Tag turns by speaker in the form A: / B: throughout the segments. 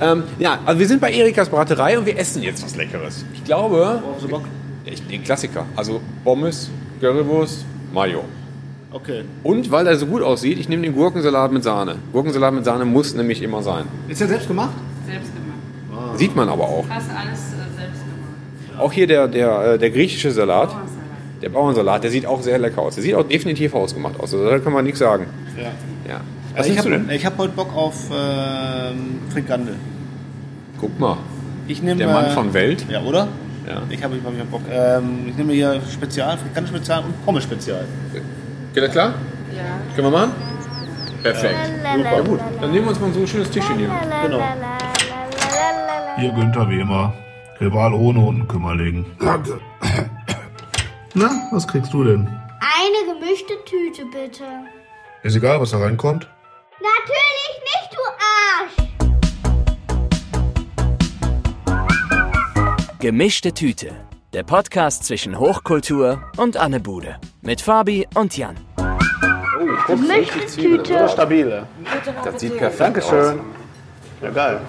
A: Ähm, ja, also wir sind bei Erikas Braterei und wir essen jetzt was Leckeres. Ich glaube,
B: Worauf so Bock?
A: ich, den Klassiker. Also Pommes, Currywurst, Mayo.
B: Okay.
A: Und weil er so gut aussieht, ich nehme den Gurkensalat mit Sahne. Gurkensalat mit Sahne muss nämlich immer sein.
B: Ist ja selbst gemacht?
C: Selbst gemacht.
A: Sieht man aber auch.
C: Fast alles äh, selbst gemacht.
A: Auch hier der, der, äh, der griechische Salat,
C: Bauernsalat.
A: der Bauernsalat, der sieht auch sehr lecker aus. Der sieht auch definitiv hausgemacht aus. Also da kann man nichts sagen.
B: Ja.
A: Ja.
B: Also ich
A: nimmst
B: habe hab heute Bock auf ähm, Frikandel.
A: Guck mal,
B: Ich nehme.
A: der Mann von Welt.
B: Ja, oder?
A: Ja.
B: Ich habe ich hab, ich hab Bock. Ähm, ich nehme hier Spezial, Frikandel-Spezial und Pommes-Spezial.
A: Geht das klar?
C: Ja.
A: Können wir machen? Perfekt.
B: Super gut.
A: Dann nehmen wir uns mal so ein schönes Tischchen hier.
B: Genau.
D: Ihr Günther wie immer. Rival ohne Unkümmerling. Danke. Na, was kriegst du denn?
E: Eine gemischte Tüte bitte.
D: Ist egal, was da reinkommt.
E: Natürlich nicht, du Arsch!
F: Gemischte Tüte. Der Podcast zwischen Hochkultur und Anne Bude. Mit Fabi und Jan.
E: Gemischte Tüte.
G: Stabile.
A: Das sieht perfekt Dankeschön. aus.
G: Ja, geil.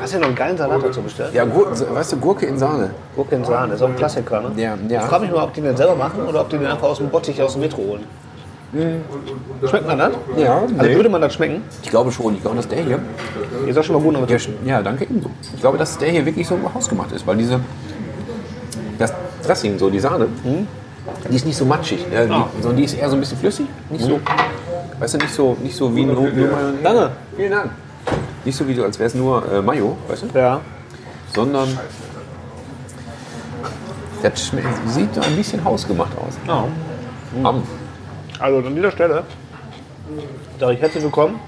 G: Hast du hier noch einen geilen Salat dazu bestellt?
A: Ja, Gur weißt du, Gurke in Sahne.
G: Gurke in Sahne, ist auch ein Klassiker, ne?
A: Ja, ja.
G: Ich frage mich mal, ob die den selber machen oder ob die den einfach aus dem Bottich aus dem Metro holen. Schmeckt man das?
A: Mhm. Ja,
G: Also würde man das schmecken?
A: ich glaube schon. Ich glaube, dass der hier
G: Ihr seid schon mal gut noch mit
A: Ja, sch- ja, danke ebenso. Ich glaube, dass der hier wirklich so hausgemacht ist, weil diese, das Dressing, so die Sahne, die ist nicht so matschig, äh, die, sondern die ist eher so ein bisschen flüssig, nicht so, weißt du, nicht so, nicht so wie nur, nur mal,
G: Danke.
A: vielen Dank. Nicht so wie so, als wäre es nur äh, Mayo, weißt du,
G: Ja.
A: sondern das schme- sieht so ein bisschen hausgemacht aus.
G: Ja.
A: Am.
G: Also an dieser Stelle sage ich herzlich willkommen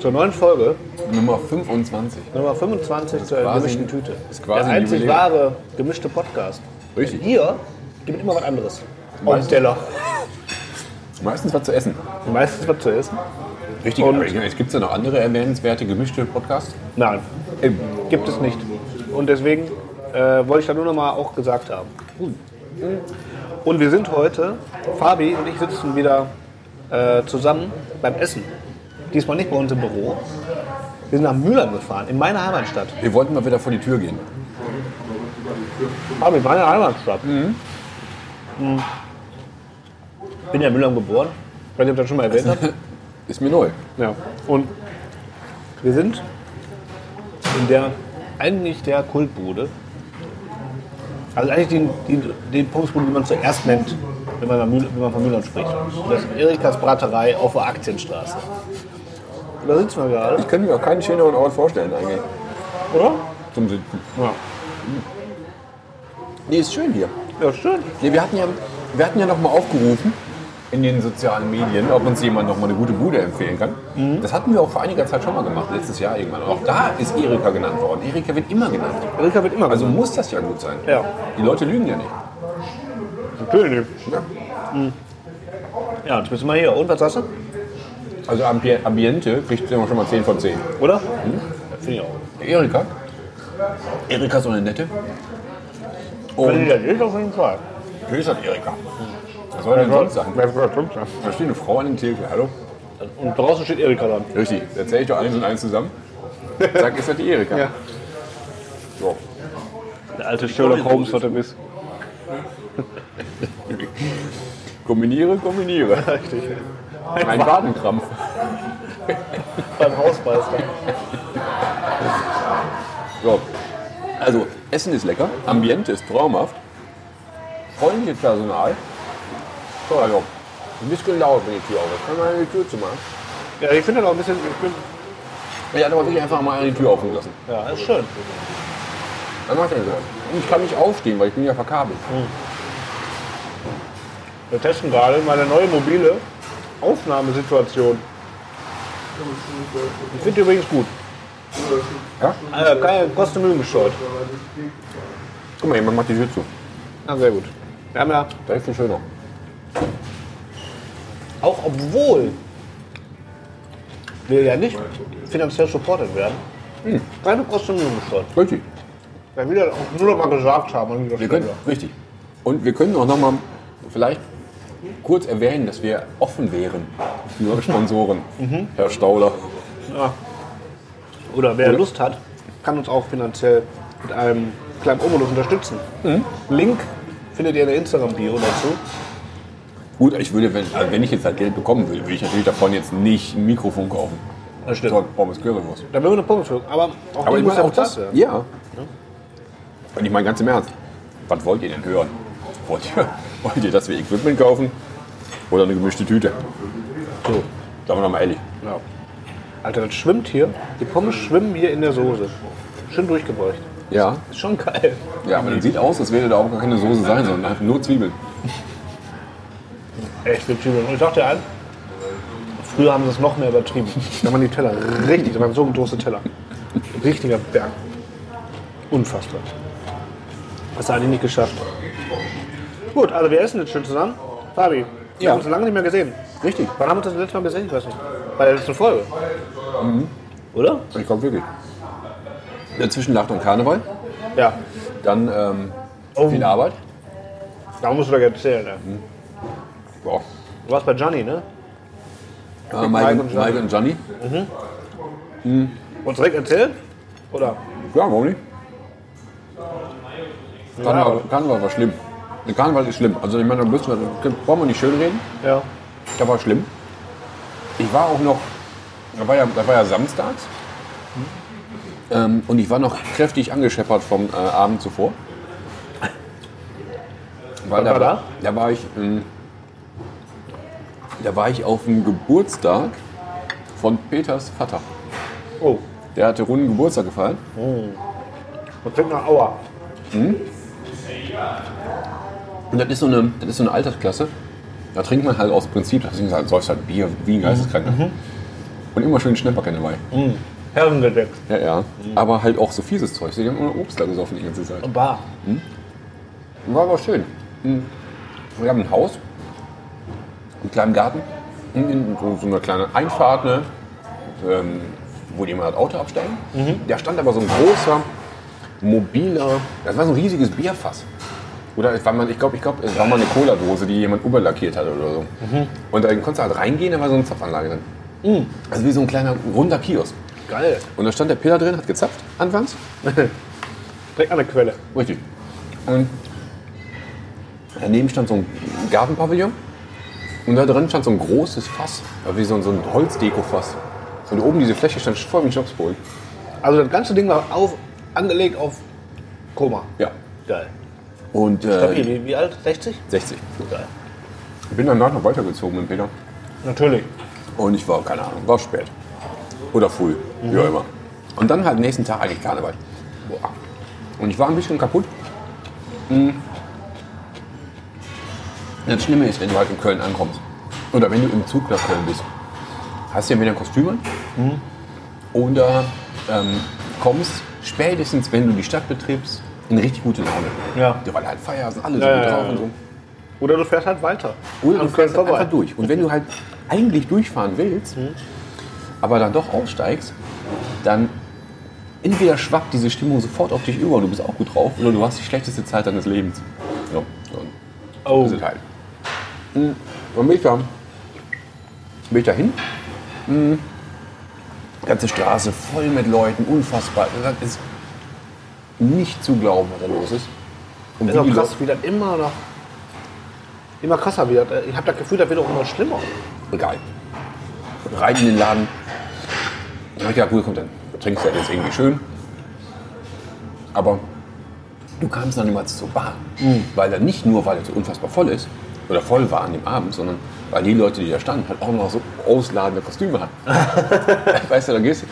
G: zur neuen Folge,
A: Nummer 25.
G: Nummer 25 zur
A: quasi-
G: gemischten Tüte.
A: ist quasi
G: Der
A: ein
G: einzig
A: Jubiläum.
G: wahre gemischte Podcast.
A: Richtig.
G: Ihr gibt immer was anderes. Auf den
A: Meistens-
G: Teller.
A: Meistens was zu essen.
G: Meistens was zu essen.
A: Richtig.
G: Und-
A: Gibt es da noch andere erwähnenswerte gemischte Podcasts?
G: Nein, gibt es nicht. Und deswegen äh, wollte ich da nur noch mal auch gesagt haben. Und wir sind heute, Fabi und ich sitzen wieder äh, zusammen beim Essen. Diesmal nicht bei uns im Büro. Wir sind nach Mühlheim gefahren, in meine Heimatstadt.
A: Wir wollten mal wieder vor die Tür gehen.
G: Fabi, meine Heimatstadt. Mhm. Bin ja in Mühlheim geboren. Ich weiß nicht, ob ich das schon mal erwähnt habe.
A: Ist mir neu.
G: Ja. Und wir sind in der eigentlich der Kultbude. Also eigentlich den, den, den Pommesbude, die man zuerst nennt, wenn man, am Mühl- wenn man von Mühlheim spricht. Das ist Erikas Braterei auf der Aktienstraße. Und da sitzen wir gerade,
A: Ich kann mir auch keinen schöneren Ort vorstellen eigentlich.
G: oder?
A: Zum Sitzen.
G: Ja.
A: Nee, ist schön hier.
G: Ja, schön.
A: Nee, wir hatten ja, wir hatten ja noch mal aufgerufen in den sozialen Medien, ob uns jemand noch mal eine gute Bude empfehlen kann.
G: Mhm.
A: Das hatten wir auch vor einiger Zeit schon mal gemacht, letztes Jahr irgendwann. Und Auch da ist Erika genannt worden. Erika wird immer genannt.
G: Erika wird immer
A: Also muss das ja gut sein.
G: Ja.
A: Die Leute lügen ja nicht.
G: Natürlich. Ja, jetzt müssen wir hier. Und was sagst du?
A: Also Ambi- Ambiente kriegt immer schon mal 10 von 10.
G: Oder? Finde ich auch.
A: Erika. Erika ist so eine nette.
G: Wenn die
A: Und
G: das ist, auf jeden Fall.
A: grüß an Erika. Was soll denn sonst sein?
G: Das wird schon sein.
A: Da steht eine Frau an dem Theke. Hallo?
G: Und draußen steht Erika dann.
A: Richtig, da zähle ich doch eins und eins zusammen. Zack, ist das die Erika.
G: Ja.
A: So.
G: Der alte Sherlock Holmes, was du bist.
A: Kombiniere, kombiniere.
G: Richtig.
A: Ein Badenkrampf.
G: Beim Hausmeister.
A: So. Also, Essen ist lecker, Ambiente ist traumhaft, freundliches Personal. So, also, ein bisschen laut bin ich hier auch. Kann man die Tür zu machen?
G: Ja, ich finde das auch ein bisschen. Ich bin,
A: Ich hatte aber wirklich einfach mal die Tür offen lassen.
G: ja, ist schön.
A: Dann macht er so. Und ich kann nicht aufstehen, weil ich bin ja verkabelt.
G: Wir testen gerade meine neue mobile Aufnahmesituation. Ich finde die übrigens gut.
A: Ja?
G: Äh, keine Kosten Mühen gescheut.
A: Guck mal, jemand macht die Tür zu.
G: Ja, sehr gut. Wir haben ja,
A: Da ist viel schöner.
G: auch obwohl wir ja nicht finanziell supported werden, Hm. keine Kosten Mühen gescheut.
A: Richtig.
G: Weil wir das auch nur noch mal gesagt haben. an dieser
A: Wir können,
G: Stelle.
A: richtig. Und wir können auch nochmal vielleicht kurz erwähnen, dass wir
G: Mhm.
A: offen wären für Sponsoren, Herr Stauler.
G: Oder wer Lust hat, kann uns auch finanziell mit einem kleinen Obolus unterstützen. Link findet ihr in der Instagram-Bio dazu.
A: Gut, ich würde, wenn, also wenn ich jetzt halt Geld bekommen würde, würde ich natürlich davon jetzt nicht ein Mikrofon kaufen.
G: Das
A: So, Pommes Currywurst.
G: Da würden wir eine Pommes für. Aber auch
A: Aber
G: die
A: ich
G: muss
A: meine
G: ja
A: auch das.
G: bezahlt werden.
A: Ja. Und ich meine ganz im Ernst, was wollt ihr denn hören? Wollt ihr, wollt ihr, dass wir Equipment kaufen? Oder eine gemischte Tüte? So, sagen wir doch mal ehrlich.
G: Ja. Alter, das schwimmt hier. Die Pommes schwimmen hier in der Soße. Schön durchgebräucht.
A: Ja,
G: Ist schon geil.
A: ja aber das sieht aus, als wäre da auch gar keine Soße sein, sondern einfach nur Zwiebeln.
G: Echt viel Zwiebeln. Und ich dachte an, früher haben sie es noch mehr übertrieben. Da waren die Teller richtig, da waren so große Teller. Richtiger Berg. Unfassbar. Hast du eigentlich nicht geschafft. Gut, also wir essen jetzt schön zusammen. Fabi, wir
A: Ja.
G: haben uns lange nicht mehr gesehen. Richtig. Wann haben wir uns das letzte Mal gesehen? Ich weiß nicht. Bei der letzten Folge. Mhm. Oder?
A: Ich glaube wirklich. Dazwischen lag dann Karneval,
G: Ja.
A: dann ähm,
G: Oh,
A: viel Arbeit.
G: da musst du doch erzählen. Ne?
A: Boah.
G: Du warst bei Gianni, ne?
A: Äh, Mike,
G: Mike und
A: und
G: Gianni.
A: Mike und Gianni.
G: Wolltest du direkt erzählen? Oder?
A: Ja, warum nicht? Karneval, Karneval war schlimm. Der Karneval ist schlimm. Also ich meine, da müssen wir, da brauchen wir nicht schön reden.
G: Ja.
A: Da war schlimm. Ich war auch noch, da war ja, da war ja samstags. Ähm, und ich war noch kräftig angescheppert vom äh, Abend zuvor. Weil
G: Was war da?
A: Da war ich, ähm, da war ich auf dem Geburtstag von Peters Vater.
G: Oh,
A: Der hatte runden Geburtstag gefeiert.
G: man trinkt nach Auer.
A: Und das ist so eine, das ist so eine Altersklasse. Da trinkt man halt aus Prinzip, das ist halt, säufst halt Bier wie ein Geisteskranker. Und immer schön Schnäpperkerne dabei.
G: Herrengedeck.
A: Ja, ja. Aber halt auch so fieses Zeug. Die haben nur Obst da gesoffen die ganze Zeit.
G: Bar.
A: War aber schön. Mhm. Wir haben ein Haus, einen kleinen Garten, in- in so, so eine kleine Einfahrt, ne? ähm, wo die immer das Auto abstellen. Da stand aber so ein großer, mobiler, das war so ein riesiges Bierfass. Oder es war mal, ich glaube, ich glaub, es war mal eine Cola-Dose, die jemand überlackiert hat oder so. Und dann konntest du halt reingehen, da war so eine Zapfanlage drin. Also wie so ein kleiner, runder Kiosk.
G: Geil.
A: Und da stand der Peter drin, hat gezapft anfangs.
G: Direkt an der Quelle.
A: Richtig. Und daneben stand so ein Gartenpavillon. Und da drin stand so ein großes Fass, ja, wie so ein, so ein Holzdeko-Fass. Und oben diese Fläche stand voll mit Schnapsbeutel.
G: Also das ganze Ding war auf, angelegt auf Koma.
A: Ja.
G: Geil.
A: Und
G: Stabil.
A: äh,
G: Wie, wie alt? 60?
A: 60.
G: Geil.
A: Ich bin danach noch weitergezogen mit Peter.
G: Natürlich.
A: Und ich war, keine Ahnung, war spät. Oder früh, wie
G: Mhm.
A: auch immer. Und dann halt nächsten Tag eigentlich Karneval. Boah. Und ich war ein bisschen kaputt. Hm. Das Schlimme ist, wenn du halt in Köln ankommst. Oder wenn du im Zug nach Köln bist. Hast du ja wieder ein Kostüm an.
G: Mhm.
A: Oder ähm, kommst spätestens, wenn du die Stadt betriebst, in richtig gute Laune.
G: Ja.
A: Weil halt Feier sind, alle so
G: Ja,
A: gut
G: ja,
A: drauf
G: ja.
A: und so.
G: Oder du fährst halt weiter.
A: Oder du
G: Am Köln
A: fährst
G: vorbei. Hm.
A: einfach durch. Und wenn du halt eigentlich durchfahren willst, aber dann doch aussteigst, dann entweder schwappt diese Stimmung sofort auf dich über und du bist auch gut drauf, oder du hast die schlechteste Zeit deines Lebens. Ja, so
G: Oh.
A: ist es halt. Mhm. Dann bin ich da, bin ich da hin. Mhm. Ganze Straße voll mit Leuten, unfassbar. Das ist nicht zu glauben, was da los ist. Und
G: Ist auch
A: die
G: krass, wie das immer noch. Immer krasser wird. Ich habe das Gefühl, das wird auch immer schlimmer.
A: Egal. Rein in den Laden. Ja, ja gut, komm, dann trinkst du das jetzt irgendwie schön. Aber du kamst dann niemals zur Bar. Weil dann nicht nur, weil es so unfassbar voll ist oder voll war an dem Abend, sondern weil die Leute, die da standen, halt auch noch so ausladende Kostüme hatten. weißt du, dann gehst du,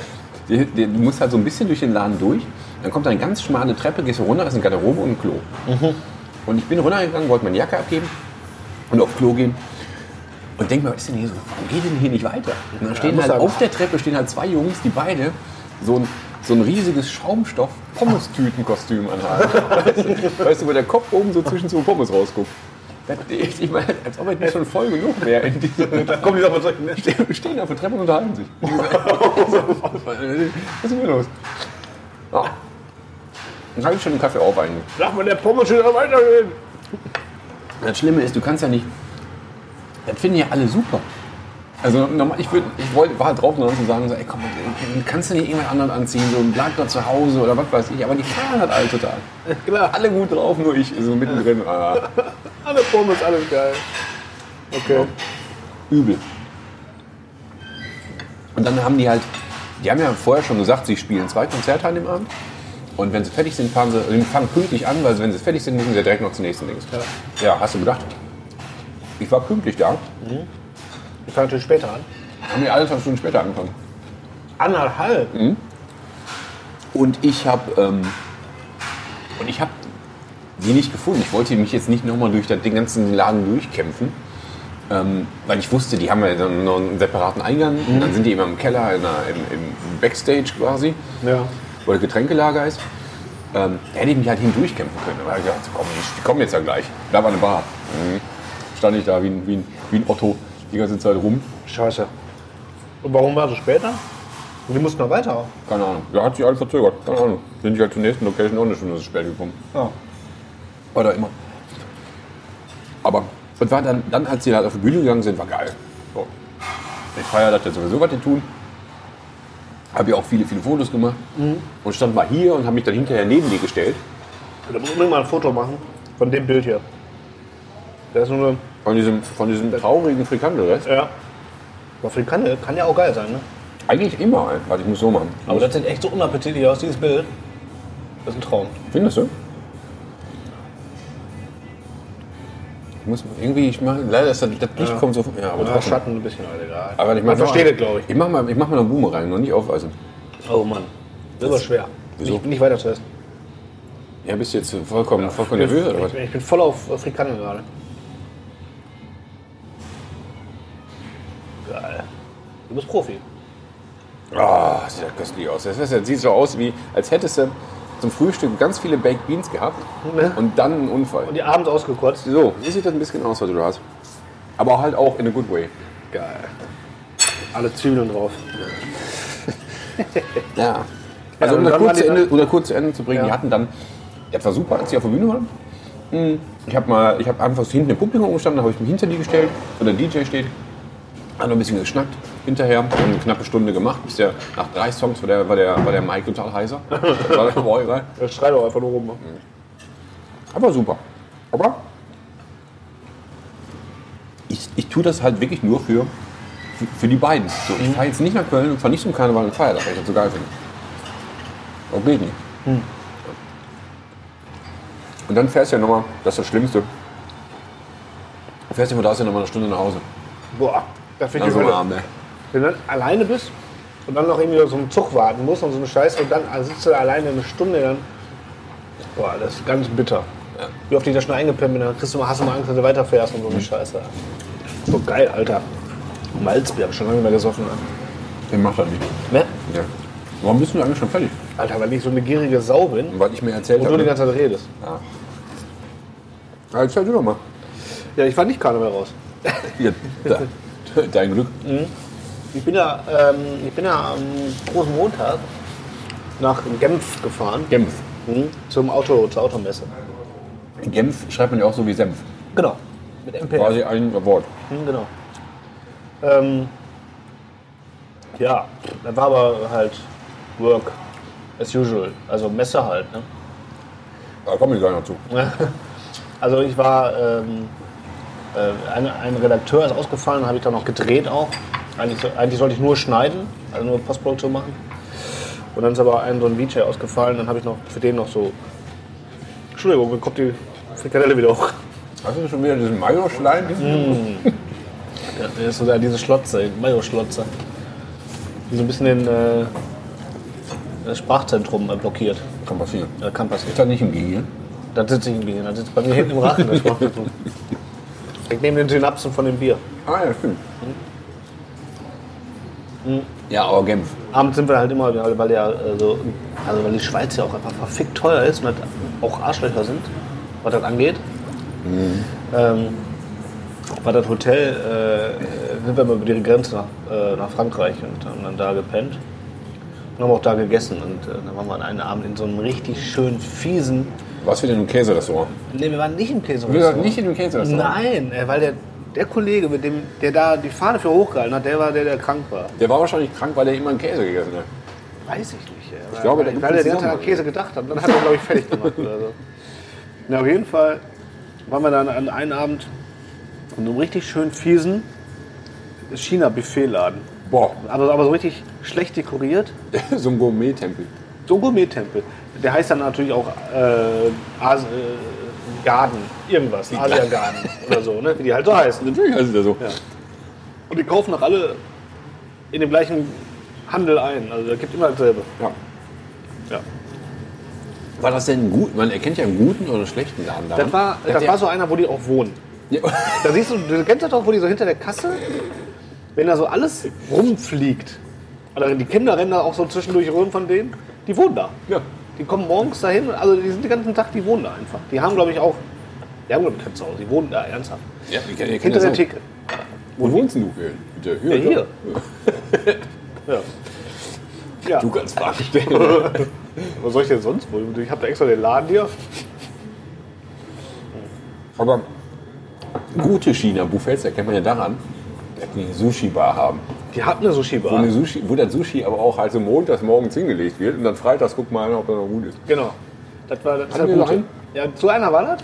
A: die- die- du musst halt so ein bisschen durch den Laden durch, dann kommt da eine ganz schmale Treppe, gehst du runter, ist eine Garderobe und ein Klo. Und ich bin runtergegangen, wollte meine Jacke abgeben und auf Klo gehen. Und denk mal, was ist denn hier so? Warum geht denn hier nicht weiter? Und dann stehen
G: muss
A: halt
G: er-
A: auf der Treppe stehen halt zwei Jungs, die beide so ein, so ein riesiges Schaumstoff-Pommes-Tütenkostüm anhaben. weißt, du, weißt du, wo der Kopf oben so zwischen zwei Pommes rausguckt. Das- Ich ich meine, als ob es nicht schon voll genug wäre. in diesem-
G: Da kommen die doch mal solchen.
A: Stehen stehen auf der Treppe und unterhalten sich. Was ist denn hier los? Ja. Dann habe ich schon einen Kaffee auf eigentlich.
G: Lass mal der Pommes schön weitergehen.
A: Das Schlimme ist, du kannst ja nicht. Das finden ja alle super. Also normal- ich, würd, ich wollte, war halt drauf, nur zu sagen, so, ey, komm, kannst du nicht irgendwann anderen anziehen, so bleib doch zu Hause oder was weiß ich. Aber die fahren halt alle total. Alle gut drauf, nur ich, so mittendrin. Ah,
G: Alle Pommes, alles geil. Okay.
A: übel. Und dann haben die halt, die haben ja vorher schon gesagt, sie spielen zwei Konzerte an dem Abend. Und wenn sie fertig sind, fahren sie, also die fangen pünktlich an, weil wenn sie fertig sind, müssen sie ja direkt noch zum nächsten Dings. Ja. hast du gedacht? Ich war pünktlich da,
G: Ich fange natürlich später an.
A: haben wir eineinhalb Stunden später angefangen.
G: Anderthalb?
A: Und ich habe ähm, und ich habe die nicht gefunden. Ich wollte mich jetzt nicht nochmal durch den ganzen Laden durchkämpfen, ähm, weil ich wusste, die haben ja dann noch einen separaten Eingang. Und dann sind die immer im Keller, in der, im, im Backstage quasi,
G: Ja.
A: wo das Getränkelager ist. Ähm, da hätte ich mich halt hindurchkämpfen können. Aber ich dachte, komm, ich- die kommen jetzt ja gleich. Da war eine Bar. Mhm. Stand ich da wie ein, wie, ein, wie ein Otto die ganze Zeit rum.
G: Scheiße. Und warum war das später? Wir mussten noch weiter.
A: Keine Ahnung. Ja, hat sich alles verzögert. Keine Ahnung. Sind ich halt zur nächsten Location auch eine Stunde zu spät gekommen.
G: Ja.
A: War da immer. Aber und war dann, dann, als sie halt auf die Bühne gegangen sind, war geil. So. Ich feiere das jetzt sowieso, was die tun. Habe ja auch viele, viele Fotos gemacht.
G: Mhm.
A: Und stand mal hier und habe mich dann hinterher neben die gestellt.
G: Da muss unbedingt mal ein Foto machen von dem Bild hier. Da ist nur eine.
A: Von diesem, von diesem traurigen Frikandelrest.
G: Ja. Aber für die Kanne kann ja auch geil sein, ne?
A: Eigentlich immer. ey. Warte, ich muss so machen.
G: Aber das sieht echt so unappetitlich aus, dieses Bild. Das ist ein Traum.
A: Findest du? Ich muss irgendwie, ich mache, leider ist das, das Licht kommt so. Ja, aber
G: Ja,
A: trotzdem.
G: Schatten ein bisschen, halt egal.
A: Aber ich
G: Man
A: mach noch
G: versteht
A: einen-
G: es, glaube ich.
A: Ich mach mal, ich mach mal eine Blume rein, noch nicht aufweisen.
G: Oh Mann. Das war schwer.
A: Wieso?
G: Nicht, nicht weiter zu essen.
A: Ja, bist du jetzt vollkommen, vollkommen nervös oder was?
G: Ich, ich bin voll auf auf Frikandel gerade. Geil. Du bist Profi.
A: Ah, sieht ja köstlich aus. Das, ist, das sieht so aus, wie als hättest du zum Frühstück ganz viele Baked Beans gehabt
G: Ne?
A: und dann einen Unfall.
G: Und die abends ausgekotzt.
A: So, so sieht das ein bisschen aus, was du da hast. Aber halt auch in a good way.
G: Geil. Alle Zwiebeln drauf.
A: Ja. Also um
G: und
A: das
G: dann
A: kurz,
G: waren
A: zu
G: die
A: Ende,
G: dann-
A: um das kurz zu Ende zu bringen,
G: Ja.
A: die hatten dann, das war super, als die auf der Bühne waren. Hm, Ich habe mal, ich habe einfach hinten im Publikum gestanden, da habe ich mich hinter die gestellt, wo der DJ steht, haben noch ein bisschen geschnackt hinterher, haben eine knappe Stunde gemacht, bis der, nach drei Songs war der, war der, war der Mike total heiser. Das war der Boy, rein.
G: Ja, Schrei doch einfach nur rum.
A: Aber super. Aber ich, ich tue das halt wirklich nur für, für, für die beiden. So,
G: Mhm.
A: ich fahre jetzt nicht nach Köln und fahre nicht zum Karneval und feier das, weil ich das so geil finde. Das geht nicht.
G: Mhm.
A: Und dann fährst du ja nochmal, das ist das Schlimmste, fährst du von da aus ja nochmal eine Stunde nach Hause.
G: Boah, da finde ich
A: Also
G: die Hölle.
A: Abend, ey.
G: Wenn du dann alleine bist und dann noch irgendwie auf so einen Zug warten musst und so eine Scheiße und dann sitzt du da alleine eine Stunde dann. Boah, das ist ganz bitter. Wie oft ich da schon eingepennt bin, dann kriegst du mal, hast du mal Angst, dass du weiterfährst und so eine Scheiße. So geil, Alter. Malzbier habe ich schon lange nicht mehr gesoffen.
A: Ich mach das nicht.
G: Ne?
A: Ja. Warum bist du eigentlich schon fertig?
G: Alter, weil ich so eine gierige Sau bin
A: Und was ich mir erzählt
G: und du die
A: habe.
G: ganze Zeit redest.
A: Ja, erzähl du doch mal.
G: Ja, ich war nicht Karneval raus.
A: Hier, da. Dein Glück.
G: Ich bin ja, ähm, ich bin ja am großen Montag nach Genf gefahren.
A: Genf.
G: Mhm. Zum Auto, zur Automesse.
A: Genf schreibt man ja auch so wie Senf.
G: Genau. Mit MPF.
A: Quasi ein Wort.
G: Hm, genau. Ähm, ja, da war aber halt Work as usual, also Messe halt. Ne?
A: Da komme ich gar nicht zu.
G: Also ich war, ähm, äh, ein, ein Redakteur ist ausgefallen, habe ich dann noch gedreht auch. Eigentlich, so- eigentlich sollte ich nur schneiden, also nur Postproduktion machen. Und dann ist aber ein so ein VJ ausgefallen, dann habe ich noch für den noch so. Entschuldigung, mir kommt die Frikadelle wieder hoch.
A: Hast du schon wieder diesen Mayo-Schleim?
G: Mhm. Ja, der ist so da diese Schlotze, Mayo-Schlotze. Die so ein bisschen den, äh, das Sprachzentrum äh, blockiert.
A: Kann passieren.
G: Ja, kann passieren.
A: Ist das nicht im Gehirn?
G: Da sitze ich irgendwie, da sitzt bei mir hinten im Rachen das Sprachzentrum. Ich nehme den Synapsen von dem Bier.
A: Ah, ja, stimmt.
G: Mhm.
A: Ja, aber Genf.
G: Abends sind wir halt immer, weil ja äh, so, also weil die Schweiz ja auch einfach verfickt teuer ist und halt auch Arschlöcher sind, was das angeht. Ähm, war das Hotel, äh, sind wir mal über die Grenze nach, äh, nach Frankreich und haben dann da gepennt. Und haben auch da gegessen und äh, dann waren wir an einem Abend in so einem richtig schönen, fiesen.
A: Was für denn im Käserestaurant?
G: Ne, wir waren nicht im Käse.
A: Wir waren nicht in dem Käserestaurant.
G: Nein, äh, weil der der Kollege, mit dem, der da die Fahne für hochgehalten hat, der war der, der krank war.
A: Der war wahrscheinlich krank, weil er immer einen Käse gegessen hat.
G: Weiß ich nicht. Ey. Ich
A: glaube, da
G: weil,
A: gibt's
G: weil
A: einen
G: er den ganzen Tag
A: Zusammenhang.
G: an Käse gedacht hat. Dann hat er, glaube ich, fertig gemacht. Oder so. Na, auf jeden Fall waren wir dann an einem Abend in einem richtig schön fiesen China-Buffet-Laden.
A: Boah,
G: Aber, aber so richtig schlecht dekoriert.
A: so ein Gourmet-Tempel.
G: So ein Gourmet-Tempel. Der heißt dann natürlich auch äh, As äh, Garden. Irgendwas. Asia-Garden oder so, ne? wie die halt so heißen.
A: Natürlich heißt es ja so.
G: Und die kaufen auch alle in dem gleichen Handel ein. Also da gibt immer dasselbe.
A: Ja.
G: Ja.
A: War das denn gut? Man erkennt ja einen guten oder einen schlechten Laden daran.
G: Das war,
A: Dass
G: das
A: der-
G: war so einer, wo die auch wohnen.
A: Ja.
G: Da siehst du, du kennst das doch, wo die so hinter der Kasse, wenn da so alles rumfliegt. Oder die Kinder rennen da auch so zwischendurch rum von denen. Die wohnen da.
A: Ja.
G: Die kommen morgens dahin, also die sind den ganzen Tag, die wohnen da einfach. Die haben, glaube ich, auch. Die haben, glaube ich, kein Zuhause. Die wohnen da, ernsthaft.
A: Ja, ich kann- ich
G: Hinter
A: kann das
G: der
A: auch.
G: Theke.
A: Wo wohnst denn du? Bitte,
G: Ja, hier. Ja. ja.
A: Du kannst Fragen stellen.
G: Was soll ich denn sonst wohl? Ich habe da extra den Laden hier.
A: Aber gute China-Buffets erkennt man ja daran, dass die eine Sushi-Bar haben.
G: Die hat eine
A: Wo,
G: Sushi-Bar.
A: eine Sushi, wo das Sushi aber auch halt so montags morgens hingelegt wird und dann freitags guckt man, ob das noch gut ist.
G: Genau. Das war das ist
A: Hatten
G: der
A: wir noch
G: Gute.
A: einen?
G: Ja, so einer war das.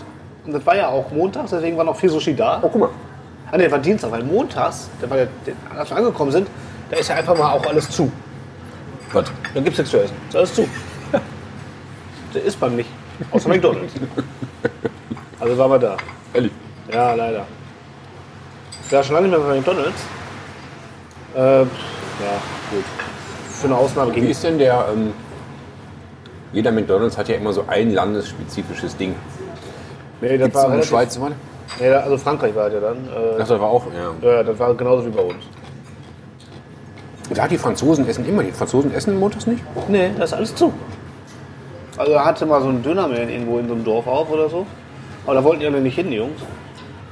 G: Und das war ja auch montags, deswegen war noch viel Sushi da.
A: Oh, guck mal.
G: Ah, ne, war Dienstag, weil montags, da war der, der, als wir angekommen sind, da ist ja einfach mal auch alles zu.
A: Was?
G: Da gibt's nichts zu essen. Ist alles zu. der ist man nicht. Außer McDonalds. Also waren wir da.
A: Ehrlich.
G: Ja, leider. Ich war schon lange nicht mehr bei McDonalds. Äh, ja, gut. Für eine Ausnahme ging
A: Wie ist denn der. Ähm, jeder McDonalds hat ja immer so ein landesspezifisches Ding.
G: Nee, das
A: Gibt es
G: war
A: in der
G: relativ,
A: Schweiz immer?
G: Nee, da- also Frankreich war der dann. Äh,
A: Ach, das war auch. Ja.
G: ja, das war genauso wie bei uns.
A: Da die Franzosen essen immer. Die Franzosen essen montags nicht?
G: Nee, da ist alles zu. Also er hatte mal so einen Dönerman irgendwo in so einem Dorf auf oder so. Aber da wollten die alle nicht hin, die Jungs.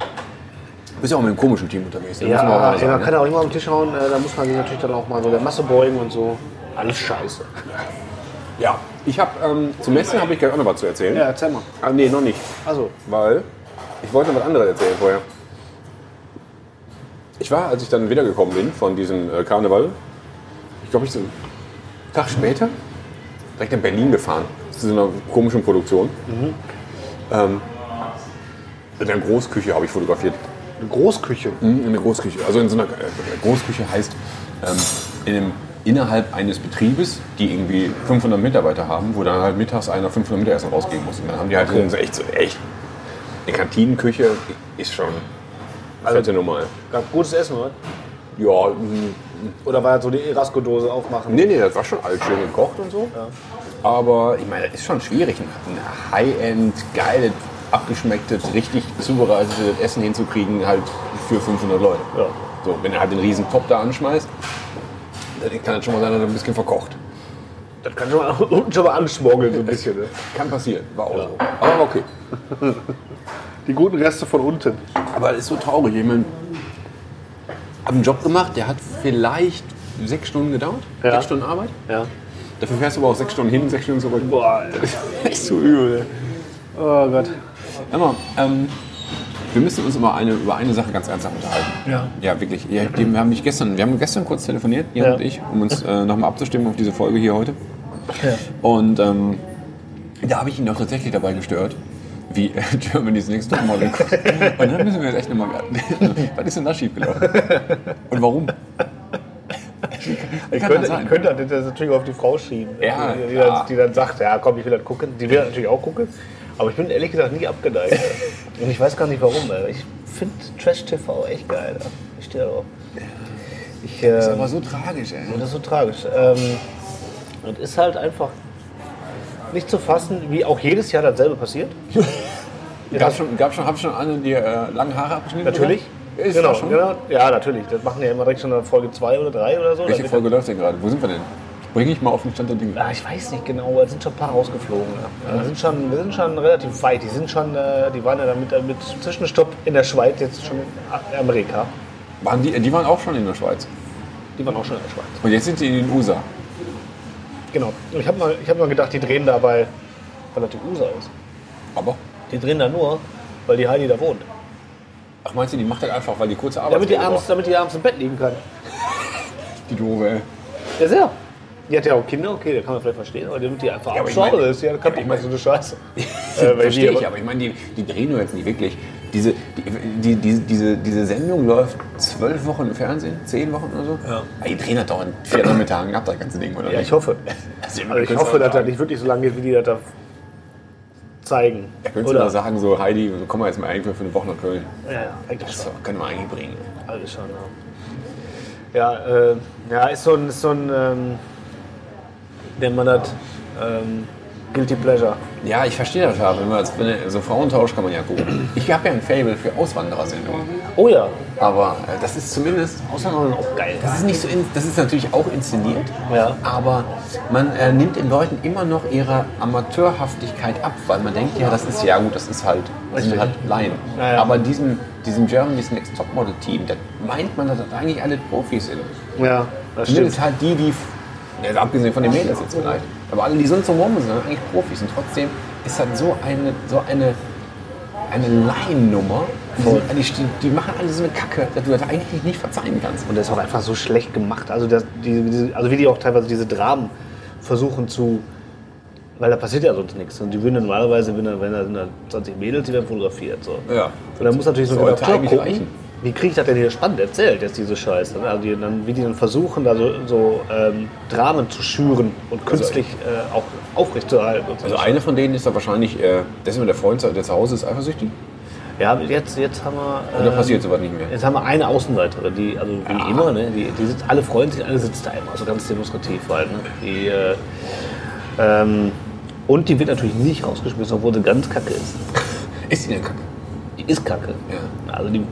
A: Du bist ja auch mit einem komischen Team unterwegs. da
G: Ja,
A: muss man auch mal
G: man,
A: sagen,
G: man
A: ne?
G: kann auch immer am Tisch hauen, äh, da muss man sich natürlich dann auch mal so der Masse beugen und so. Alles scheiße.
A: Ja, ich habe ähm, zum letzten habe ich gleich auch noch was zu erzählen.
G: Ja, erzähl mal.
A: Ah, nee, noch nicht,
G: Also,
A: weil ich wollte noch was anderes erzählen vorher. Ich war, als ich dann wiedergekommen bin von diesem äh, Karneval, ich glaube, ich so einen Tag später direkt nach Berlin gefahren zu so einer komischen Produktion. Ähm, in der Großküche habe ich fotografiert.
G: eine Großküche.
A: Mhm, In der Großküche. Also in so einer äh, Großküche heißt ähm, in einem, innerhalb eines Betriebes, die irgendwie 500 Mitarbeiter haben, wo dann halt mittags einer 500 Mittagessen rausgeben muss. Und dann haben die halt so echt so echt. Eine Kantinenküche ist schon eine
G: Also
A: fette Nummer.
G: Gab gutes Essen, oder?
A: Ja, mh,
G: Oder war das so die Erasco-Dose aufmachen?
A: nee, nee, das war schon alles schön gekocht und so. Aber ich meine, das ist schon schwierig, ein- ein High-End, geiles, abgeschmecktes, richtig zubereitetes Essen hinzukriegen, halt für 500 Leute.
G: Ja.
A: So, wenn du halt den riesen Top da anschmeißt, dann kann das schon mal sein, dass er ein bisschen verkocht.
G: Das kann schon mal unten schon mal anschmorgeln, so ein bisschen. Ne?
A: Kann passieren, war auch so. Aber okay.
G: Die guten Reste von unten.
A: Aber es ist so traurig. Ich meine, hab einen Job gemacht, der hat vielleicht sechs Stunden gedauert,
G: Ja.
A: sechs Stunden Arbeit.
G: Ja.
A: Dafür fährst du aber auch sechs Stunden hin, sechs Stunden zurück.
G: Boah, Alter.
A: Echt so übel.
G: Oh Gott.
A: Hör mal, ähm, wir müssen uns über eine, über eine Sache ganz ernsthaft unterhalten.
G: Ja.
A: Ja, wirklich. Ja, die- wir, haben mich gestern, wir haben gestern kurz telefoniert, ihr
G: Ja.
A: und ich, um uns äh, nochmal abzustimmen auf diese Folge hier heute. Und ähm, da habe ich ihn doch tatsächlich dabei gestört, wie äh, Germany's Next Topmodel guckt. Und dann müssen wir jetzt echt nochmal... Was ist denn da schiefgelaufen? Und warum?
G: Ich
A: Kann
G: könnte,
A: das sein?
G: ich könnte das natürlich auf die Frau schieben, also
A: Ja,
G: die, die,
A: klar.
G: dann, die dann sagt, ja komm, ich will das gucken. Die will das natürlich auch gucken, aber ich bin ehrlich gesagt nie abgeneigt. Und ich weiß gar nicht warum. Alter. Ich finde Trash-TV echt geil. Alter. Ich stehe da drauf. Ich, ähm,
A: Das war so tragisch, ey.
G: das ist so tragisch. Ähm, und ist halt einfach nicht zu fassen, wie auch jedes Jahr dasselbe passiert.
A: Gab schon, gab schon, hab schon alle die äh, langen Haare abgeschnitten?
G: Natürlich.
A: Oder? Ist
G: genau,
A: das schon?
G: genau. Ja, natürlich. Das machen die ja immer direkt schon in Folge 2 oder 3 oder so.
A: Welche
G: damit-
A: Folge läuft denn gerade? Wo sind wir denn? Bring ich mal auf den Stand der Dinge.
G: Ah, ich weiß nicht genau, aber es sind schon ein paar rausgeflogen. Ja. Wir, sind schon, wir sind schon relativ weit. Die, sind schon, äh, die waren ja dann mit, äh, mit Zwischenstopp in der Schweiz, jetzt schon in Amerika.
A: Waren die, die waren auch schon in der Schweiz.
G: Die waren auch schon in der Schweiz.
A: Und jetzt sind die in den USA.
G: Genau. Und ich habe mal, ich hab mal gedacht, die drehen da, weil, weil das die USA ist.
A: Aber
G: Die drehen da nur, weil die Heidi da wohnt.
A: Ach, meinst du, die macht das einfach, weil die kurze Arbeit
G: Damit die, abends, damit die abends im Bett liegen kann.
A: Die doofe, ey.
G: Ja, sehr. Die hat ja auch Kinder, okay, da kann man vielleicht verstehen, aber damit die einfach
A: Ja,
G: ja,
A: aber ich
G: schade
A: meine-
G: ist, ja, da kann
A: Ja,
G: ich
A: ich
G: mal so eine Scheiße.
A: Äh,
G: Äh, weil
A: Verstehe
G: die-
A: ich, aber ich meine, die, die drehen nur jetzt nicht wirklich. Diese, die, die, die, diese, diese Sendung läuft zwölf Wochen im Fernsehen, zehn Wochen oder so. Ja. Die drehen das doch in vier Nachmittagen ab, das ganze Ding, oder
G: Ja,
A: nicht?
G: ich hoffe.
A: Also,
G: Also ich hoffe, dass das nicht wirklich so lange geht, wie die das da zeigen.
A: Da könntest du da sagen, so Heidi, so, komm mal jetzt mal eigentlich für eine Woche nach Köln.
G: Ja, ja, eigentlich
A: Das
G: schon.
A: können wir eigentlich bringen.
G: Alles schon, ja. Ja, äh, ja ist so ein, ist so ein ähm, nennt man das, ähm, Guilty Pleasure.
A: Ja, Ah, ich verstehe das ja. Wenn wir jetzt, wenn, so Frauentausch kann man ja gucken. Ich habe ja ein Fable für Auswanderersendungen.
G: Oh ja.
A: Aber äh, das ist zumindest Auswanderer auch geil. Das ist nicht so, in, das ist natürlich auch inszeniert,
G: Ja.
A: aber man äh, nimmt den Leuten immer noch ihre Amateurhaftigkeit ab, weil man denkt, ja, das ist ja gut, das ist halt, das sind halt Laien.
G: Ja, ja.
A: Aber diesem, diesem Germany's Next Topmodel Team, da meint man, dass das eigentlich alle Profis sind.
G: Ja, das
A: Zumindest
G: stimmt.
A: halt die, die, ja, also abgesehen von den Mädels jetzt vielleicht, aber alle, die sonst so rum sind, sind eigentlich Profis. Und trotzdem ist das so eine, so eine, eine Laiennummer. Die, sind- die, stehen- die machen alle so eine Kacke, dass du das eigentlich nicht verzeihen kannst.
G: Und das ist auch einfach so schlecht gemacht. Also, das, die, diese, also wie die auch teilweise diese Dramen versuchen zu. Weil da passiert ja sonst nichts. Und die würden normalerweise, wenn da, wenn da, sind da 20 Mädels, die werden fotografiert. So.
A: Ja.
G: Und dann muss natürlich so ein
A: Sollte
G: Redakteur
A: eigentlich
G: gucken,
A: reichen.
G: wie kriege ich das denn hier spannend erzählt, jetzt diese Scheiße. ne? Also die, dann, wie die dann versuchen, da so, so ähm, Dramen zu schüren und künstlich äh, auch aufrechtzuerhalten. Und so.
A: Also eine von denen ist da wahrscheinlich, äh, das ist immer der Freund, der zu Hause ist, eifersüchtig.
G: ja, jetzt, jetzt haben wir...
A: Und da
G: ähm,
A: passiert sowas nicht mehr.
G: Jetzt haben wir eine Außenseiterin, die, also wie
A: Ja.
G: immer, ne, die, die sitzt, alle freuen sich, alle sitzt da immer, also ganz demonstrativ halt. Ne, die, äh, ähm, und die wird natürlich nicht rausgeschmissen, obwohl sie ganz kacke ist.
A: Ist die denn kacke?
G: Die ist kacke.
A: Ja.
G: Also die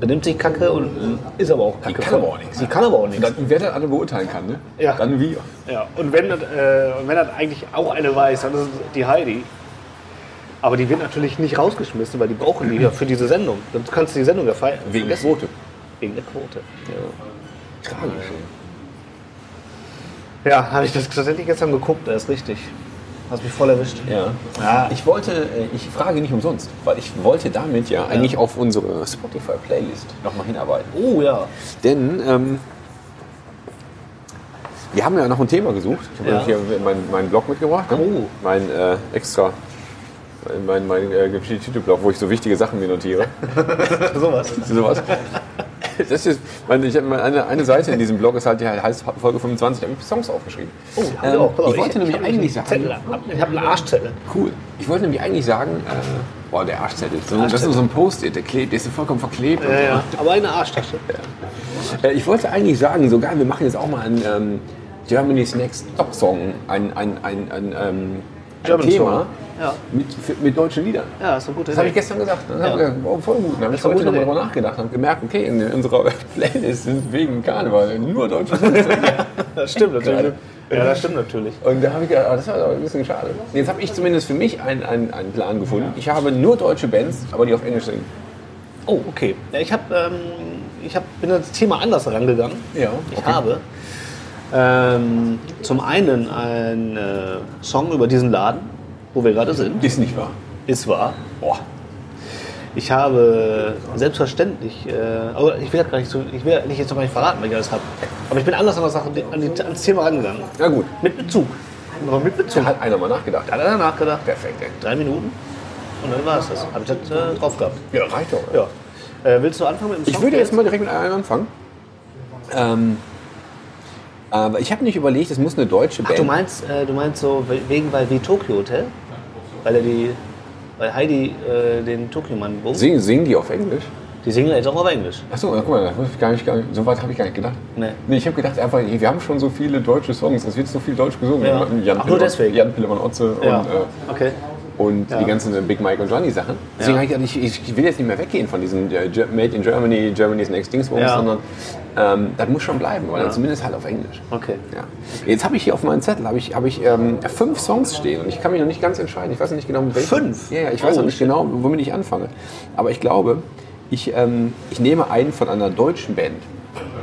G: benimmt sich kacke und äh, ist aber auch
A: Die
G: kacke.
A: kann aber auch nichts.
G: Die kann aber auch nichts.
A: Dann, wer das alle beurteilen kann, ne?
G: Ja.
A: Dann wir.
G: Ja, und wenn das, äh, und wenn das eigentlich auch eine weiß, dann ist es die Heidi. Aber die wird natürlich nicht rausgeschmissen, weil die brauchen die ja für diese Sendung. Dann kannst du die Sendung ja feiern.
A: Wegen der Quote.
G: Wegen der Quote. Ja,
A: Tragisch.
G: ja habe ich das tatsächlich gestern geguckt, das ist richtig. Hast mich voll erwischt.
A: Ja.
G: Ja, ich,
A: Ich wollte, äh, ich frage nicht umsonst, weil ich wollte damit ja eigentlich auf unsere Spotify-Playlist nochmal hinarbeiten.
G: oh ja.
A: Denn ähm, wir haben ja noch ein Thema gesucht. Ich habe
G: Ja.
A: ja. hier meinen mein Blog mitgebracht. Ne?
G: Oh.
A: Mein äh, extra, mein, mein äh, Titelblog, wo ich so wichtige Sachen mir notiere.
G: Sowas.
A: sowas. Das ist, meine, ich, meine, eine, eine Seite in diesem Blog ist halt, die heißt Folge 25, da habe ich Songs aufgeschrieben. Ähm,
G: Oh, hab ich auch. Pass auf,
A: ich wollte nämlich
G: hab
A: eigentlich
G: einen
A: sagen,
G: Zettel. Ich habe eine Arschzettel.
A: Cool. Ich wollte nämlich eigentlich sagen, äh, boah, der Arschzettel. So, das ist so ein Post-it, der klebt, der ist so vollkommen verklebt.
G: Ja, ja. Aber eine Arschtasche.
A: Äh, ich wollte eigentlich sagen, so geil, wir machen jetzt auch mal ein ähm, Germany's Next Top Song, ein, ein, ein, ein, ähm, ein
G: German
A: Thema
G: Song. Ja.
A: mit, für, mit deutschen Liedern.
G: Ja, ist eine gute
A: Das habe ich
G: Idee.
A: gestern gesagt. Dann habe ich gesagt, wow, voll gut. Dann habe ich
G: ist eine
A: heute
G: gute
A: nochmal
G: Idee.
A: drüber nachgedacht und gemerkt, okay, in unserer Playlist sind wegen Karneval nur deutsche Lieder.
G: Das stimmt natürlich.
A: Geil.
G: Ja, das stimmt natürlich.
A: Und da habe ich gedacht, ah, das war aber ein bisschen schade. Jetzt habe ich zumindest für mich einen, einen, einen Plan gefunden. Ich habe nur deutsche Bands, aber die auf Englisch singen.
G: Oh, okay. Ja, ich hab, ähm, ich hab, bin an das Thema anders herangegangen.
A: Ja,
G: Ich
A: okay.
G: habe ähm, zum einen einen äh, Song über diesen Laden, wo wir gerade sind.
A: Ist nicht wahr.
G: Ist wahr.
A: Boah.
G: Ich habe selbstverständlich, äh, aber ich will das gar nicht so, ich will das nicht jetzt noch gar nicht verraten, weil ich alles habe. Aber ich bin anders an das, Sache, an die, ans Thema rangegangen.
A: Na gut.
G: Mit Bezug. Aber mit Bezug.
A: Da hat einer mal nachgedacht.
G: Da hat er nachgedacht.
A: Perfekt, ey.
G: Drei Minuten und dann war es das. Habe ich das äh, drauf gehabt.
A: Ja, reicht doch.
G: Ja. Äh, willst du anfangen mit dem Song?
A: Ich würde jetzt mal direkt mit einem anfangen. Ähm, aber ich habe nicht überlegt, es muss eine deutsche
G: Ach,
A: Band
G: du meinst, äh, du meinst so we- wegen weil wie Tokyo Hotel, weil er die, weil Heidi äh, den Tokyo Mann bumst.
A: singen. Singen die auf Englisch?
G: Die singen jetzt auch auf Englisch.
A: Achso, guck mal, das muss ich gar nicht, gar nicht, so weit habe ich gar nicht gedacht.
G: Nee.
A: ich habe gedacht, einfach, ey, wir haben schon so viele deutsche Songs, es wird so viel deutsch gesungen.
G: Ja.
A: Jan
G: Ach, nur
A: Pillemann-
G: deswegen.
A: Jan Pillemann Otze
G: Ja.
A: und, äh,
G: Okay.
A: und die ganzen äh, Big Mike und Johnny Sachen. Deswegen hab ich, gedacht, ich, ich will jetzt nicht mehr weggehen von diesem äh, Ge- Made in Germany, Germany's Next Dingsbums,
G: Ja.
A: sondern ähm, das muss schon bleiben, weil dann zumindest halt auf Englisch.
G: Okay.
A: Ja. Jetzt habe ich hier auf meinem Zettel habe ich, habe ich ähm, fünf Songs stehen und ich kann mich noch nicht ganz entscheiden. Ich weiß noch nicht genau, mit welchen.
G: Fünf?
A: Ja, ja ich weiß
G: Oh,
A: noch nicht genau, womit ich anfange. Aber ich glaube, ich, ähm, ich nehme einen von einer deutschen Band.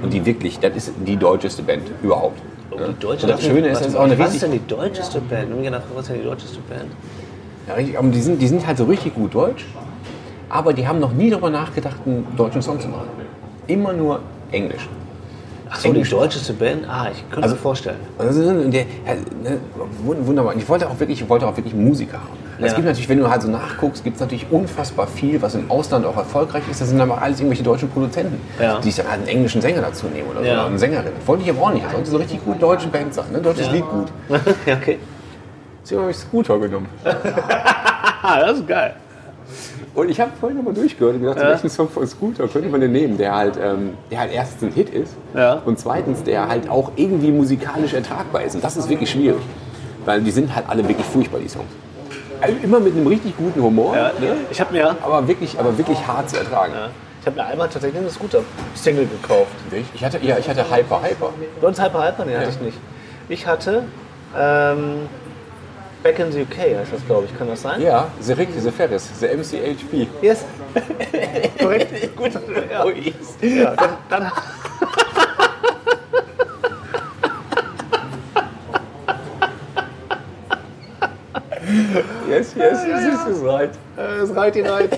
A: Und die wirklich, das ist die deutscheste Band überhaupt.
G: Oh,
A: Ja.
G: die deutsche
A: und das Schöne ist,
G: was,
A: das ist auch eine
G: was ist
A: richtig,
G: denn die deutscheste Band? Ich hab mir gedacht, was ist denn die deutscheste Band?
A: ja, richtig aber die, sind, die sind halt so richtig gut deutsch. aber die haben noch nie darüber nachgedacht, einen deutschen Song zu machen. Immer nur Englisch.
G: Ach so, die deutscheste Band? Ah, ich könnte also, mir vorstellen.
A: Also, der, ja, ne, wund- wunderbar. Ich wollte auch wirklich, ich wollte auch wirklich Musiker haben. Es
G: Ja.
A: gibt natürlich, wenn du halt so nachguckst, gibt es natürlich unfassbar viel, was im Ausland auch erfolgreich ist. Das sind aber alles irgendwelche deutschen Produzenten,
G: Ja.
A: die sich dann halt einen englischen Sänger dazu nehmen oder so,
G: Ja.
A: oder eine Sängerin. Wollte ich aber auch nicht. Es Sollte so richtig gut deutsche Band sein, ne? deutsches Lied gut.
G: ja, okay.
A: Deswegen habe ich Scooter genommen.
G: Ah, das ist geil.
A: Und ich habe vorhin nochmal durchgehört und gedacht, welchen Song von Scooter könnte man denn nehmen, der halt, ähm, der halt erstens ein Hit ist
G: Ja.
A: und zweitens, der halt auch irgendwie musikalisch ertragbar ist. Und das ist wirklich schwierig, weil die sind halt alle wirklich furchtbar, die Songs. Also immer mit einem richtig guten Humor,
G: Ja,
A: ne?
G: Ich habe mir,
A: aber, wirklich, aber wirklich hart zu ertragen.
G: ja, ich hab mir einmal tatsächlich eine Scooter-Single gekauft.
A: Ich, hatte, ja, ich hatte Hyper Hyper.
G: Sonst Hyper Hyper, nee,
A: Ja.
G: hatte ich nicht. Ich hatte ähm, Back in the UK heißt das, glaube ich. Kann das sein?
A: Ja, The Rick, The Ferris, The MCHP.
G: Yes. Korrekt. Gut. Ja.
A: Oh,
G: Ja, dann, dann,
A: Yes, yes, yes, is right.
G: das reiht die Reit.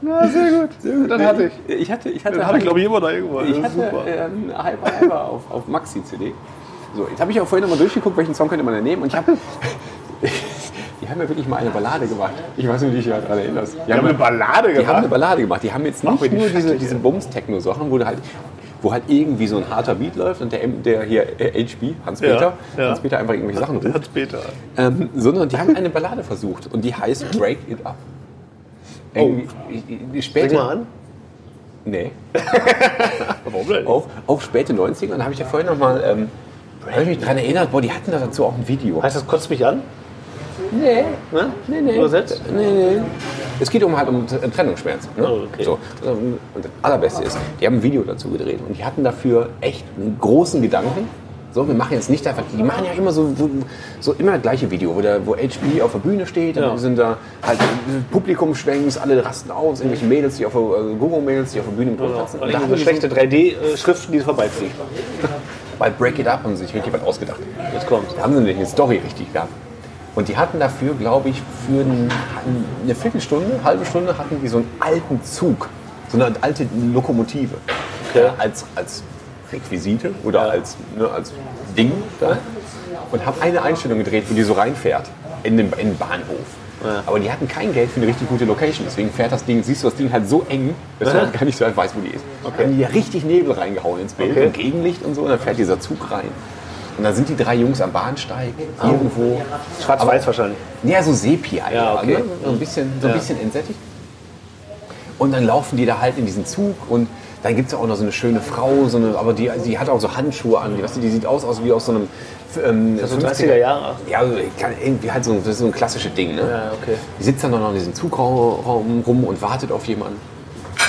G: Na, sehr gut. Dann hatte ich.
A: Ich hatte, ich hatte,
G: Dann hatte ich, glaube ich, immer noch irgendwo.
A: Ich
G: Das ist
A: hatte ähm, Hyper Hyper auf, auf Maxi-CD. So, jetzt habe ich auch vorhin nochmal durchgeguckt, welchen Song könnte man denn nehmen. Und ich habe. Die haben ja wirklich mal eine Ballade gemacht. Ich weiß nicht, wie du dich daran erinnerst. Die,
G: haben eine Ballade
A: Die haben
G: gemacht?
A: eine Ballade gemacht. Die haben jetzt nicht
G: mir die
A: nur diese,
G: Scheiße.
A: diese Bums-Techno-Sachen, wo, du halt, wo halt irgendwie so ein harter Beat läuft und der, M- der hier äh, HB, Hans-Peter,
G: ja.
A: Hans-Peter einfach irgendwelche Sachen ruft.
G: Hat später.
A: Ähm, sondern die haben eine Ballade versucht und die heißt Break It Up. Irgendwie- ich- ich-
G: Sing
A: Später.
G: Oh. mal an.
A: Nee.
G: Warum denn?
A: auch, auch späte 90er. Und da habe ich ja vorhin nochmal, ähm, da hab ich mich daran erinnert, boah, die hatten da dazu auch ein Video.
G: Heißt das, kotzt mich an?
A: Nee,
G: Ne?
A: nee, nee.
G: Übersetzt?
A: Nee, nee. Es geht um halt um T- Trennungsschmerz. Ne?
G: Oh, okay.
A: so. Und das Allerbeste ist, die haben ein Video dazu gedreht und die hatten dafür echt einen großen Gedanken. So, wir machen jetzt nicht einfach, die machen ja immer so, wo- so immer das gleiche Video, wo, der, wo HB auf der Bühne steht, dann
G: Ja.
A: sind da halt Publikumsschwenks, alle rasten aus, irgendwelche Mädels, die auf der, äh, Gogo-Mädels, die auf der Bühne im Kopf
G: Genau.
A: sitzen.
G: Und dann schlechte 3D-Schriften, die vorbeiziehen.
A: bei Break It Up haben sie sich richtig was ausgedacht.
G: Jetzt kommt's.
A: Da haben sie nämlich eine Story richtig gehabt. Und die hatten dafür, glaube ich, für ein- eine Viertelstunde, halbe Stunde hatten die so einen alten Zug, so eine alte Lokomotive
G: Okay.
A: als, als Requisite oder als, ne, als Ding da und haben eine Einstellung gedreht, wo die so reinfährt in den, in den Bahnhof. Aber die hatten kein Geld für eine richtig gute Location, deswegen fährt das Ding, siehst du das Ding halt so eng, dass du halt gar nicht so weißt, wo die ist. Okay. Haben die ja richtig Nebel reingehauen ins Bild
G: Okay.
A: und Gegenlicht und so, und dann fährt dieser Zug rein. Und dann sind die drei Jungs am Bahnsteig, irgendwo.
G: Schwarz-Weiß wahrscheinlich.
A: Ja, so Sepia.
G: Ja, okay.
A: ne? so ein bisschen, so ein
G: Ja.
A: bisschen entsättigt. Und dann laufen die da halt in diesen Zug und dann gibt es auch noch so eine schöne Frau, so eine, aber die, die hat auch so Handschuhe an. Die, weißt du, die sieht aus, aus wie aus so einem. Ähm,
G: so 30er also Jahre?
A: Ja, also kann- irgendwie halt so, das ist so ein klassisches Ding. Ne?
G: Ja, okay.
A: Die sitzt dann auch noch in diesem Zugraum rum und wartet auf jemanden.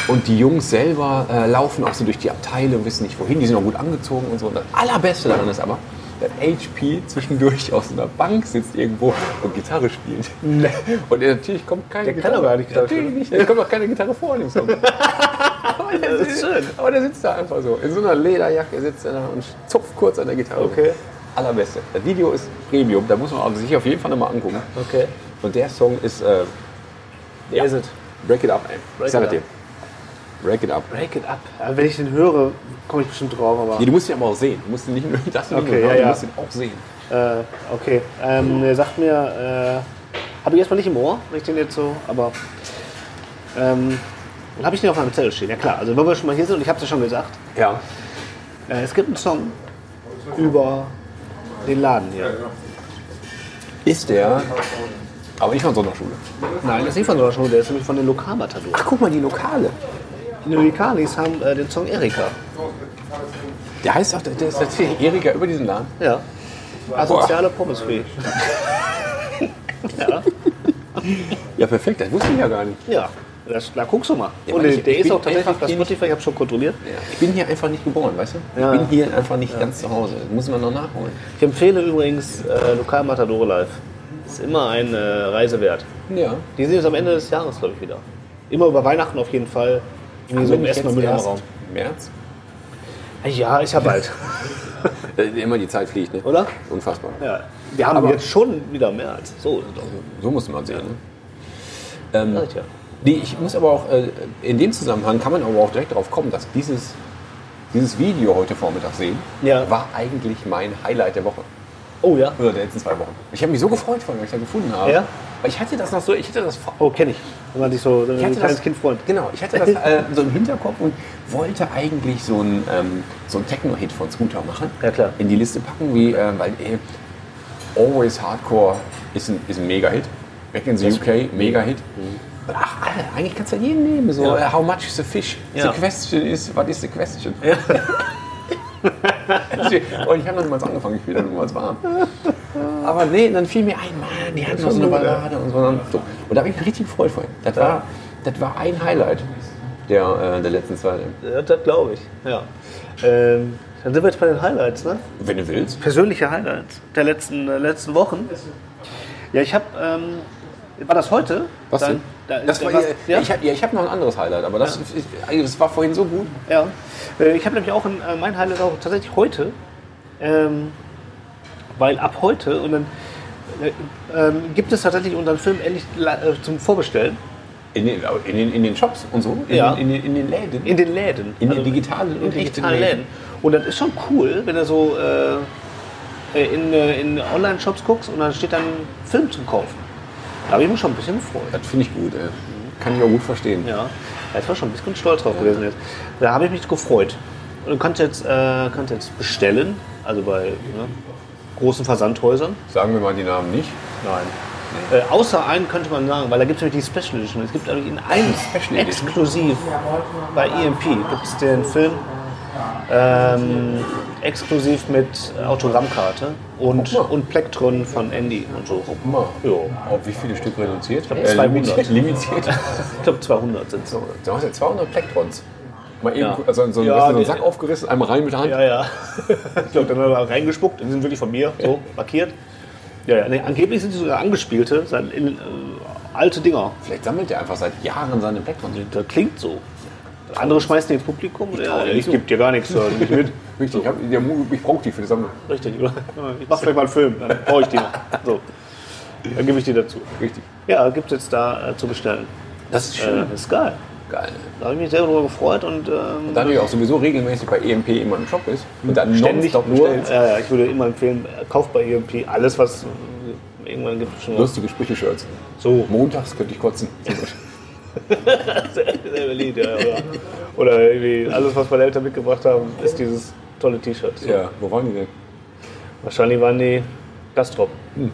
A: Und die Jungs selber äh, laufen auch so durch die Abteile und wissen nicht wohin. Die sind auch gut angezogen und so. Und das Allerbeste daran ist aber, dass HP zwischendurch auf so einer Bank sitzt irgendwo und Gitarre spielt. Und äh, natürlich kommt keine
G: Der kann aber gar nicht Gitarre
A: Natürlich nicht. Da kommt auch keine Gitarre vor in dem Song. aber, der
G: Das ist
A: sitzt,
G: schön.
A: aber der sitzt da einfach so. In so einer Lederjacke sitzt er da und zupft kurz an der Gitarre.
G: Okay.
A: Allerbeste. Das Video ist Premium. Da muss man also sich auf jeden Fall nochmal angucken.
G: Okay.
A: Und der Song ist äh,
G: Ja. Is it?
A: Break It Up, ey.
G: Break
A: ich sag
G: It
A: das dir. Break It Up.
G: Break it up. Ja, wenn ich den höre, komme ich bestimmt drauf. Aber
A: Nee, du musst ihn aber auch sehen. Du musst ihn nicht nur das nicht nur
G: Okay,
A: hören,
G: ja,
A: du
G: ja.
A: musst ihn auch sehen.
G: Äh, okay. Ähm, er sagt mir, äh, habe ich erstmal nicht im Ohr, wenn ich den jetzt so, aber. Ähm, dann habe ich den auf meinem Zettel stehen. Ja klar, also wenn wir schon mal hier sind, und ich habe es ja schon gesagt,
A: Ja.
G: äh, es gibt einen Song über den Laden hier.
A: Ist der. Aber nicht von Sonderschule.
G: Nein, das ist nicht von so einer Schule, der ist nämlich von den Lokalmatadoren.
A: Ach, guck mal, die Lokale.
G: Die Lurikalis haben äh, den Song Erika.
A: Der heißt auch, der der ist jetzt hier Erika über diesen Laden.
G: Ja. Asoziale Pommesfee. ja.
A: Ja, perfekt, das wusste ich ja gar nicht.
G: Ja, das, da guckst du mal.
A: Ja,
G: und
A: aber
G: der,
A: ich-
G: der
A: ich
G: ist
A: bin
G: auch tatsächlich
A: einfach
G: bei
A: hier nicht-
G: Spotify, ich habe schon kontrolliert.
A: Ich bin hier einfach nicht geboren, weißt du?
G: Ja.
A: Ich bin hier einfach nicht ganz zu Hause. Das muss man noch nachholen.
G: Ich empfehle übrigens äh, Lokal Matadore Live. Ist immer eine Reise wert.
A: Ja.
G: Die sind jetzt am Ende des Jahres, glaube ich, wieder. Immer über Weihnachten auf jeden Fall. Irgendwie so im Essen und Raum.
A: März.
G: Ja, ist ja bald.
A: Äh, Immer die Zeit fliegt, ne?
G: Oder?
A: Unfassbar.
G: ja. Wir haben
A: Aber-
G: jetzt schon wieder mehr als so. ist es doch.
A: So muss man sehen. Ne?
G: Sag ich ja.
A: Nee, ich muss aber auch, äh, in dem Zusammenhang kann man aber auch direkt darauf kommen, dass dieses, dieses Video heute Vormittag sehen,
G: Ja.
A: war eigentlich mein Highlight der Woche.
G: Oh ja.
A: Oder der letzten zwei Wochen. Ich habe mich so gefreut von, weil ich da gefunden habe.
G: Ja?
A: Weil ich hatte das noch so, ich hatte das vor-
G: Oh, kenne ich. Wenn man sich so wenn man
A: ich
G: ein
A: hatte
G: kleines
A: das,
G: Kind freut.
A: Genau, ich hatte das äh, so im Hinterkopf und wollte eigentlich so einen ähm, so einen Techno-Hit von Scooter machen.
G: Ja, klar.
A: In die Liste packen, wie, äh, weil ey, Always Hardcore ist ein, ist ein Mega-Hit. Back in the UK, Mega-Hit.
G: Mhm.
A: Und Ach, alle, eigentlich kannst du ja jeden nehmen. So, äh, how much is the fish?
G: Ja.
A: The question is, what is the question? und ich habe noch niemals angefangen, ich bin da niemals warm. Aber nee, dann fiel mir ein, Mann, die hatten noch so eine Ballade und so. Und da habe ich mich richtig gefreut vorhin. Das war, das war ein Highlight der, äh, der letzten Zeit.
G: Ja, das glaube ich. Ja. Ähm, dann sind wir jetzt bei den Highlights, ne?
A: Wenn du willst.
G: persönliche Highlights der letzten, äh, letzten Wochen. Ja, ich habe. Ähm, war das heute?
A: Was
G: Dein-
A: denn?
G: dein-
A: das war,
G: was-
A: ja?
G: ja?
A: Ich habe ja, ich hab noch ein anderes Highlight, aber das, ist- also das war vorhin so gut.
G: Ja. Äh, Ich habe nämlich auch ein, äh, mein Highlight auch tatsächlich heute. Ähm, weil ab heute und dann äh, ähm, gibt es tatsächlich unseren Film endlich la- äh, zum Vorbestellen
A: In den, in den, in den Shops und so, in,
G: Ja.
A: den, in, den, in den Läden.
G: in den Läden. Also,
A: In den digitalen und
G: in
A: digitalen
G: digitalen
A: Läden.
G: Läden. Und das ist schon cool, wenn du so äh, äh, in, äh, in Online-Shops guckst und dann steht dann Film zum Kaufen. Da habe ich mich schon ein bisschen gefreut.
A: das finde ich gut. Ey. Kann ich auch gut verstehen.
G: Ja, jetzt war schon ein bisschen stolz drauf gewesen jetzt. Da habe ich mich gefreut. Und könnt jetzt, äh, könnt jetzt bestellen, also bei ne, großen Versandhäusern.
A: Sagen wir mal die Namen nicht.
G: Nein. Äh, außer einen könnte man sagen, weil da gibt es nämlich die Special Edition. Es gibt nämlich in einem
A: Special Edition?
G: exklusiv bei E EMP gibt es den Film ähm, exklusiv mit Autogrammkarte und,
A: Guck mal.
G: und Plektron von Andy und so.
A: Mal,
G: Jo.
A: Auf wie viele Stück reduziert? Ich
G: glaub, 200.
A: Limitiert.
G: Ich glaube 200 sind es.
A: So, da hast du ja 200 Plektrons. Mal eben,
G: Ja.
A: ku- also so,
G: Ja,
A: weißt du, so einen
G: die-
A: Sack aufgerissen, einmal rein mit der Hand.
G: Ja, ja. ich glaube, dann haben wir mal reingespuckt. Die sind wirklich von mir so markiert. Ja, ja. Nee, angeblich sind sie sogar angespielte, sein, in, äh, alte Dinger.
A: Vielleicht sammelt er einfach seit Jahren seine Plektrons.
G: Das klingt so. Andere schmeißen die ins Publikum. Ja,
A: trau dir
G: ich
A: zu.
G: gebe dir gar nichts. äh, Nicht mit.
A: Richtig, ich, hab, der Mu- ich brauche die für die Sammlung.
G: Richtig. oder? Ich mache vielleicht mal einen Film, dann brauche ich die noch. So. Dann gebe ich die dazu.
A: Richtig.
G: Ja, gibt es jetzt da äh, zu bestellen.
A: Das ist
G: Äh, ist geil.
A: Geil.
G: Da habe ich mich sehr darüber gefreut und ähm,
A: Da du ja auch sowieso regelmäßig bei EMP immer im Shop ist und dann
G: Hm. ständig
A: nonstop
G: nur.
A: bestellst.
G: Ja, ja, ich würde immer empfehlen, äh, kauft bei EMP alles, was äh, irgendwann gibt. es Schon was.
A: Lustige Sprüche-Shirts.
G: So.
A: Montags könnte ich kotzen.
G: Selber Lied, ja. Oder, oder irgendwie alles, was meine Eltern mitgebracht haben, ist dieses tolle T-Shirt. So.
A: ja, wo waren die denn?
G: Wahrscheinlich waren die Gastrop. Eben,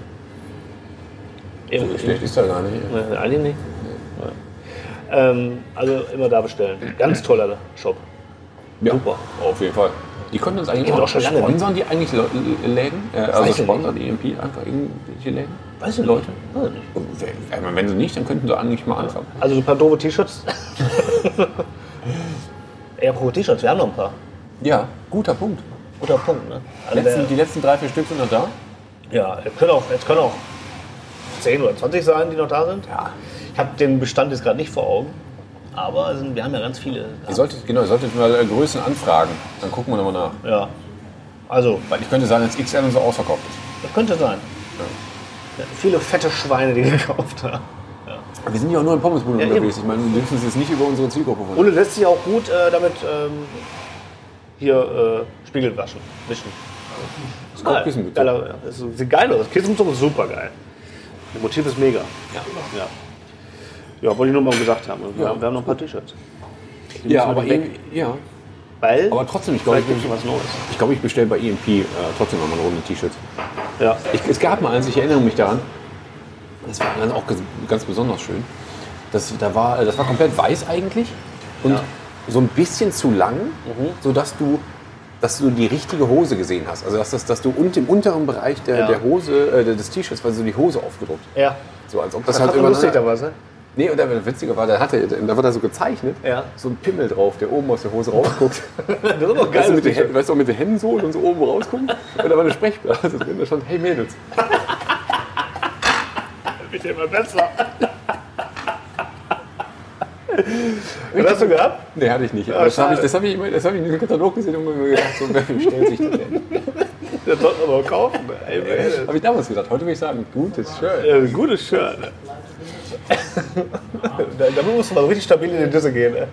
A: Hm. So schlecht ist da gar nicht.
G: Nee, Eigentlich Äh, nicht. Ja. Ähm, also immer da bestellen. Ganz toller Shop.
A: Ja,
G: Super.
A: Auf jeden Fall. Die konnten uns eigentlich
G: Gibt
A: auch,
G: auch schon lange nicht.
A: sponsern, die eigentlich Le- Läden. Äh,
G: ich
A: also
G: nicht.
A: sponsern die EMP einfach irgendwelche Läden.
G: Weißt du,
A: Leute?
G: Weiß ich nicht.
A: Und wer- einmal, Wenn sie nicht, dann könnten sie eigentlich mal anfangen.
G: Also so ein paar doofe T-Shirts. Ja, pro T-Shirts, wir haben noch ein paar.
A: Ja, guter Punkt.
G: Guter Punkt, ne? Also
A: Letzten,
G: der,
A: die letzten drei, vier Stück sind noch da.
G: ja, es können, auch, es können auch 10 oder 20 sein, die noch da sind.
A: Ja.
G: Ich habe den Bestand jetzt gerade nicht vor Augen, aber es sind, wir haben ja ganz viele.
A: Ihr solltet, genau, ihr solltet mal äh, Größen anfragen. Dann gucken wir nochmal nach.
G: Ja. Also,
A: Weil ich könnte sagen, dass XL und so ausverkauft ist.
G: das könnte sein. Ja, viele fette Schweine, die gekauft haben.
A: Aber Wir sind ja auch nur im Pommesbude
G: Ja,
A: unterwegs. Ich meine, wir dürfen es jetzt nicht über unsere Zielgruppe holen.
G: Und es lässt sich auch gut äh, damit ähm, hier äh, Spiegel waschen, mischen. Ist
A: auch Kissenbezug.
G: Geiler, ja. ist, sieht geil aus. Kissenbezug ist super geil. Das Motiv ist mega. Ja. ja. Ja, wollte ich nur mal gesagt haben. Wir,
A: Ja.
G: wir haben noch ein paar T-Shirts. Die
A: Ja,
G: müssen
A: aber,
G: wir weg,
A: eben, ja.
G: weil
A: aber trotzdem, ich glaube,
G: vielleicht
A: ich,
G: gibt es was Neues.
A: ich, glaub, ich bestelle bei EMP äh, trotzdem nochmal eine Runde T-Shirts.
G: Ja.
A: Ich, es gab mal eins, ich erinnere mich daran. Das war dann auch ges- ganz besonders schön. Das, da war, äh, das war komplett weiß eigentlich und so ein bisschen zu lang,
G: Mhm.
A: sodass du, dass du die richtige Hose gesehen hast. Also dass, das, dass du unten im unteren Bereich der,
G: Ja.
A: der Hose, äh, des T-Shirts, war so die Hose aufgedruckt.
G: ja.
A: So als ob das,
G: Das
A: halt
G: war lustig
A: übereinander-
G: damals, ne?
A: Nee, und der Witziger war, der hatte, da war da so gezeichnet,
G: Ja.
A: so ein Pimmel drauf, der oben aus der Hose rausguckt.
G: Das ist doch
A: weißt, du,
G: geil.
A: mit den, Händen- weißt du, mit den Hemdensohlen und so oben rausguckt. Und da war eine Sprechblase drin, da stand, hey Mädels.
G: Wird ja immer besser. Und hast du gehabt?
A: Nee, hatte ich nicht. Aber das
G: Ah, schade.
A: habe ich, das hab ich, immer- das hab ich in diesem Katalog gesehen und mir gedacht, so, wer stellt sich das denn?
G: Das sollten wir doch kaufen. Ey, ey,
A: Habe ich damals gesagt. Heute würde ich sagen, gutes Shirt.
G: ey, ein gutes Äh, Shirt. Da- Damit musst du mal richtig stabil in die Düsse gehen. ey.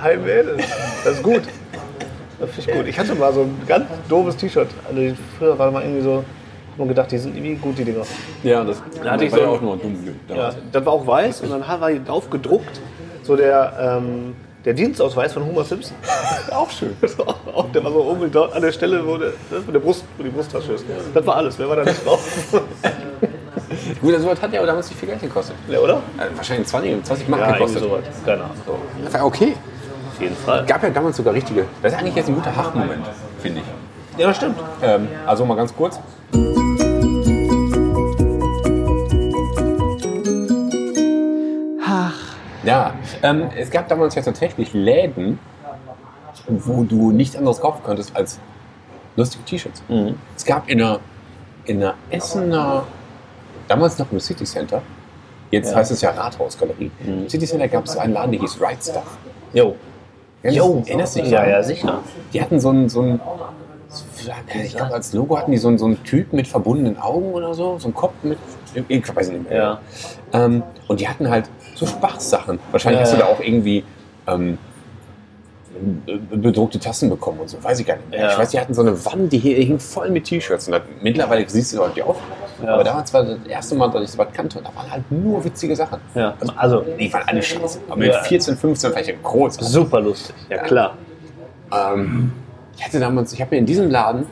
G: Hi, Mädels. Das ist gut. Das finde ich gut. Ich hatte mal so ein ganz doofes T-Shirt. Also die- früher war mal irgendwie so, hab mir gedacht, die sind irgendwie gut, die Dinger.
A: Ja, das
G: hatte ich
A: war
G: so-
A: ja auch nur dunkel.
G: Ja,
A: damals.
G: das war auch weiß und dann war hier drauf gedruckt, so der, ähm, der Dienstausweis von Homer Simpson.
A: Auch schön.
G: Das war auch- auch- der war so oben dort an der Stelle, wo, der, das, wo, der Brust, wo die Brusttasche ist. Das war alles, wer war da nicht drauf?
A: Gut, also das hat ja aber damals nicht viel Geld gekostet.
G: ja, oder?
A: Äh, wahrscheinlich 20, 20 Mark
G: Ja, irgendwie
A: gekostet.
G: sowas. ne? Keine Ahnung.
A: So. Das war okay.
G: Auf jeden Fall.
A: Gab ja damals sogar richtige. Das ist eigentlich jetzt ein guter Hachmoment, finde ich.
G: Ja, das stimmt.
A: Ähm, also mal ganz kurz. Ach. Ja, ähm, es gab damals ja tatsächlich Läden, wo du nichts anderes kaufen konntest als lustige T-Shirts.
G: Mhm.
A: Es gab in einer, in einer Essener, damals noch im City Center, jetzt heißt es ja Rathausgalerie. Im City Center gab es einen Laden, der hieß Right Stuff.
G: Mhm. Jo.
A: Jo, erinnerst du dich
G: Ja,
A: daran?
G: ja, sicher.
A: Die hatten so ein, so ein ich glaube, als Logo hatten die so einen, so einen Typ mit verbundenen Augen oder so, so einen Kopf mit, ich weiß nicht mehr.
G: Ja.
A: Ähm, und die hatten halt so Spaßsachen. Wahrscheinlich
G: Ja,
A: hast du
G: ja.
A: da auch irgendwie ähm, be- bedruckte Tassen bekommen und so, weiß ich gar nicht mehr.
G: Ja.
A: Ich weiß, die hatten so eine Wand, die hier hing voll mit T-Shirts. Und das, mittlerweile siehst du die Leute auch.
G: Ja.
A: Aber damals war das erste Mal, dass ich sowas kannte. Und da waren halt nur witzige Sachen.
G: Ja. Also,
A: Die waren alle scheiße. Aber mit
G: Ja.
A: 14, 15 war ich groß.
G: super lustig. Ja, klar.
A: Ähm, ich hatte damals, ich habe mir in diesem Laden,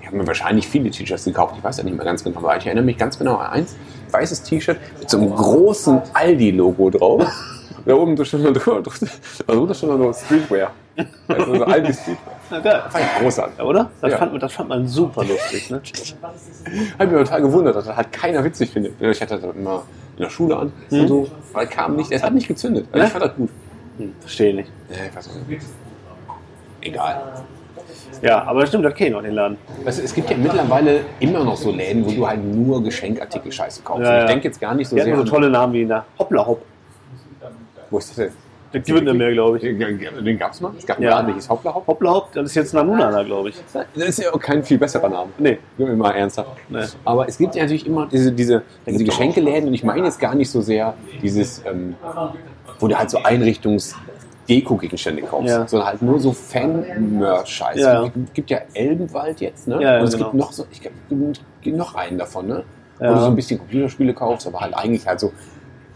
A: ich habe mir wahrscheinlich viele T-Shirts gekauft, ich weiß ja nicht mehr ganz genau, aber ich erinnere mich ganz genau an eins, weißes T-Shirt mit so einem großen Aldi-Logo drauf. da oben da stand dann drüber, also da stand dann nur Streetwear. Also so Aldi Streetwear.
G: Na geil.
A: Fand ich großartig.
G: Ja, oder? Das,
A: Ja.
G: fand man, das fand man super lustig. Ne?
A: Hat mich total gewundert, dass das halt keiner witzig findet. Ich hatte das immer in der Schule an und so, aber kam nicht, es hat nicht gezündet. Also ich fand das gut.
G: Hm, verstehe nicht.
A: Ja, ich weiß auch nicht. Egal.
G: Ja, aber das stimmt, das kenne ich noch den Laden.
A: Weißt du, es gibt ja mittlerweile immer noch so Läden, wo du halt nur Geschenkartikel scheiße kaufst.
G: Ja,
A: Und
G: ja.
A: Ich denke jetzt gar nicht so
G: Die
A: sehr
G: hatten so
A: an-
G: tolle Namen wie na, Hoppla Hopp.
A: Wo ist das denn?
G: Der gibt nicht mehr, glaube ich.
A: Den gab's mal? Es gab einen
G: Ja.
A: Laden, der hieß Hoppla Hopp.
G: Hoppla Hopp, das ist jetzt Nanunana, glaube ich.
A: Das ist ja auch kein viel besserer Name.
G: Nee.
A: Sind wir mal ernsthaft.
G: Nee.
A: Aber es gibt ja natürlich immer diese, diese, diese Geschenkeläden und ich meine jetzt gar nicht so sehr dieses, ähm, wo du halt so Einrichtungs- Deko-Gegenstände kaufst,
G: Ja.
A: sondern halt nur so Fan-Merch-Scheiß.
G: Ja, ja.
A: Es gibt ja Elbenwald jetzt, ne?
G: Ja, ja,
A: und es
G: genau.
A: gibt noch so, ich glaube, noch einen davon, ne?
G: Ja.
A: Wo du so ein bisschen Computerspiele kaufst, aber halt eigentlich halt so,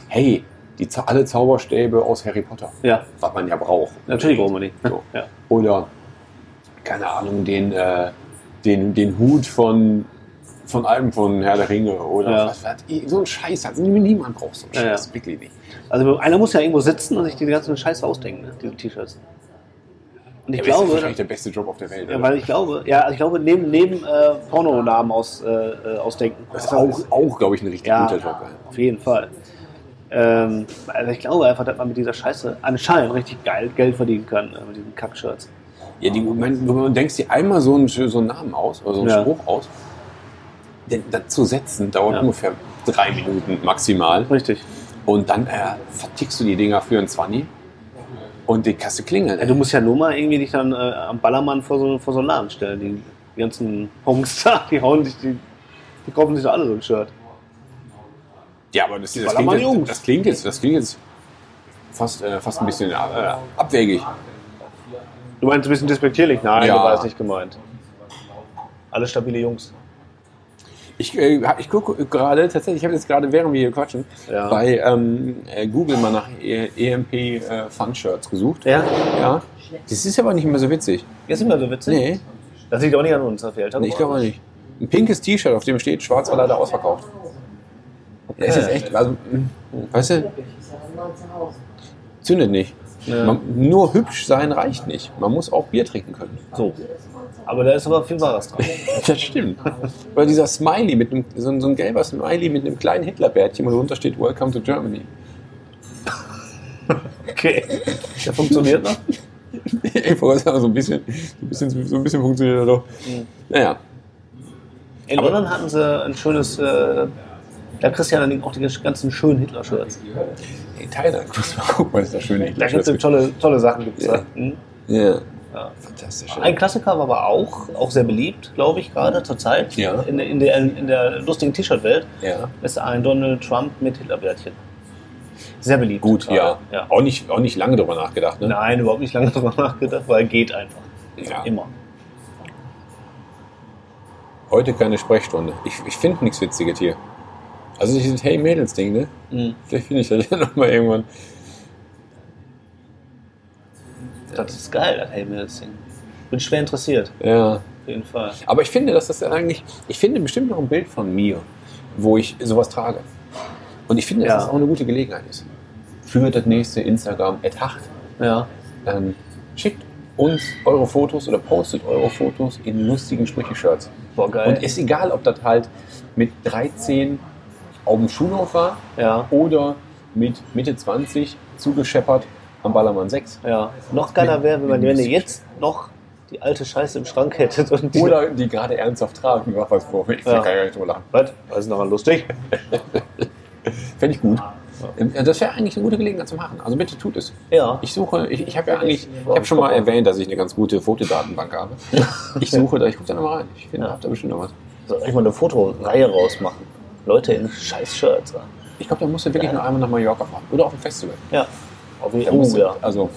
A: hey, die, Zau- alle Zauberstäbe aus Harry Potter,
G: Ja,
A: was man ja braucht.
G: natürlich brauchen wir die.
A: So.
G: Ja.
A: Oder, keine Ahnung, den, äh, den, den Hut von, von einem von Herr der Ringe oder
G: Ja.
A: was, was, so ein Scheiß. Also niemand braucht so einen
G: Ja, ja.
A: Scheiß, wirklich nicht.
G: Also einer muss ja irgendwo sitzen und sich den ganzen Scheiß ausdenken, ne? diese T-Shirts. Und ich
A: Ja, das ist
G: glaube,
A: wahrscheinlich der beste Job auf der Welt.
G: ja,
A: oder?
G: weil ich glaube, ja, ich glaube, neben, neben äh, Pornonamen aus, äh, äh, ausdenken.
A: das ist auch, auch glaube ich, ein richtig
G: ja,
A: guter Job. ey.
G: auf jeden Fall. Ähm, also ich glaube einfach, dass man mit dieser Scheiße anscheinend richtig geil Geld verdienen kann, äh, mit diesen Kack-Shirts.
A: Ja, die, wenn, wenn du denkst, dir einmal so einen, so einen Namen aus oder so einen
G: Ja.
A: Spruch aus, denn das zu setzen dauert
G: Ja.
A: ungefähr drei Minuten maximal.
G: Richtig.
A: Und dann äh, vertickst du die Dinger für einen 20 und die Kasse klingelt.
G: Ja, du musst ja nur mal irgendwie dich dann äh, am Ballermann vor so, vor so einen Laden stellen. Die, die ganzen Hongs da, die hauen sich, die, die kaufen sich doch alle so ein Shirt.
A: Ja, aber das, das,
G: Ballermann
A: klingt, jetzt,
G: Jungs.
A: das klingt jetzt, das klingt jetzt fast, äh, fast ein bisschen äh, abwegig.
G: Du meinst ein bisschen despektierlich? Nein,
A: Ja.
G: du warst nicht gemeint. Alle stabile Jungs.
A: Ich, äh, hab- ich gucke gerade, tatsächlich, ich habe jetzt gerade, während wir hier quatschen,
G: Ja.
A: bei ähm, äh, Google mal nach E- EMP äh, Fun Shirts gesucht.
G: Ja.
A: Ja. Das ist aber nicht mehr so witzig.
G: Jetzt sind wir so witzig.
A: Nee,
G: Das liegt auch nicht an uns, dass wir älter
A: nee ich glaube nicht. Ein pinkes T-Shirt, auf dem steht, schwarz war leider ausverkauft. Das ist echt, also, mh, weißt du, zündet nicht. Man, nur hübsch sein reicht nicht. Man muss auch Bier trinken können.
G: So. Aber da ist aber viel Wahres dran.
A: Das stimmt. Oder dieser Smiley, mit einem, so, ein, so ein gelber Smiley mit einem kleinen Hitlerbärtchen, wo drunter steht Welcome to Germany.
G: Okay. Das funktioniert noch?
A: Ey, vorher so ein bisschen, so ein bisschen, so ein bisschen funktioniert das doch.
G: Mhm.
A: Naja,
G: In London hatten sie ein schönes. Äh, da kriegst du ja dann auch die ganzen schönen Hitler-Shirts.
A: in Thailand, muss mal gucken, was da schön
G: Da gibt es
A: ist.
G: tolle, tolle Sachen. Gibt's da.
A: Ja.
G: Hm?
A: Ja. Fantastisch.
G: Ein Klassiker war aber auch, auch sehr beliebt, glaube ich, gerade zur Zeit,
A: Ja.
G: in, der- in, der, in der lustigen T-Shirt-Welt,
A: Ja.
G: ist ein Donald Trump mit Hitlerbärtchen. Sehr beliebt.
A: Gut,
G: gerade.
A: ja.
G: ja.
A: Auch, nicht, auch nicht lange drüber nachgedacht, ne?
G: Nein, überhaupt nicht lange drüber nachgedacht, weil geht einfach.
A: Ja.
G: Immer.
A: Heute keine Sprechstunde. Ich, ich finde nichts Witziges hier. Also dieses Hey Mädels-Ding, ne?
G: Mhm.
A: Vielleicht finde ich das ja nochmal irgendwann.
G: Das ist geil, das Hey Mills Ding. Bin schwer interessiert,
A: Ja.
G: auf jeden Fall.
A: Aber ich finde, dass das dann eigentlich. Ich finde bestimmt noch ein Bild von mir, wo ich sowas trage. Und ich finde, dass
G: Ja.
A: das auch eine gute Gelegenheit ist. Für das nächste Instagram at Hacht.
G: Ja.
A: Ähm, schickt uns eure Fotos oder postet eure Fotos in lustigen Sprüche-Shirts.
G: Boah, geil.
A: Und ist egal, ob das halt mit 13 auf dem Schulhof war
G: ja.
A: oder mit Mitte 20 zugescheppert am Ballermann 6.
G: Ja. Noch geiler wäre, wenn man wenn ihr jetzt noch die alte Scheiße im Schrank hättet und die.
A: Oder die gerade ernsthaft tragen, war was vor. Ich
G: Ja.
A: kann ja nicht drüber lachen.
G: Was? Das ist nochmal lustig.
A: Fände ich gut. Ähm, Das wäre eigentlich eine gute Gelegenheit zum Machen. Also bitte tut es.
G: Ja.
A: Ich suche, ich, ich habe ja eigentlich, ich habe schon mal erwähnt, dass ich eine ganz gute Fotodatenbank habe. Ich suche da, ich gucke da nochmal rein. Ich finde,
G: Ja.
A: hab da bestimmt noch was.
G: Soll ich mal eine Fotoreihe rausmachen? Leute in Scheiß-Shirts. ja.
A: Ich glaube, da musst du wirklich nur einmal nach Mallorca fahren. Oder auf ein Festival.
G: Ja. Auf jeden
A: Da
G: Fall.
A: musst du,
G: ja.
A: Also,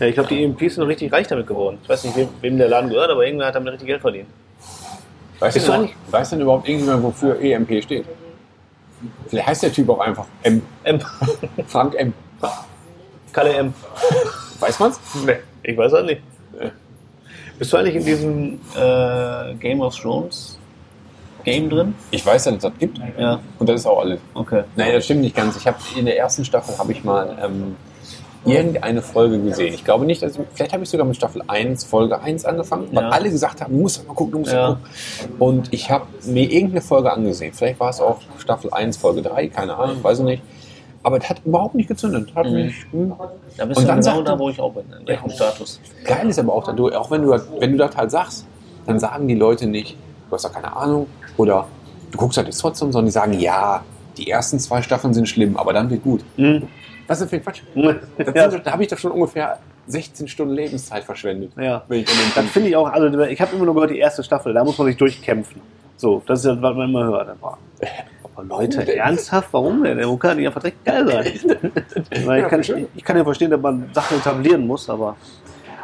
G: ja. Ich glaube, die EMP sind richtig reich damit geworden. Ich weiß nicht, wem, wem der Laden gehört, aber irgendwer hat damit richtig Geld verdient.
A: weißt du,
G: Bist du
A: denn,
G: eigentlich-
A: weißt du denn überhaupt irgendwann, wofür EMP steht? Vielleicht heißt der Typ auch einfach M.
G: M.
A: Frank M.
G: Kalle M.
A: Weiß man's?
G: Nee, ich weiß auch nicht. Bist du eigentlich in diesem äh, Game of Thrones Game drin?
A: Ich weiß, dass es das gibt.
G: Ja,
A: Und das ist auch alles.
G: okay.
A: Nein, das stimmt nicht ganz. Ich habe in der ersten Staffel habe ich mal ähm, irgendeine Folge gesehen. Ich glaube nicht, dass ich, vielleicht habe ich sogar mit Staffel 1, Folge 1 angefangen, weil
G: Ja.
A: alle gesagt haben, du musst doch mal gucken, du musst
G: Ja.
A: mal gucken. Und ich habe mir irgendeine Folge angesehen. Vielleicht war es auch Staffel 1, Folge 3, keine Ahnung, weiß ich nicht. Aber das hat überhaupt nicht gezündet. Hat
G: Mhm.
A: mich, hm.
G: Da bist
A: Und
G: du
A: dann
G: genau
A: sagt
G: da,
A: er-
G: wo ich auch bin, in welchem Status.
A: Geil ist aber auch, dass du, auch wenn du, das- wenn du das halt sagst, dann sagen die Leute nicht, du hast doch keine Ahnung oder du guckst halt jetzt trotzdem, sondern die sagen, ja, die ersten zwei Staffeln sind schlimm, aber dann wird gut.
G: Mhm.
A: Was ist das für ein Quatsch? Das sind, doch- Da habe ich doch schon ungefähr 16 Stunden Lebenszeit verschwendet.
G: Ja.
A: Wenn ich an den
G: Das finde ich auch, also ich habe immer nur gehört, die erste Staffel, da muss man sich durchkämpfen. So, das ist ja, was man immer hört. Aber Leute, ernsthaft, warum denn? Der Vulkan die einfach direkt geil sein. Weil ich, kann, ich, ich kann ja verstehen, dass man Sachen etablieren muss, aber.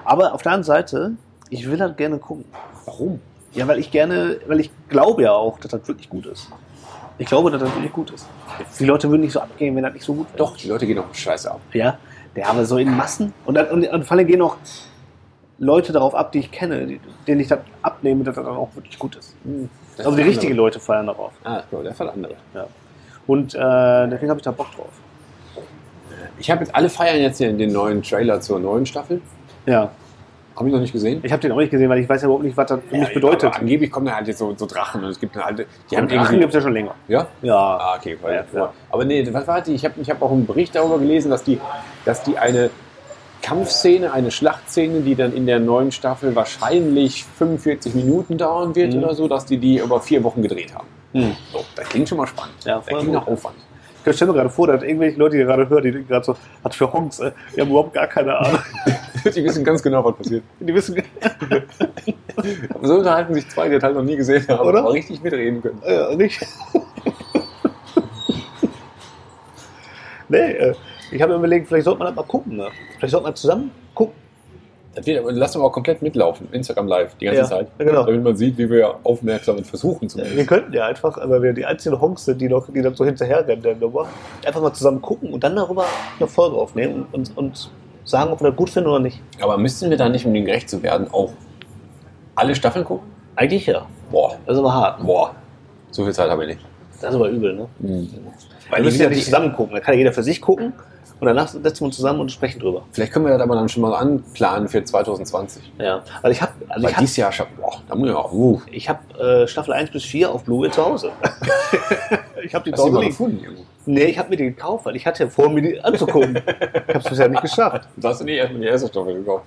G: Aber auf der anderen Seite, ich will das gerne gucken.
A: Warum?
G: Ja, weil ich gerne, weil ich glaube ja auch, dass das wirklich gut ist. Ich glaube, dass das wirklich gut ist. Die Leute würden nicht so abgehen, wenn das nicht so gut wäre.
A: Doch, die Leute gehen doch scheiße ab.
G: Ja, der aber so in Massen. Und, dann, und, und vor allem gehen auch Leute darauf ab, die ich kenne, die, denen ich dann abnehme, dass das dann auch wirklich gut ist.
A: Hm, Das
G: also die
A: ist
G: richtigen
A: andere.
G: Leute feiern darauf.
A: Ah, so, der Fall andere.
G: Ja. Und äh, deswegen habe ich da Bock drauf.
A: Ich habe jetzt, alle feiern jetzt hier den neuen Trailer zur neuen Staffel.
G: Ja,
A: Habe ich noch nicht gesehen.
G: ich habe den auch nicht gesehen, weil ich weiß ja überhaupt nicht, was das für mich bedeutet.
A: Aber angeblich kommen da halt jetzt so, so Drachen und es gibt eine alte. Die
G: Den
A: haben
G: Drachen
A: irgendwie.
G: gibt es ja schon länger.
A: Ja?
G: Ja,
A: Ah, okay. Weil,
G: Ja, klar.
A: Aber nee, was war die? Ich habe ich hab auch einen Bericht darüber gelesen, dass die, dass die eine Kampfszene, eine Schlachtszene, die dann in der neuen Staffel wahrscheinlich 45 Minuten dauern wird
G: Mhm.
A: oder so, dass die die über vier Wochen gedreht haben. So, das klingt schon mal spannend.
G: Ja,
A: das
G: voll
A: klingt
G: gut.
A: nach Aufwand.
G: ich stelle mir gerade vor, dass irgendwelche Leute, die gerade hören, die denken gerade so, hat für Honks, äh, die haben überhaupt gar keine Ahnung.
A: die wissen ganz genau, was passiert.
G: Die wissen,
A: So unterhalten sich zwei, die das halt noch nie gesehen haben,
G: Oder?
A: aber richtig mitreden können.
G: äh, nicht. nee, äh, ich habe mir überlegt, vielleicht sollte man das mal gucken. Ne? Vielleicht sollte man zusammen gucken.
A: Das wird, aber- lassen wir auch komplett mitlaufen, Instagram live, die ganze
G: Ja,
A: Zeit.
G: genau.
A: Damit man sieht, wie wir aufmerksam versuchen zu
G: Wir
A: machen.
G: könnten ja einfach, weil wir die einzigen Honks sind, die, noch, die dann so hinterherrennen, der Nummer, einfach mal zusammen gucken und dann darüber eine Folge aufnehmen und, und sagen, ob wir das gut finden oder nicht.
A: Aber müssten wir da nicht, um dem gerecht zu werden, auch alle Staffeln gucken?
G: Eigentlich ja.
A: Boah,
G: Das ist aber hart. ne?
A: boah, so viel Zeit habe ich nicht.
G: Das ist aber übel, ne? Weil
A: wie
G: wir müssen ja
A: gesagt,
G: nicht
A: die-
G: zusammen gucken. Da kann ja jeder für sich gucken und danach setzen wir uns zusammen und sprechen drüber.
A: Vielleicht können wir das aber dann schon mal anplanen für 2020.
G: Ja. Also ich habe also
A: Weil
G: ich hab
A: dieses Jahr schon, boah, da muss ich auch, uh,
G: Ich habe äh, Staffel 1 bis 4 auf Blu-ray zu Hause. ich habe die zu
A: hast du die
G: Hause
A: mal
G: liegen.
A: gefunden irgendwo?
G: Nee, ich habe mir die gekauft, weil ich hatte vor, mir die anzugucken. ich habe es bisher nicht geschafft.
A: Du hast du nicht erstmal die erste Staffel gekauft.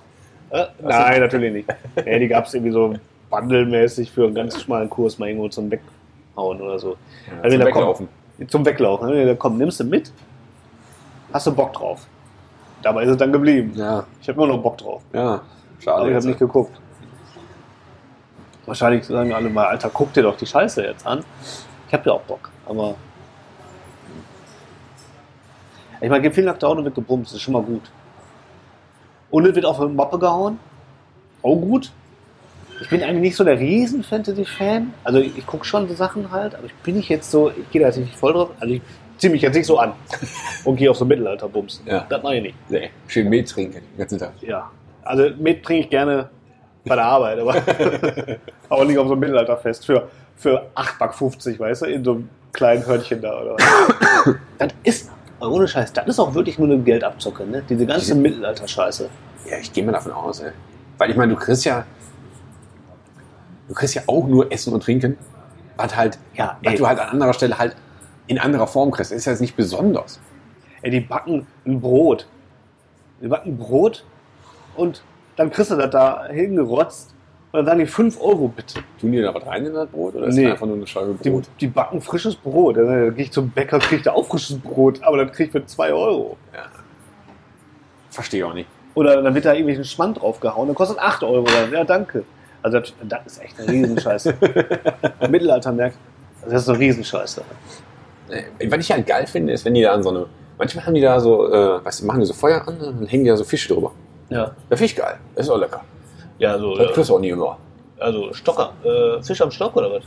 G: Äh, nein, natürlich nicht. Nee, die gab es irgendwie so wandelmäßig für einen ganz schmalen Kurs mal irgendwo zum Weghauen oder so. Also Hab mir
A: zum
G: gedacht, komm,
A: Weglaufen.
G: zum Weglaufen. Hab mir gedacht, Komm, nimmst du mit? Hast du Bock drauf? Dabei ist es dann geblieben.
A: Ja,
G: Ich habe immer noch Bock drauf.
A: ja. Schade.
G: Aber ich
A: jetzt.
G: habe nicht geguckt. Wahrscheinlich sagen alle mal, Alter, guck dir doch die Scheiße jetzt an. Ich habe ja auch Bock, aber. Ich meine, viel nackte Auto wird gebrummt, das ist schon mal gut. Und es wird auf eine Mappe gehauen. Auch gut. Ich bin eigentlich nicht so der Riesen-Fantasy-Fan. Also ich, ich gucke schon so Sachen halt, aber ich bin nicht jetzt so, ich gehe da jetzt nicht voll drauf. Also ich ziehe mich jetzt nicht so an und gehe auf so Mittelalter-Bums.
A: Ja.
G: Das mache ich nicht.
A: Nee, schön Mehl trinken den ganzen Tag.
G: Ja. Also mit trinke ich gerne bei der Arbeit, aber auch nicht auf so einem Mittelalterfest für, für 8 Back 50, weißt du, in so einem kleinen Hörnchen da oder was. das ist, ohne Scheiß, das ist auch wirklich nur eine Geldabzocke, ne? Diese ganze Mittelalter-Scheiße.
A: Ja, ich gehe mal davon aus, ey. Weil ich meine, du kriegst ja. Du kriegst ja auch nur Essen und Trinken, was halt,
G: Ja,
A: was
G: ey.
A: du halt an anderer Stelle halt in anderer Form kriegst. Das ist ja jetzt nicht besonders.
G: Ey, die backen ein Brot. Die backen ein Brot und dann kriegst du das da hingerotzt und dann sagen die 5 Euro bitte.
A: Tun die da was rein in das Brot oder ist
G: Nee.
A: das einfach nur eine Scheibe
G: Die,
A: Brot?
G: die backen frisches Brot. Dann äh, gehe ich zum Bäcker, kriege ich da auch frisches Brot, aber dann kriege ich für 2 Euro.
A: Verstehe ich auch nicht.
G: Oder dann wird da irgendwelchen Schmand draufgehauen, dann kostet 8 Euro. Dann, ja, danke. Also das, das ist echt eine Riesenscheiße. Mittelaltermärkte, also das ist eine Riesenscheiße.
A: Nee, Was ich halt geil finde, ist, wenn die da an so eine. Manchmal haben die da so, äh, weißt du, machen die so Feuer an und dann hängen die da so Fische drüber.
G: Ja,
A: Das finde ich geil. Das ist auch lecker.
G: ja so,
A: Das kriegst du auch nie immer.
G: also Stocker, äh, Fisch am Stock oder was?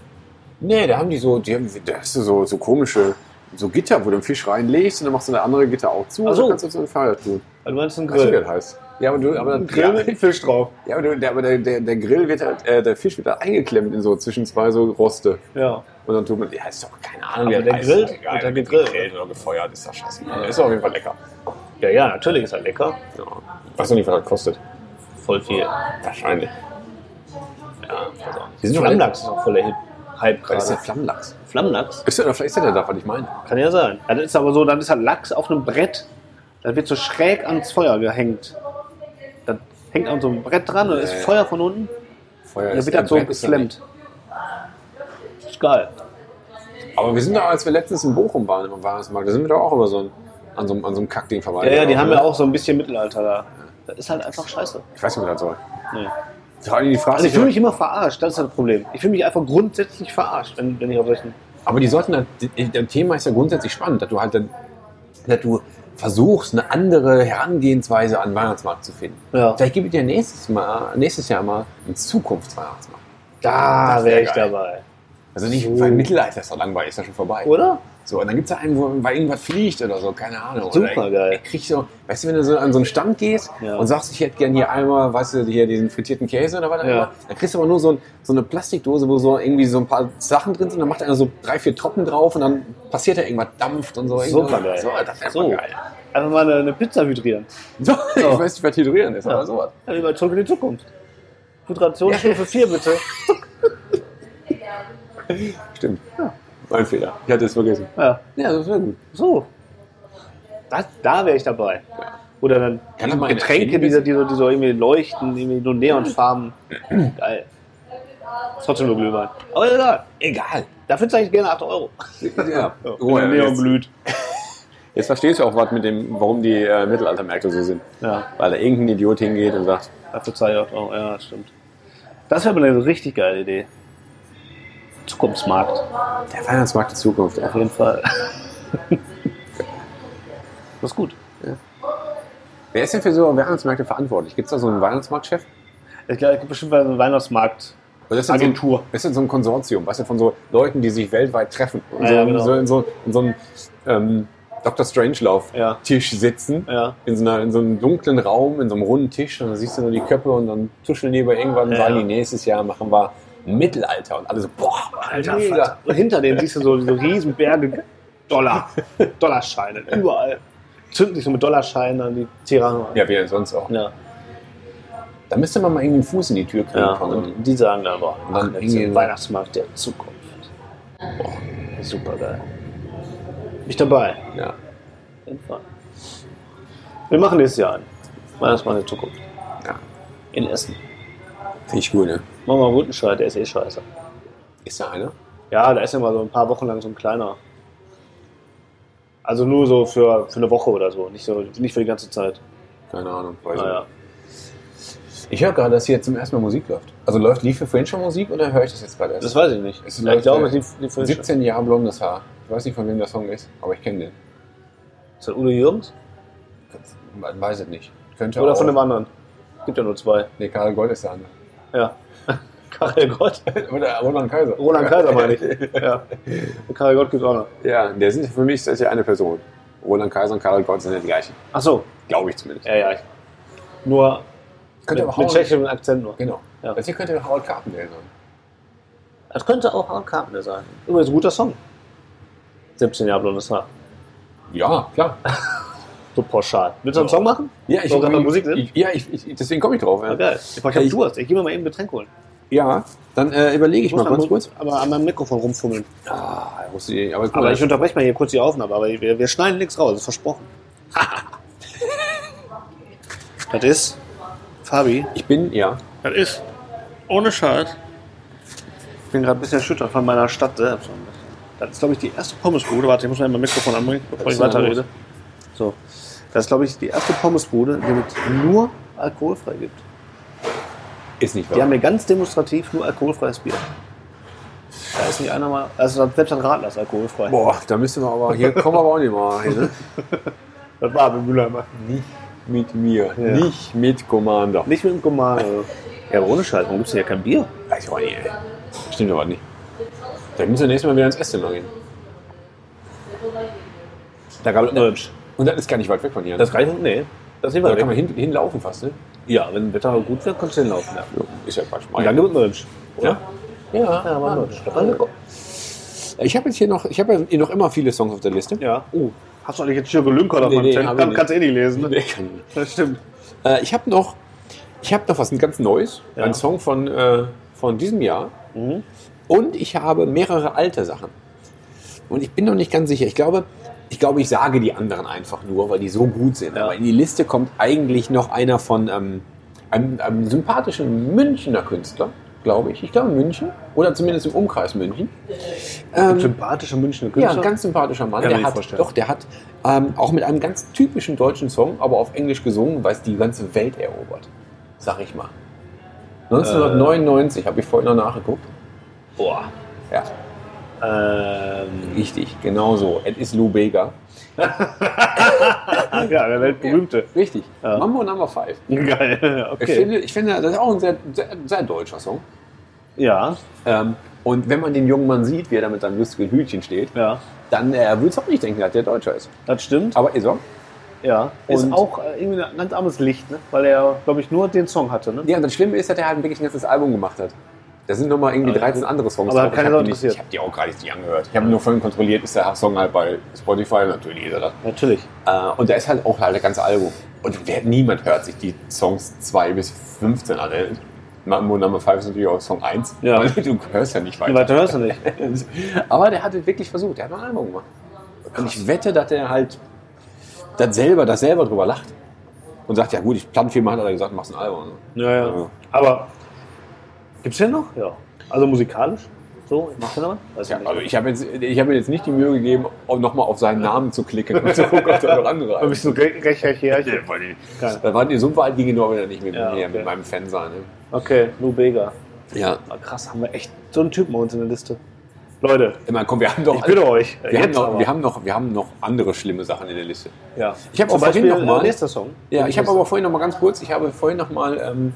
A: Nee, da haben die so, die haben, da hast du so, so komische, so Gitter, wo du den Fisch reinlegst und dann machst du eine andere Gitter auch zu
G: Ach
A: und
G: so.
A: dann kannst du auf so eine Feuer tun.
G: Also, du meinst einen
A: Weißt du, wie
G: Grill.
A: das heißt? Ja, aber du, aber,
G: Ein Grill
A: ja,
G: mit dem Fisch drauf.
A: ja, aber, du, der, aber der, der, der Grill wird halt, äh, der Fisch wird halt eingeklemmt in so zwischen zwei so Roste.
G: Ja.
A: Und dann tut man, ja, ist doch keine Ahnung,
G: Aber
A: wie das
G: der
A: heißt.
G: grillt,
A: Egal,
G: wird er
A: wird
G: gegrillt.
A: gegrillt oder gefeuert, ist doch scheiße. Ist doch auf jeden Fall lecker.
G: Ja, ja, natürlich ist er lecker.
A: Ja. Weiß noch nicht, was das kostet.
G: Voll viel.
A: Wahrscheinlich.
G: Ja, also.
A: Die sind schon
G: Flammlachs ist auch voll der Hit. Hype
A: Das ist der
G: gerade.
A: Flammlachs.
G: Flammlachs?
A: Ist der, oder vielleicht ist der da, was ich meine.
G: Kann ja sein. Ja, das ist aber so, dann ist halt Lachs auf einem Brett. Dann wird so schräg ans Feuer gehängt. Dann hängt an so einem Brett dran und ist
A: Äh.
G: Feuer von unten.
A: Feuer
G: Dann
A: ist
G: wird das so
A: Brett, ist er
G: geklemmt. Ist geil.
A: nicht. Aber wir sind da, als wir letztens in Bochum waren, im Weihnachtsmarkt, da sind wir doch auch immer so ein, an, so, einem- an so einem Kackding vorbei.
G: Ja, ja, die haben
A: ne?
G: ja auch so ein bisschen Mittelalter da. Das ist halt einfach scheiße.
A: Ich weiß nicht, was das soll.
G: Nee.
A: Vor allem die Frage,
G: Also ich fühle mich immer verarscht, das ist das Problem. Ich fühle mich einfach grundsätzlich verarscht, wenn, wenn ich auf solchen.
A: aber die sollten, halt- die- das Thema ist ja grundsätzlich spannend, dass du halt, dann- dass du versuchst, eine andere Herangehensweise an den Weihnachtsmarkt zu finden.
G: Ja.
A: Vielleicht gibt es ja nächstes, mal, nächstes Jahr mal einen Zukunftsweihnachtsmarkt.
G: Da
A: Das wär
G: wäre ich
A: geil.
G: dabei.
A: Also nicht,
G: So.
A: weil Mittelalter ist doch langweilig, ist ja schon vorbei.
G: Oder?
A: So, und dann gibt es da einen, wo weil irgendwas fliegt oder so, keine Ahnung.
G: Supergeil.
A: Oder ich- ich krieg so, weißt du, wenn du so an so einen Stand gehst
G: Ja.
A: und sagst, ich hätte gerne hier einmal, weißt du, hier diesen frittierten Käse oder was auch
G: Ja.
A: immer, dann kriegst du aber nur so, ein, so eine Plastikdose, wo so irgendwie so ein paar Sachen drin sind, dann macht einer so drei, vier Tropfen drauf und dann passiert da irgendwas, dampft und so.
G: Supergeil.
A: So, das wäre
G: So.
A: so. geil.
G: Einfach mal eine, eine Pizza hydrieren.
A: So, ich weiß nicht, was hydrieren ist,
G: Ja.
A: aber sowas.
G: Ja, wie bei Zurück in die Zukunft. Hydrationsstufe 4 bitte.
A: Stimmt. Ja. Mein Fehler. Ich hatte es vergessen.
G: Ja.
A: Ja, das wäre gut.
G: So. Das, da wäre ich dabei. Oder dann
A: Kann
G: die
A: man in der
G: Getränke, die,
A: Kindheit-
G: so- die, so- die so irgendwie leuchten, irgendwie nur
A: Hm.
G: Neonfarben. Geil. Ist trotzdem nur Glühwein. Aber egal.
A: Egal.
G: Dafür zahle ich gerne 8 Euro.
A: Ja.
G: Wenn
A: Oh, ja,
G: der
A: jetzt,
G: Neon blüht.
A: jetzt verstehst du auch was mit dem, warum die äh, Mittelaltermärkte so sind.
G: Ja,
A: Weil da irgendein Idiot hingeht und sagt,
G: dafür zahle ich 8 Euro. Ja, das stimmt. Das wäre aber eine richtig geile Idee. Zukunftsmarkt.
A: Der Weihnachtsmarkt der Zukunft.
G: Auf jeden Fall. Das ist gut.
A: Wer ist denn für so Weihnachtsmärkte verantwortlich? Gibt es da so einen Weihnachtsmarktchef?
G: Ich glaube, es gibt bestimmt einen Weihnachtsmarkt.
A: Oder ist das
G: Agentur.
A: So ein, ist das so ein Konsortium, weißt du, von so Leuten, die sich weltweit treffen und
G: Ja,
A: so,
G: ja,
A: in
G: genau.
A: so, in so, in so einem ähm,
G: Ja.
A: Dr. Strangelove-Tisch sitzen,
G: Ja.
A: in, so einer, in so einem dunklen Raum, in so einem runden Tisch und dann siehst du nur die Köpfe und dann tuscheln die bei irgendwann und
G: Ja,
A: sagen,
G: ja.
A: die nächstes Jahr machen wir Mittelalter und alle so, boah, Alter, mega.
G: Und hinter denen siehst du so, so riesen Berge Dollar, Dollarscheine, überall. Zünden sich so mit Dollarscheinen an die Tirano an.
A: Ja, wie sonst auch.
G: Ja.
A: Da müsste man mal irgendwie einen Fuß in die Tür kriegen.
G: ja.
A: von-
G: Und die sagen dann aber,
A: Und dann
G: ach, jetzt
A: irgendwie-
G: im Weihnachtsmarkt der Zukunft. Boah, super geil. Bin ich dabei.
A: ja.
G: Auf jeden Fall. Wir machen nächstes Jahr einen. Weihnachtsmarkt der Zukunft.
A: ja.
G: In Essen.
A: Finde ich gut, ne?
G: Machen wir Rutenscheid, der ist eh scheiße.
A: Ist da einer?
G: Ja, da ist ja mal so ein paar Wochen lang so ein kleiner. Also nur so für, für eine Woche oder so, nicht, so, nicht für die ganze Zeit.
A: Also Keine Ahnung. Weiß ich nicht.
G: Naja. ist.
A: Ich höre gerade, dass hier zum ersten Mal Musik läuft. Also läuft, lief hier vorhin schon Musik oder höre ich das jetzt gerade erst?
G: Das weiß ich nicht.
A: Es läuft,
G: ich glaube,
A: äh,
G: die, die Frische.
A: 17 Jahre blondes Haar. Ich weiß nicht, von wem der Song ist, aber ich kenne den.
G: Ist das Udo Jürgens?
A: Man weiß es nicht. Könnte
G: Oder
A: auch,
G: von einem anderen? Gibt ja nur zwei.
A: Nee, Karl Gold ist der andere.
G: Ja. Karel Gott.
A: Oder Roland Kaiser.
G: Roland Kaiser meine ich. Ja. Und Karel Gott gibt auch noch.
A: Ja, der sind für mich ist ja eine Person. Roland Kaiser und Karl Gold sind ja die gleichen.
G: Ach so.
A: Glaube ich zumindest.
G: Ja, ja. Ich, nur
A: Könnte
G: mit,
A: auch
G: mit
A: Howard-
G: tschechischem Akzent nur.
A: Genau.
G: Ja.
A: Das hier könnte Howard Carpendale sein.
G: Das könnte auch Howard Carpenter sein. Übrigens ein guter Song. 17 Jahre blondes Haar.
A: Ja, klar.
G: So pauschal. Willst du einen Song machen?
A: Ja, ich,
G: Soll gerade mal Musik drin?
A: ich, ja, ich, ich, deswegen komme ich drauf.
G: Ja,
A: Ja,
G: geil. Ich hab
A: Ich-
G: Durst. Ich geh mir mal eben ein Getränk holen.
A: ja dann äh, überlege ich
G: muss
A: mal
G: mal
A: ganz kurz.
G: aber an meinem Mikrofon rumfummeln.
A: Ah, da musst du die- aber guck
G: Aber
A: mal,
G: ich unterbreche mal hier kurz die Aufnahme, aber wir, wir schneiden nichts raus, ist versprochen. das ist, Fabi,
A: ich bin, ja.
B: Das ist ohne Scheiß.
G: ich bin gerade ein bisschen erschüttert von meiner Stadt selbst. so ein bisschen. Das ist, glaube ich, die erste Pommesbude. Warte, ich muss mal mein Mikrofon anbringen, bevor
A: Was
G: ich
A: ist denn da
G: weiterrede. So. Das ist, glaube ich, die erste Pommesbude, die mit nur alkoholfrei gibt.
A: Ist nicht
G: Die haben
A: wahr.
G: mir ganz demonstrativ nur alkoholfreies Bier. Da ist nicht einer mal. Also selbst ein Radler ist alkoholfrei.
A: Boah, da müssen wir aber, hier kommen wir aber auch nicht mal hin. Ne?
G: Das war aber Mülheimer.
A: Nicht mit mir, nicht mit Commander.
G: Nicht mit dem Gomano. Ja, aber ohne Scheiß, warum gibt's denn hier kein Bier?
A: Weiß ich auch nicht, ey. Stimmt aber nicht. Dann müssen wir nächstes Mal wieder ins Esszimmer gehen. Da gab
G: Nötsch.
A: Und das ist gar nicht weit weg von hier. ne?
G: Das reicht Nee. Das nehmen
A: da
G: wir
A: kann man
G: weg.
A: hin, hinlaufen fast, ne?
G: Ja, wenn Wetter gut wird, kannst du hinlaufen. Ja.
A: Jo, Ist ja Quatsch.
G: Und dann gibt es Nötsch.
A: ja? Ja,
G: Ja, war Nötsch. Das war lecker.
A: Ich habe jetzt hier noch, ich habe ja hier noch immer viele Songs auf der Liste.
G: Ja. Oh, hast du eigentlich jetzt Schirke Lünker auf
A: Nee,
G: meinem
A: nee,
G: Zettel?
A: hab ich
G: Kann,
A: nicht.
G: kannst du eh nicht lesen. Ne?
A: Nee, kann ich nicht.
G: Das stimmt.
A: Äh, ich habe noch, ich habe noch was ganz Neues.
G: Ja. Mhm.
A: Ein Song von, äh, von diesem Jahr. Und ich habe mehrere alte Sachen. Und ich bin noch nicht ganz sicher. Ich glaube, ich glaube, ich sage die anderen einfach nur, weil die so gut sind.
G: Ja.
A: Aber in die Liste kommt eigentlich noch einer von ähm, einem, einem sympathischen Münchner Künstler, glaube ich. Ich glaube München oder zumindest im Umkreis München. Ähm,
G: Sympathische Münchner
A: ja,
G: Künstler.
A: ein ganz sympathischer Mann.
G: Kann
A: Der
G: mir
A: hat,
G: nicht vorstellen.
A: doch, der hat ähm, auch mit einem ganz typischen deutschen Song, aber auf Englisch gesungen, weil es die ganze Welt erobert. Sag ich mal. 1999 habe ich vorhin noch nachgeguckt.
G: Boah.
A: Ja,
G: Ähm,
A: richtig, genau so. Es ist Lou Bega.
G: ah, ja, der weltberühmte.
A: Richtig.
G: Ja.
A: Mambo Number Five.
G: Geil.
A: Ich,
G: Okay.
A: finde, ich finde, das ist auch ein sehr, sehr, sehr deutscher Song.
G: Ja,
A: Ähm, und wenn man den jungen Mann sieht, wie er da mit seinem lustigen Hütchen steht,
G: ja.
A: dann äh, würde es auch nicht denken, dass der Deutscher ist.
G: Das stimmt.
A: Aber ist er?
G: Ja, ist
A: Und-
G: auch äh, irgendwie ein ganz armes Licht, ne? weil er, glaube ich, nur den Song hatte. Ne?
A: Ja, und das Schlimme ist, dass er halt wirklich ein ganzes Album gemacht hat. Da sind nochmal irgendwie
G: Aber-
A: 13 andere Songs
G: aber
A: drauf.
G: keine
A: ich hab
G: Sau
A: die nicht-
G: interessiert.
A: Ich habe die auch gerade nicht angehört. Ich habe nur vorhin kontrolliert, ist der Song halt bei Spotify, natürlich ist er das.
G: Natürlich.
A: Äh, und da ist halt auch halt das ganze Album. Und wer, niemand hört sich die Songs 2 bis 15 an. ey. Mambo Number 5 ist natürlich auch Song 1.
G: Ja.
A: Weil du hörst ja nicht weiter.
G: Weiter hörst du nicht.
A: Aber der hat es wirklich versucht. Der hat ein Album gemacht. Und ich wette, dass der halt das selber, das selber drüber lacht. Und sagt, ja gut, ich plan viel machen, hat er gesagt, machst ein Album.
G: Ja, ja.
A: Ja.
G: Aber gibt's den noch? Ja. Also musikalisch? So, macht er noch? was? Weiß
A: Ja,
G: ich
A: also
G: nicht.
A: ich habe jetzt, ich hab mir jetzt nicht die Mühe gegeben, nochmal auf seinen Namen zu klicken und zu gucken, ob da noch andere
G: Ein
A: Alben
G: bisschen Re- Rech, Rech, Rech.
A: sind. Da waren die Sumpfwald ging genau wieder nicht mit,
G: Ja,
A: mir,
G: okay.
A: mit meinem Fan sein.
G: Okay, Lou Bega.
A: Ne? Ja.
G: Ah, Krass, haben wir echt so einen Typen bei uns in der Liste. Leute,
A: Ich meine, komm, wir haben doch,
G: ich bitte euch.
A: Also,
G: äh,
A: wir, haben
G: jetzt
A: noch,
G: aber.
A: wir, haben noch, wir haben noch andere schlimme Sachen in der Liste.
G: ja.
A: Ich hab
G: Zum
A: auch vorhin
G: Beispiel,
A: noch ne? mal-
G: äh, Nächster Song.
A: Ja, ich habe aber vorhin noch mal ganz kurz, ich habe vorhin noch mal ähm,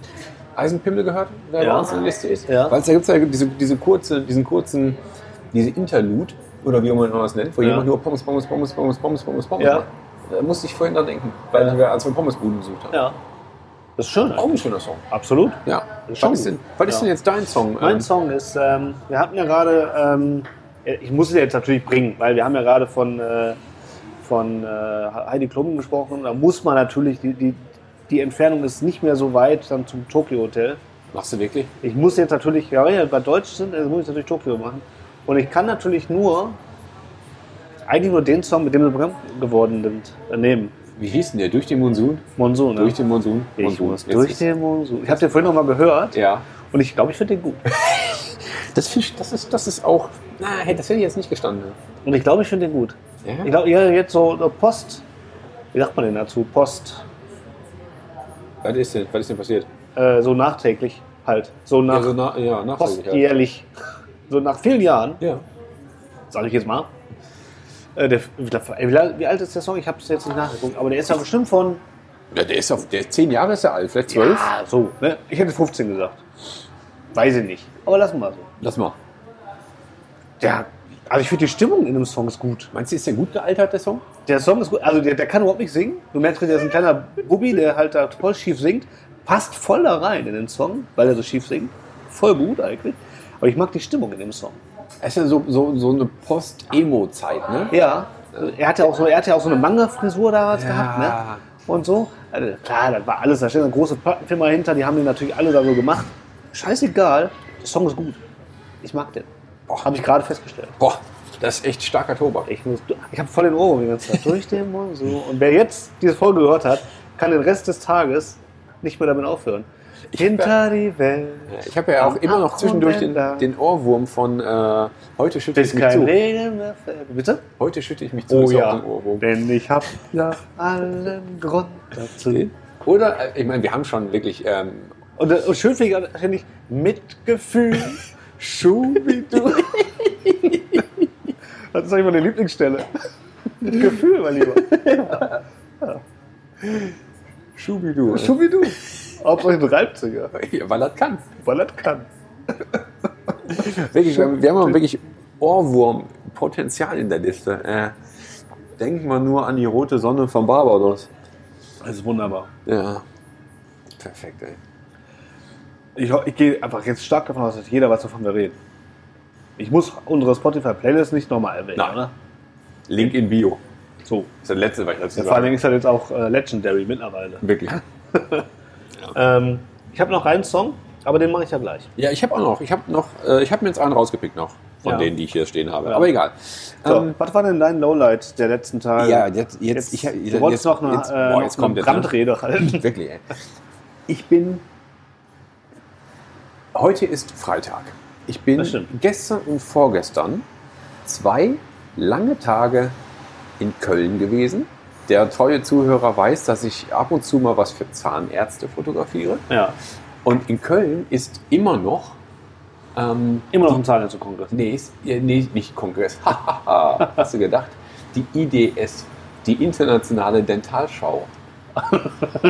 A: Eisenpimmel gehört, der
G: Ja.
A: bei uns in der Liste ist.
G: Ja.
A: Weil es da gibt ja diese, diese kurze, diesen kurzen, diese Interlude, oder wie man das nennt, wo
G: Ja.
A: jemand nur Pommes, Pommes, Pommes, Pommes, Pommes, Pommes, Pommes
G: Ja.
A: macht. Da musste ich vorhin dran denken, weil wir, als wir Pommesbuden besucht haben.
G: Ja. Das ist schön.
A: Auch ein schöner Song.
G: Absolut.
A: Oh. Ja.
G: Schon
A: Was ist denn, was
G: Ja.
A: ist denn jetzt dein Song?
G: Mein
A: Ähm,
G: Song ist, ähm, wir hatten ja gerade, ähm, ich muss es jetzt natürlich bringen, weil wir haben ja gerade von, äh, von äh, Heidi Klum gesprochen. Da muss man natürlich, die, die, die Entfernung ist nicht mehr so weit dann zum Tokyo Hotel.
A: Machst du wirklich?
G: Ich muss jetzt natürlich, ja, wenn wir bei Deutsch sind, also muss ich natürlich Tokio machen. Und ich kann natürlich nur, eigentlich nur den Song, mit dem wir bekannt geworden sind, äh, nehmen.
A: Wie hieß denn der? Durch den Monsun?
G: Monsun.
A: Durch
G: ja.
A: den Monsun?
G: ich
A: Monsun.
G: muss
A: Jetzt
G: durch
A: ist-
G: den Monsun. Ich habe den vorhin noch mal gehört
A: Ja.
G: und ich glaube, ich finde den gut.
A: Das, Fisch, das, ist, das ist auch. Na, hey, das hätte ich jetzt nicht gestanden.
G: Und ich glaube, ich finde den gut.
A: Ja?
G: Ich glaube, ja, jetzt so so Post. Wie sagt man denn dazu? Post.
A: was, ist denn, was ist denn passiert?
G: äh, so nachträglich halt. So nach
A: Ja, so na, ja, nachträglich. halt.
G: postjährlich. So nach vielen Jahren,
A: Ja.
G: sage ich jetzt mal. Äh, der, ey, wie la- wie alt ist der Song? Ich habe es jetzt nicht nachgeguckt, aber der ist ja bestimmt von.
A: ja. Der ist auf, der ist zehn Jahre ist er alt, vielleicht zwölf.
G: Ja, so, ne? Ich hätte 15 gesagt. Weiß ich nicht. Aber lassen wir mal so.
A: Lass mal.
G: Ja, also ich finde die Stimmung in dem Song ist gut.
A: Meinst du, ist der gut gealtert, der Song?
G: Der Song ist gut, also der, der kann überhaupt nicht singen. Du merkst, der ist ein kleiner Bubi, der halt da voll schief singt. Passt voll da rein in den Song, weil er so schief singt. Voll gut eigentlich. Aber ich mag die Stimmung in dem Song.
A: Es ist ja so, so, so eine Post-Emo-Zeit, ne?
G: Ja, er hatte auch so, er hatte auch so eine Manga-Frisur damals
A: Ja.
G: gehabt, ne? Und so. Also, klar, das war alles, da steht eine große Plattenfirma hinter, die haben den natürlich alle da so gemacht. Scheißegal, der Song ist gut. Ich mag den. Habe ich gerade festgestellt.
A: Boah, das ist echt starker Tobak.
G: Ich, muss- ich habe voll den Ohrwurm die ganze Zeit. Durch den Mund so. Und wer jetzt diese Folge gehört hat, kann den Rest des Tages nicht mehr damit aufhören. Hinter die Welt.
A: Ich habe ja auch immer noch zwischendurch den, den Ohrwurm von äh, heute schütte
G: Bis
A: ich mich
G: kein
A: zu.
G: Regen mehr fällt. Bitte?
A: Heute schütte
G: Oh
A: ich mich zu. ist auch so ein Ohrwurm.
G: Denn ich habe ja allen Grund dazu.
A: Oder, äh, ich meine, wir haben schon wirklich. Ähm,
G: Und, äh, und schön finde ich, find ich Mitgefühl, Schubidu. das ist eigentlich meine Lieblingsstelle. Mitgefühl, mein Lieber.
A: Schubidu.
G: Schubidu. Hauptsache ein Reibziger,
A: äh, Ja, weil das kann.
G: weil das kann.
A: Wirklich, wir haben- wir haben auch wirklich Ohrwurm-Potenzial in der Liste. Äh, denk mal nur an die rote Sonne von Barbados.
G: Das ist wunderbar.
A: Ja. Perfekt, ey.
G: Ich, ho- ich gehe einfach jetzt stark davon aus, dass jeder weiß, wovon wir reden. Ich muss unsere Spotify-Playlist nicht nochmal erwähnen,
A: Nein.
G: oder?
A: Link in Bio.
G: So.
A: Das ist das letzte, was ich dazu
G: Ja, vor allen Dingen
A: sage.
G: ist das jetzt auch äh, Legendary mittlerweile.
A: Wirklich.
G: Ähm, ich habe noch einen Song, aber den mache ich ja gleich.
A: Ja, ich habe auch noch. Ich habe noch, äh, ich habe mir jetzt einen rausgepickt noch von
G: Ja.
A: denen, die ich hier stehen habe.
G: Ja.
A: Aber egal.
G: So,
A: Ähm,
G: was war denn dein Lowlight der letzten Tage?
A: ja, jetzt, jetzt,
G: jetzt,
A: ich,
G: du wolltest noch eine,
A: jetzt,
G: äh,
A: boah,
G: noch
A: jetzt
G: eine
A: kommt jetzt, ne?
G: Brandrede halten.
A: Wirklich, ey. Ich bin. Heute ist Freitag. Ich bin
G: Das stimmt.
A: gestern und vorgestern zwei lange Tage in Köln gewesen. Der treue Zuhörer weiß, dass ich ab und zu mal was für Zahnärzte fotografiere.
G: Ja,
A: Und in Köln ist immer noch. Ähm,
G: immer noch im Zahnarzt zu Kongress.
A: Nee, ist, ja, nee nicht Kongress. Hast du gedacht? Die IDS, die Internationale Dentalschau.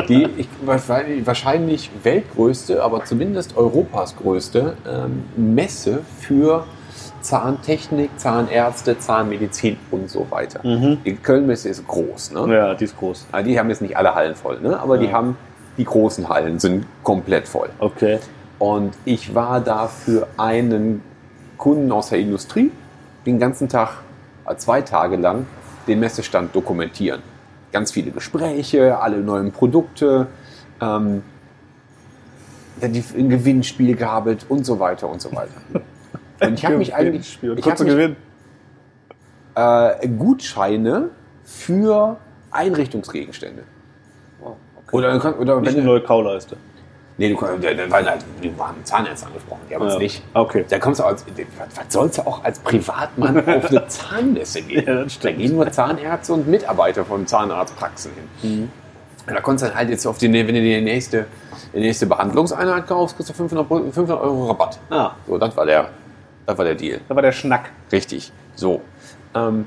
A: Die ich, wahrscheinlich- wahrscheinlich weltgrößte, aber zumindest Europas größte ähm, Messe für Zahntechnik, Zahnärzte, Zahnmedizin und so weiter. Die Kölnmesse ist groß. Ne?
G: Mhm. Ja, die ist groß.
A: Also Die haben jetzt nicht alle Hallen voll, ne? aber die
G: Ja.
A: haben die großen Hallen sind komplett voll.
G: Okay.
A: Und ich war da für einen Kunden aus der Industrie den ganzen Tag, äh, zwei Tage lang, den Messestand dokumentieren. Ganz viele Gespräche, alle neuen Produkte, ähm, dann die ein Gewinnspiel gehabt und so weiter und so weiter. Und ich habe mich eigentlich ich hab
G: Kurz zu
A: mich,
G: gewinnen.
A: äh, Gutscheine für Einrichtungsgegenstände. Oder, oder
G: Nicht
A: wenn
G: eine neue Kauleiste.
A: Nee, du kannst, weil halt, wir haben Zahnärzte angesprochen, die haben uns
G: Ja.
A: nicht.
G: Okay.
A: Da kommst du als, äh, was sollst du auch als Privatmann auf eine Zahnmesse gehen?
G: Ja, das
A: da
G: stimmt.
A: gehen nur Zahnärzte und Mitarbeiter von Zahnarztpraxen hin.
G: Mhm.
A: Da konntest du dann halt jetzt auf die, wenn du dir die nächste, die nächste Behandlungseinheit kaufst, kriegst du 500, Pro- 500 Euro Rabatt.
G: Ah,
A: So, das war der, das war der Deal.
G: da war der Schnack.
A: Richtig. So. Ähm,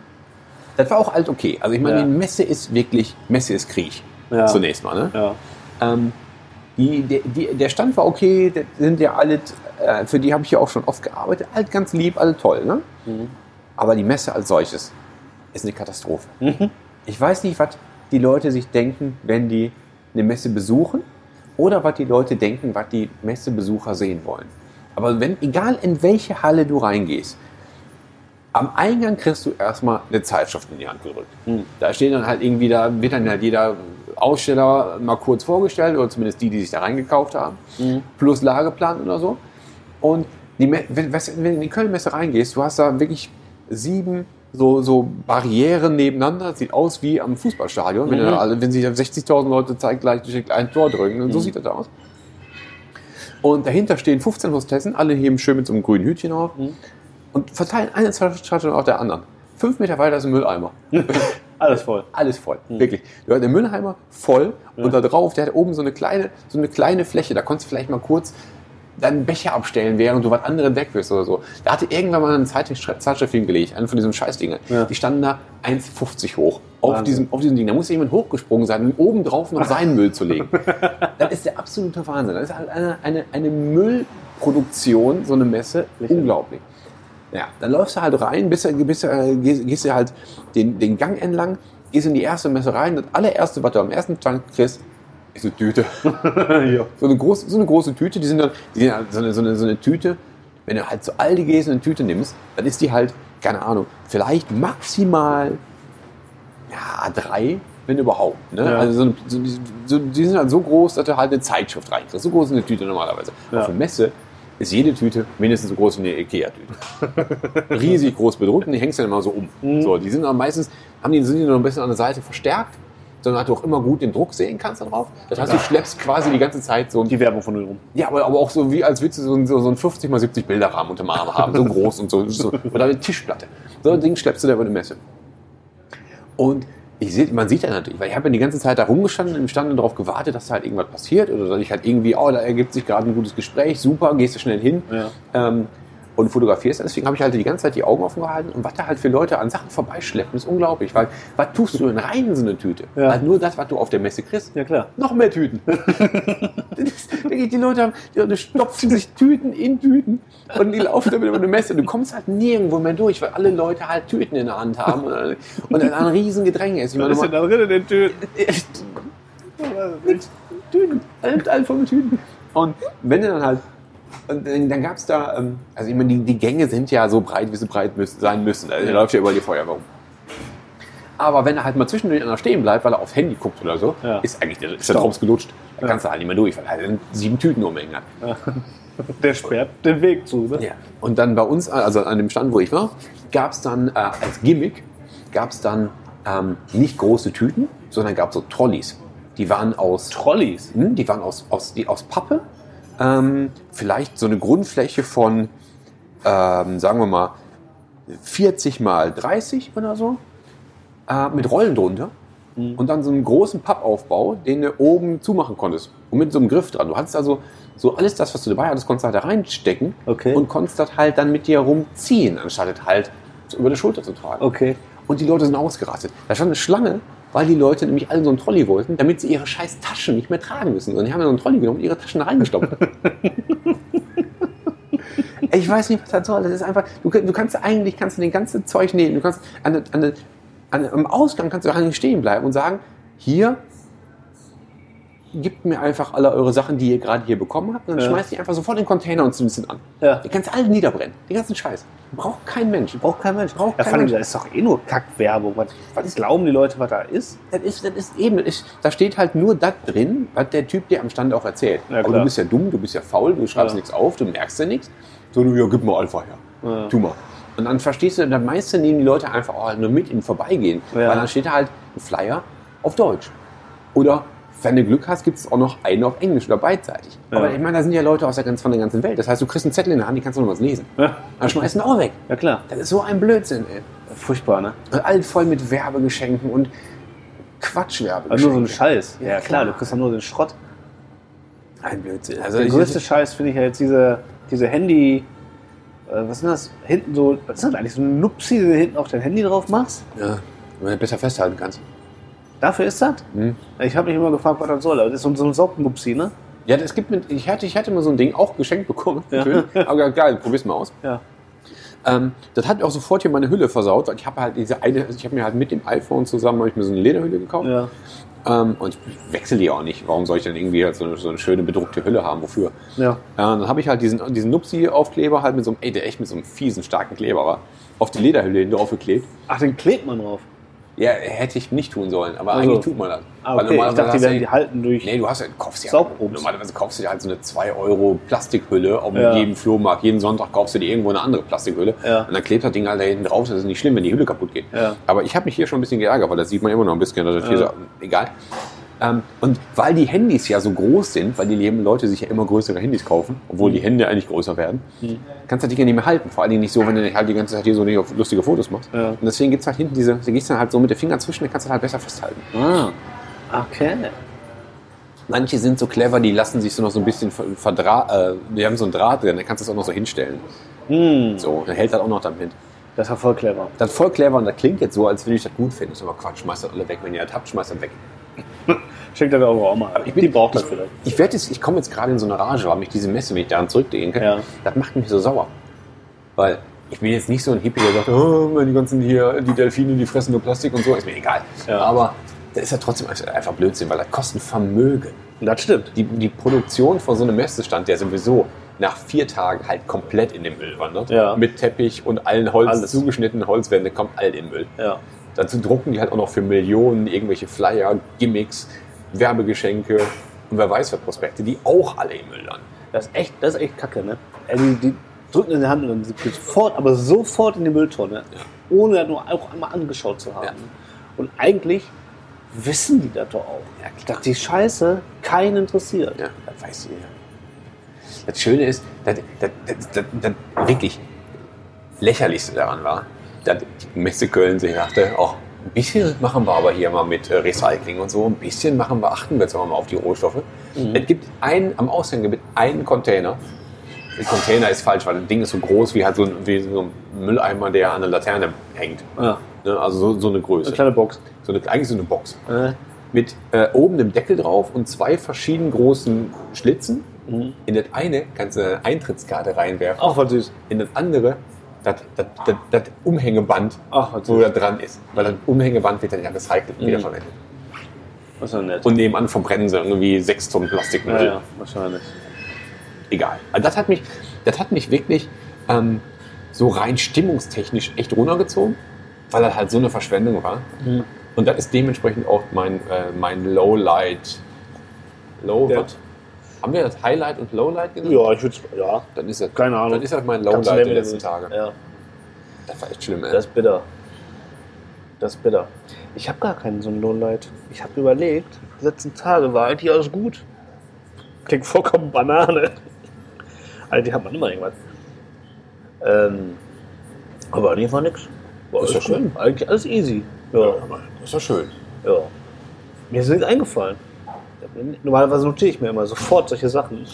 A: das war auch alt okay. Also ich meine,
G: Ja.
A: die Messe ist wirklich, Messe ist Krieg.
G: Ja.
A: Zunächst mal, ne?
G: Ja.
A: Ähm, die, der- die, der Stand war okay, das sind ja alle, äh, für die habe ich ja auch schon oft gearbeitet, alt ganz lieb, alle toll. Ne? Aber die Messe als solches ist eine Katastrophe. Ich weiß nicht, was die Leute sich denken, wenn die eine Messe besuchen oder was die Leute denken, was die Messebesucher sehen wollen. Aber wenn, egal in welche Halle du reingehst, am Eingang kriegst du erstmal eine Zeitschrift in die Hand gerückt. Da stehen dann halt irgendwie, da wird dann halt jeder Aussteller mal kurz vorgestellt oder zumindest die, die sich da reingekauft haben, plus Lageplan oder so. Und die, Me- wenn, weißt du, wenn du in die Kölnmesse reingehst, du hast da wirklich sieben so, so Barrieren nebeneinander. Das sieht aus wie am Fußballstadion, wenn, da alle, wenn sich da 60.000 Leute zeitgleich durch ein Tor drücken. Und so sieht das aus. Und dahinter stehen 15 Hostessen, alle heben schön mit so einem grünen Hütchen auf und verteilen eine Flasche nach der anderen. Fünf Meter weiter ist ein Mülleimer.
G: Alles voll.
A: Alles voll, wirklich. Der der Müllheimer voll und da drauf, der hat oben so eine kleine, so eine kleine Fläche, da konntest du vielleicht mal kurz deinen Becher abstellen, während du was anderen weg willst oder so. Da hatte irgendwann mal ein Zeit- Zeitschriftfilm gelegt, einen von diesen Scheißdingen. Die standen da 1,50 hoch auf
G: Wahnsinn.
A: diesem, auf diesem Ding. Da musste jemand hochgesprungen sein, um oben drauf noch seinen Müll zu legen. Das ist der absolute Wahnsinn. Das ist halt eine, eine, eine Müllproduktion, so eine Messe, unglaublich. Ja, dann läufst du halt rein, bist, bist, äh, gehst, gehst du halt den, den Gang entlang, gehst in die erste Messe rein. Das allererste, was du am ersten Tank kriegst, ist eine Tüte.
G: ja.
A: So eine große, so eine große Tüte, die sind dann, die sind halt so, eine, so, eine, so eine Tüte, wenn du halt zu Aldi gehst und eine Tüte nimmst, dann ist die halt, keine Ahnung, vielleicht maximal ja, A3, wenn überhaupt. Ne?
G: Ja.
A: Also so, eine- so, die- so, die sind halt so groß, dass du halt eine Zeitschrift reinkriegst. So groß ist eine Tüte normalerweise.
G: Ja.
A: Auf der Messe ist jede Tüte mindestens so groß wie eine Ikea-Tüte. Riesig groß bedruckt und die hängst du dann immer so um. So, die sind dann meistens, haben die, sind die noch ein bisschen an der Seite verstärkt, sondern dass du auch immer gut den Druck sehen kannst da drauf. Das heißt, du schleppst quasi die ganze Zeit so ein
G: Die Werbung von rum.
A: ja, aber, aber auch so wie, als würdest du so, ein- so, so einen 50 mal 70 Bilderrahmen unter dem Arm haben, so groß und so, so. Oder eine Tischplatte. So ein Ding schleppst du da über die Messe. Und ich seh, man sieht ja natürlich, weil ich habe ja die ganze Zeit da rumgestanden, im Stand und darauf gewartet, dass da halt irgendwas passiert. Oder dass ich halt irgendwie, oh, da ergibt sich gerade ein gutes Gespräch, super, gehst du schnell hin
G: Ja.
A: ähm, und fotografierst. Deswegen habe ich halt die ganze Zeit die Augen offen gehalten. Und was da halt für Leute an Sachen vorbeischleppen, ist unglaublich. Weil was tust du in rein so eine Tüte?
G: Ja.
A: Halt nur das, was du auf der Messe kriegst.
G: Ja, klar.
A: Noch mehr Tüten. Das ist wirklich, die Leute haben, die Leute stopfen sich Tüten in Tüten und die laufen damit über eine Messe. Du kommst halt nirgendwo mehr durch, weil alle Leute halt Tüten in der Hand haben und, und dann ein riesen Gedränge ist. Ich meine,
G: Was ist denn
A: man-
G: da drin in den Tüten?
A: Nix. Tüten, alles alles voll mit Tüten. Und wenn du dann halt, und dann dann gab's da, ähm, also ich meine, die, die Gänge sind ja so breit, wie sie breit müssen, sein müssen. Also, da läuft ja überall die Feuerwehr um. Aber wenn er halt mal zwischendurch einer stehen bleibt, weil er aufs Handy guckt oder so,
G: Ja.
A: ist eigentlich der, ist der Drops gelutscht. Da kannst du halt nicht mehr durch, weil er halt dann sieben Tüten ne? umhängen hat.
G: Der sperrt den Weg zu, ne?
A: Ja. Und dann bei uns, also an dem Stand, wo ich war, gab es dann äh, als Gimmick, gab es dann ähm, nicht große Tüten, sondern gab es so Trolleys. Die waren aus
G: Trolleys.
A: hm, die waren aus, aus, die, aus Pappe. Ähm, vielleicht so eine Grundfläche von, ähm, sagen wir mal, 40 mal 30 oder so. Äh, mit Rollen drunter.
G: Mhm.
A: Und dann so einen großen Pappaufbau, den du oben zumachen konntest. Und mit so einem Griff dran. Du hattest also so alles das, was du dabei hattest, konntest du halt da reinstecken.
G: Okay.
A: Und konntest das halt dann mit dir rumziehen, anstatt es halt so über die Schulter zu tragen.
G: Okay.
A: Und die Leute sind ausgerastet. Da stand eine Schlange, weil die Leute nämlich alle so einen Trolley wollten, damit sie ihre scheiß Taschen nicht mehr tragen müssen. Und die haben dann so einen Trolley genommen und ihre Taschen da reingestopft. ich weiß nicht, was das soll. Das ist einfach, du, kann- du kannst eigentlich kannst du den ganzen Zeug nehmen. Du kannst an, der- an, der- an, der- am Ausgang kannst du eigentlich stehen bleiben und sagen, hier gebt mir einfach alle eure Sachen, die ihr gerade hier bekommen habt, und dann
G: Ja.
A: schmeißt die einfach sofort in den Container und zündet sie an.
G: Ja.
A: Ihr kannst alle niederbrennen. Den ganzen Scheiß. Braucht kein Mensch. Braucht kein Mensch. Braucht
G: Ja,
A: kein
G: vor allem,
A: Mensch.
G: da ist doch eh nur Kackwerbung. Was, was glauben die Leute, was da ist?
A: Das ist, das ist eben, das ist, da steht halt nur das drin, was der Typ dir am Stand auch erzählt.
G: Ja,
A: Aber
G: klar.
A: du bist ja dumm, du bist ja faul, du schreibst
G: Ja.
A: nichts auf, du merkst ja nichts. So, du, ja, gib mal einfach her.
G: Ja.
A: Tu mal. Und dann verstehst du, dann meiste nehmen die Leute einfach auch nur mit ihnen vorbeigehen.
G: Ja.
A: Weil dann steht da halt ein Flyer auf Deutsch. Oder wenn du Glück hast, gibt es auch noch einen auf Englisch oder beidseitig.
G: Ja.
A: Aber ich meine, da sind ja Leute aus der ganzen, von der ganzen Welt. Das heißt, du kriegst einen Zettel in der Hand, die kannst du noch was lesen.
G: Ja.
A: Dann schmeißt du ihn auch weg.
G: Ja, klar.
A: Das ist so ein Blödsinn, ey.
G: Furchtbar, ne?
A: Und alles voll mit Werbegeschenken und Quatschwerbegeschenken.
G: Aber nur so ein Scheiß.
A: Ja,
G: Ja, klar,
A: klar.
G: du kriegst ja nur den Schrott.
A: Ein Blödsinn. Also
G: Der
A: ich-
G: größte Scheiß finde ich ja jetzt diese, diese Handy. Äh, was ist denn das? Hinten so. Was ist das eigentlich? So eine Nupsi, die du hinten auf dein Handy drauf machst?
A: ja, wenn du besser festhalten kannst.
G: Dafür ist das?
A: Hm.
G: Ich habe mich immer gefragt, was das soll. Aber Das ist so, so ein Saubnupsi, ne?
A: Ja, es gibt mit, ich hatte, ich hatte mal so ein Ding auch geschenkt bekommen. Schön. Aber geil, probier's mal aus.
G: Ja.
A: Ähm, das hat auch sofort hier meine Hülle versaut, weil ich habe halt diese eine, ich habe mir halt mit dem iPhone zusammen, habe ich mir so eine Lederhülle gekauft.
G: Ja.
A: Ähm, und ich wechsle die auch nicht. Warum soll ich dann irgendwie halt so, eine, so eine schöne bedruckte Hülle haben? Wofür?
G: Ja.
A: Ja, und dann habe ich halt diesen, diesen Nupsi-Aufkleber halt mit so einem, ey, der echt mit so einem fiesen, starken Kleber war, auf die Lederhülle hin draufgeklebt.
G: Ach, den klebt man drauf.
A: Ja, hätte ich nicht tun sollen, aber
G: Also.
A: eigentlich tut man das.
G: Ah, okay.
A: Weil
G: Ich
A: normalerweise
G: dachte, die
A: hast
G: werden
A: du-
G: die halten durch.
A: Nee, du hast ja, kaufst ja.
G: Saugobst.
A: Normalerweise kaufst du dir halt so eine 2 Euro Plastikhülle auf
G: Ja.
A: jedem Flohmarkt. Jeden Sonntag kaufst du dir irgendwo eine andere Plastikhülle.
G: Ja.
A: Und dann klebt das Ding halt da hinten drauf. Das ist nicht schlimm, wenn die Hülle kaputt geht.
G: Ja.
A: Aber ich habe mich hier schon ein bisschen geärgert, weil das sieht man immer noch ein bisschen. Das ist hier so, Äh, egal. Ähm, und weil die Handys ja so groß sind, weil die lieben Leute sich ja immer größere Handys kaufen, obwohl die Hände eigentlich größer werden, kannst du die ja nicht mehr halten. Vor allem nicht so, wenn du halt die ganze Zeit hier so lustige Fotos machst. Und deswegen gibt es halt hinten diese, da gehst du dann halt so mit den Fingern zwischen, dann kannst du halt besser festhalten.
G: Ah, okay.
A: Manche sind so clever, die lassen sich so noch so ein bisschen ver- verdra äh, die haben so einen Draht drin, dann kannst du es auch noch so hinstellen. So, dann hält das auch noch damit.
G: Hm, Das war voll clever.
A: Das ist voll clever und das klingt jetzt so, als würde ich das gut finden. Ist aber Quatsch, schmeißt das alle weg. Wenn ihr das habt, schmeißt das weg.
G: Schickt er mir eure Oma. an. die braucht das vielleicht.
A: Ich, werd jetzt- ich komme jetzt gerade in so eine Rage, weil mich diese Messe, wenn ich daran zurückdenke,
G: Ja.
A: das macht mich so sauer. Weil ich bin jetzt nicht so ein Hippie, der sagt, oh, die ganzen hier, die Delfine, die fressen nur Plastik und so, ist mir egal.
G: Ja.
A: Aber das ist ja trotzdem einfach Blödsinn, weil das kostet Vermögen.
G: Das stimmt.
A: Die, die Produktion von so einem Messestand, der sowieso nach vier Tagen halt komplett in den Müll wandert,
G: Ja.
A: mit Teppich und allen Holz,
G: Alles.
A: zugeschnittenen Holzwände, kommt all in den Müll.
G: Ja.
A: Dazu drucken die halt auch noch für Millionen irgendwelche Flyer, Gimmicks, Werbegeschenke und wer weiß für Prospekte, die auch alle im Müll landen.
G: Das ist echt, das ist echt kacke, ne? Ey, die, die drücken in die Hand und dann sind die sofort, aber sofort in die Mülltonne. Ohne das nur auch einmal angeschaut zu haben.
A: Ja.
G: Und eigentlich wissen die das doch auch.
A: Ja, klar.
G: dass die Scheiße keinen interessiert.
A: Ja, das weiß jeder. Das Schöne ist, das, das, das, das, das wirklich lächerlichste daran war, dass die Messe Köln sich dachte, oh, ein bisschen machen wir aber hier mal mit äh, Recycling und so, ein bisschen machen wir, achten wir jetzt aber mal auf die Rohstoffe.
G: Mhm.
A: Es gibt einen, am Aushang gibt es einen Container. Der Container ist falsch, weil das Ding ist so groß wie halt so ein, wie so ein Mülleimer, der an der Laterne hängt.
G: Ja.
A: Ne, Also so, so eine Größe.
G: Eine kleine Box.
A: So eine, eigentlich so eine Box.
G: Äh,
A: Mit äh, oben einem Deckel drauf und zwei verschieden großen Schlitzen.
G: Mhm.
A: In das eine kannst du eine Eintrittskarte reinwerfen.
G: Ach, was süß.
A: In das andere das, das, das, das Umhängeband,
G: Ach, was Mhm.
A: wo
G: süß.
A: da dran ist. Weil das Umhängeband wird dann ja recycelt, und wiederverwendet.
G: Das ist ja nett.
A: Und nebenan verbrennen sie irgendwie sechs Tonnen Plastikmüll.
G: ja, ja, wahrscheinlich.
A: Egal. Also das hat mich, das hat mich wirklich ähm, so rein stimmungstechnisch echt runtergezogen, weil das halt so eine Verschwendung war.
G: Mhm.
A: Und das ist dementsprechend auch mein, äh, mein Lowlight. Low,
G: Ja.
A: was? Haben wir das Highlight und Lowlight genannt?
G: Ja, ich würde ja.
A: Dann ist das,
G: Keine Ahnung.
A: Dann ist das mein
G: Kannst du
A: Lowlight der
G: nennen,
A: letzten
G: wenn du
A: Tage.
G: willst. Ja,
A: Das war echt schlimm, ey.
G: das ist bitter. Das ist bitter. Ich habe gar keinen so ein Lowlight. Ich habe überlegt, die letzten Tage war eigentlich alles gut. Klingt vollkommen Banane. Eigentlich hat man immer irgendwas. Ähm, aber eigentlich war nix. War
A: Ist
G: alles
A: doch
G: gut. Eigentlich alles easy. Ja.
A: Das ist ja schön.
G: ja. Mir ist nichts eingefallen. Normalerweise notiere ich mir immer sofort solche Sachen.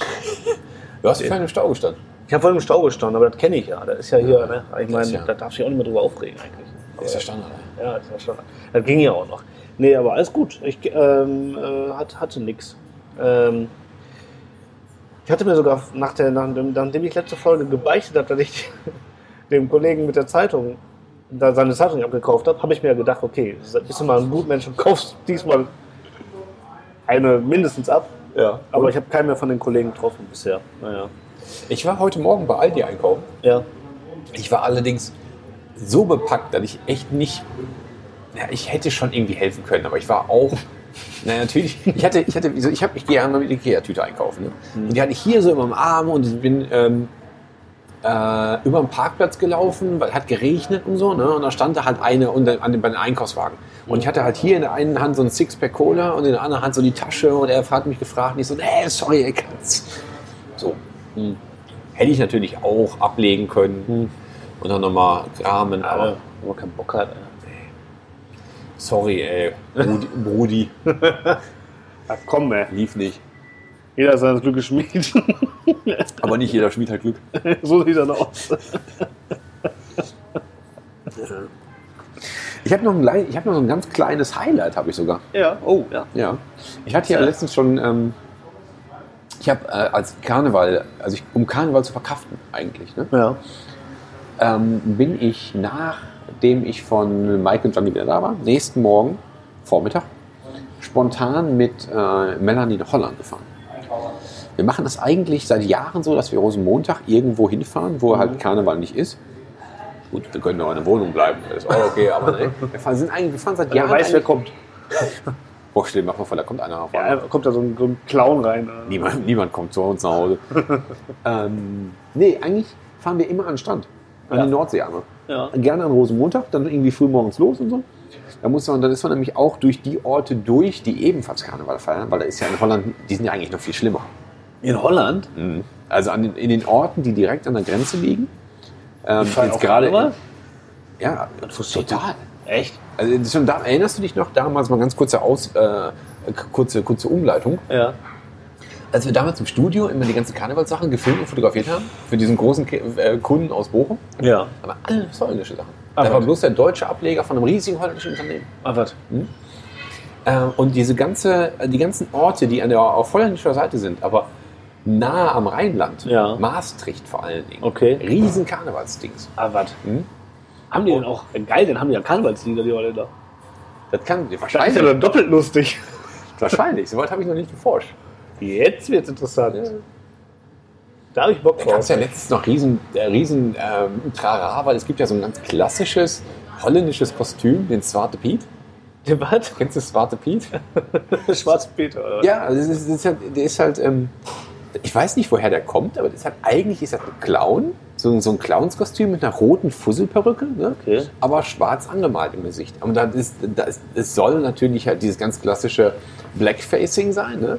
A: Du hast vorhin im Stau gestanden.
G: Ich habe vorhin im Stau gestanden, aber das kenne ich ja. Das ist ja hier, ne? Ich meine,
A: ja-
G: da darf ich auch nicht mehr drüber aufregen eigentlich. Aber,
A: Ist ja Standard. ey.
G: ja, ist ja schon. Das ging ja auch noch. Nee, aber alles gut. Ich ähm, äh, hat, hatte nix. Ähm, ich hatte mir sogar, nach der, nach, dem- nachdem ich letzte Folge gebeichtet habe, dass ich dem Kollegen mit der Zeitung da seine Zeitung abgekauft habe, habe ich mir gedacht, okay, bist du mal ein gut Mensch und kaufst diesmal eine mindestens ab.
A: Ja.
G: Aber ich habe keinen mehr von den Kollegen getroffen bisher. Naja.
A: Ich war heute Morgen bei Aldi einkaufen.
G: Ja.
A: Ich war allerdings so bepackt, dass ich echt nicht. Ja, ich hätte schon irgendwie helfen können, aber ich war auch. Na natürlich, ich hatte, ich hatte, so- ich habe, ich gehe ja immer mit Ikea-Tüte einkaufen. Ne? Und die hatte ich hier so immer im Arm und ich bin ähm, äh, über den Parkplatz gelaufen, weil hat geregnet und so. Ne? Und da stand da halt eine unter, an den, bei den Einkaufswagen. Und ich hatte halt hier in der einen Hand so ein Sixpack Cola und in der anderen Hand so die Tasche. Und er hat mich gefragt, und ich so, nee, sorry, ey, kann's. So, hätte ich natürlich auch ablegen können und dann nochmal kramen, aber
G: Aber wenn man keinen Bock hat. ey.
A: sorry, ey, Brudi, Brudi
G: Ach komm, ey.
A: lief nicht.
G: Jeder ist seines Glückes Schmied.
A: Aber nicht jeder schmied hat Glück.
G: so sieht er noch aus.
A: Ich habe noch, ein klei- ich hab noch so ein ganz kleines Highlight, habe ich sogar.
G: Ja, oh, ja.
A: Ja. Ich hatte ja letztens schon, ähm, ich habe äh, als Karneval, also ich, um Karneval zu verkraften eigentlich, ne,
G: Ja.
A: ähm, bin ich nachdem ich von Mike und Johnny wieder da war, nächsten Morgen, Vormittag, spontan mit äh, Melanie nach Holland gefahren. Wir machen das eigentlich seit Jahren so, dass wir Rosenmontag irgendwo hinfahren, wo halt Karneval nicht ist. Gut, wir können auch in der Wohnung bleiben, das ist auch okay, aber ne, wir fahren, sind eigentlich, wir fahren seit
G: Ja,
A: Jahren.
G: man weiß, wer
A: eigentlich-
G: kommt.
A: Boah, stell dir mal vor, da kommt einer auf.
G: Ja, kommt da so ein, so ein Clown rein. äh.
A: Niemand, niemand kommt zu uns nach Hause. ähm, nee, eigentlich fahren wir immer an den Strand. an die Nordsee einmal.
G: Ja.
A: Gerne an Rosenmontag, dann irgendwie früh morgens los und so. Da muss man, dann ist man nämlich auch durch die Orte durch, die ebenfalls Karneval feiern, weil da ist ja in Holland, die sind ja eigentlich noch viel schlimmer.
G: In Holland?
A: Also an den, in den Orten, die direkt an der Grenze liegen. Ähm,
G: feiern auch Karneval?
A: Ja, total.
G: Echt?
A: Also das ist schon da, erinnerst du dich noch damals mal ganz kurze Aus, äh, kurze, kurze Umleitung,
G: Ja.
A: als wir damals im Studio immer die ganzen Karnevalssachen gefilmt und fotografiert haben für diesen großen Ki- äh, Kunden aus Bochum,
G: Ja.
A: aber alles holländische Sachen.
G: Ah,
A: da war
G: was?
A: bloß der deutsche Ableger von einem riesigen holländischen Unternehmen.
G: Ah, was?
A: Ähm, und diese ganze, äh, die ganzen Orte, die an der, auf holländischer Seite sind, aber nahe am Rheinland,
G: Ja.
A: Maastricht vor allen Dingen,
G: Okay.
A: riesen Karnevalsdings.
G: Ah, was?
A: Hm?
G: Haben die denn auch, geil, dann haben die ja Karnevalslieder, die Holländer.
A: Das kann
G: Das ist ja
A: wahrscheinlich,
G: dann doppelt lustig.
A: wahrscheinlich. So weit habe ich noch nicht geforscht.
G: Jetzt wird's interessant. Da habe ich Bock
A: Da gab es
G: drauf.
A: ja letztens noch riesen, äh, riesen ähm, Trara, weil es gibt ja so ein ganz klassisches holländisches Kostüm, den Zwarte Piet.
G: Der was?
A: Kennst du Zwarte Piet?
G: Schwarz Peter. Oder? was?
A: ja, also das ist, das ist halt, der ist halt, ähm, ich weiß nicht, woher der kommt, aber das ist halt, eigentlich ist das ein Clown, so, ein- so ein Clownskostüm mit einer roten Fusselperücke, ne?
G: Okay.
A: aber schwarz angemalt im Gesicht. Und das ist, das, es soll natürlich halt dieses ganz klassische Blackfacing sein. Ne?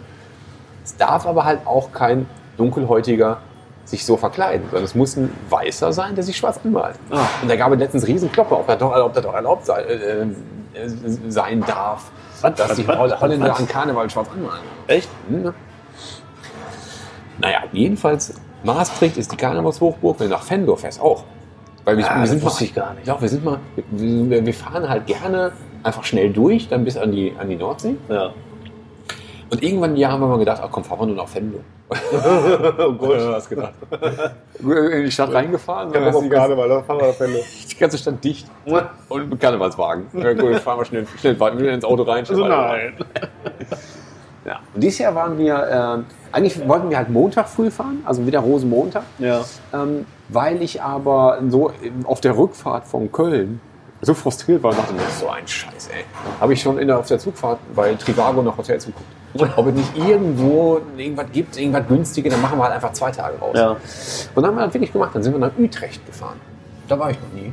A: Es darf aber halt auch kein dunkelhäutiger sich so verkleiden, sondern es muss ein Weißer sein, der sich schwarz anmalt.
G: Ah.
A: Und da gab es letztens riesen Klopper, ob das doch, ob das doch erlaubt sei, äh, äh, sein darf,
G: Was?
A: dass sich
G: Was? Was?
A: Holländer
G: Was?
A: an Karneval schwarz anmalen.
G: Echt?
A: Hm. Naja, jedenfalls, Maastricht ist die Karnevalshochburg, wenn du nach Fendor fährst auch. Weil wir,
G: Ah,
A: wir
G: das
A: sind
G: wusste
A: mal,
G: ich gar nicht.
A: Ja, wir sind mal, wir, wir fahren halt gerne einfach schnell durch, dann bis an die, an die Nordsee.
G: Ja.
A: Und irgendwann im Jahr haben wir mal gedacht, ach komm, fahren wir nur nach Fendor.
G: Oh Gott.
A: was gedacht. Äh, In die Stadt reingefahren, dann ist die ganze,
G: Karneval, da fahren wir auf Fälle.
A: die ganze Stadt dicht. Und mit Karnevalswagen. Ja, gut, fahren wir schnell, schnell weiter, wieder ins Auto rein. Schnell
G: Also
A: weiter.
G: nein.
A: Ja. Und dieses Jahr waren wir, äh, eigentlich wollten wir halt Montag früh fahren, also wieder Rosenmontag.
G: Ja.
A: Ähm, weil ich aber so auf der Rückfahrt von Köln so frustriert war und dachte, mir, so ein Scheiß, ey. Habe ich schon in der, auf der Zugfahrt bei Trivago nach Hotels geguckt. Ob es nicht irgendwo irgendwas gibt, irgendwas günstiges, dann machen wir halt einfach zwei Tage raus.
G: Ja.
A: Und dann haben wir das wirklich gemacht. Dann sind wir nach Utrecht gefahren. Da war ich noch nie.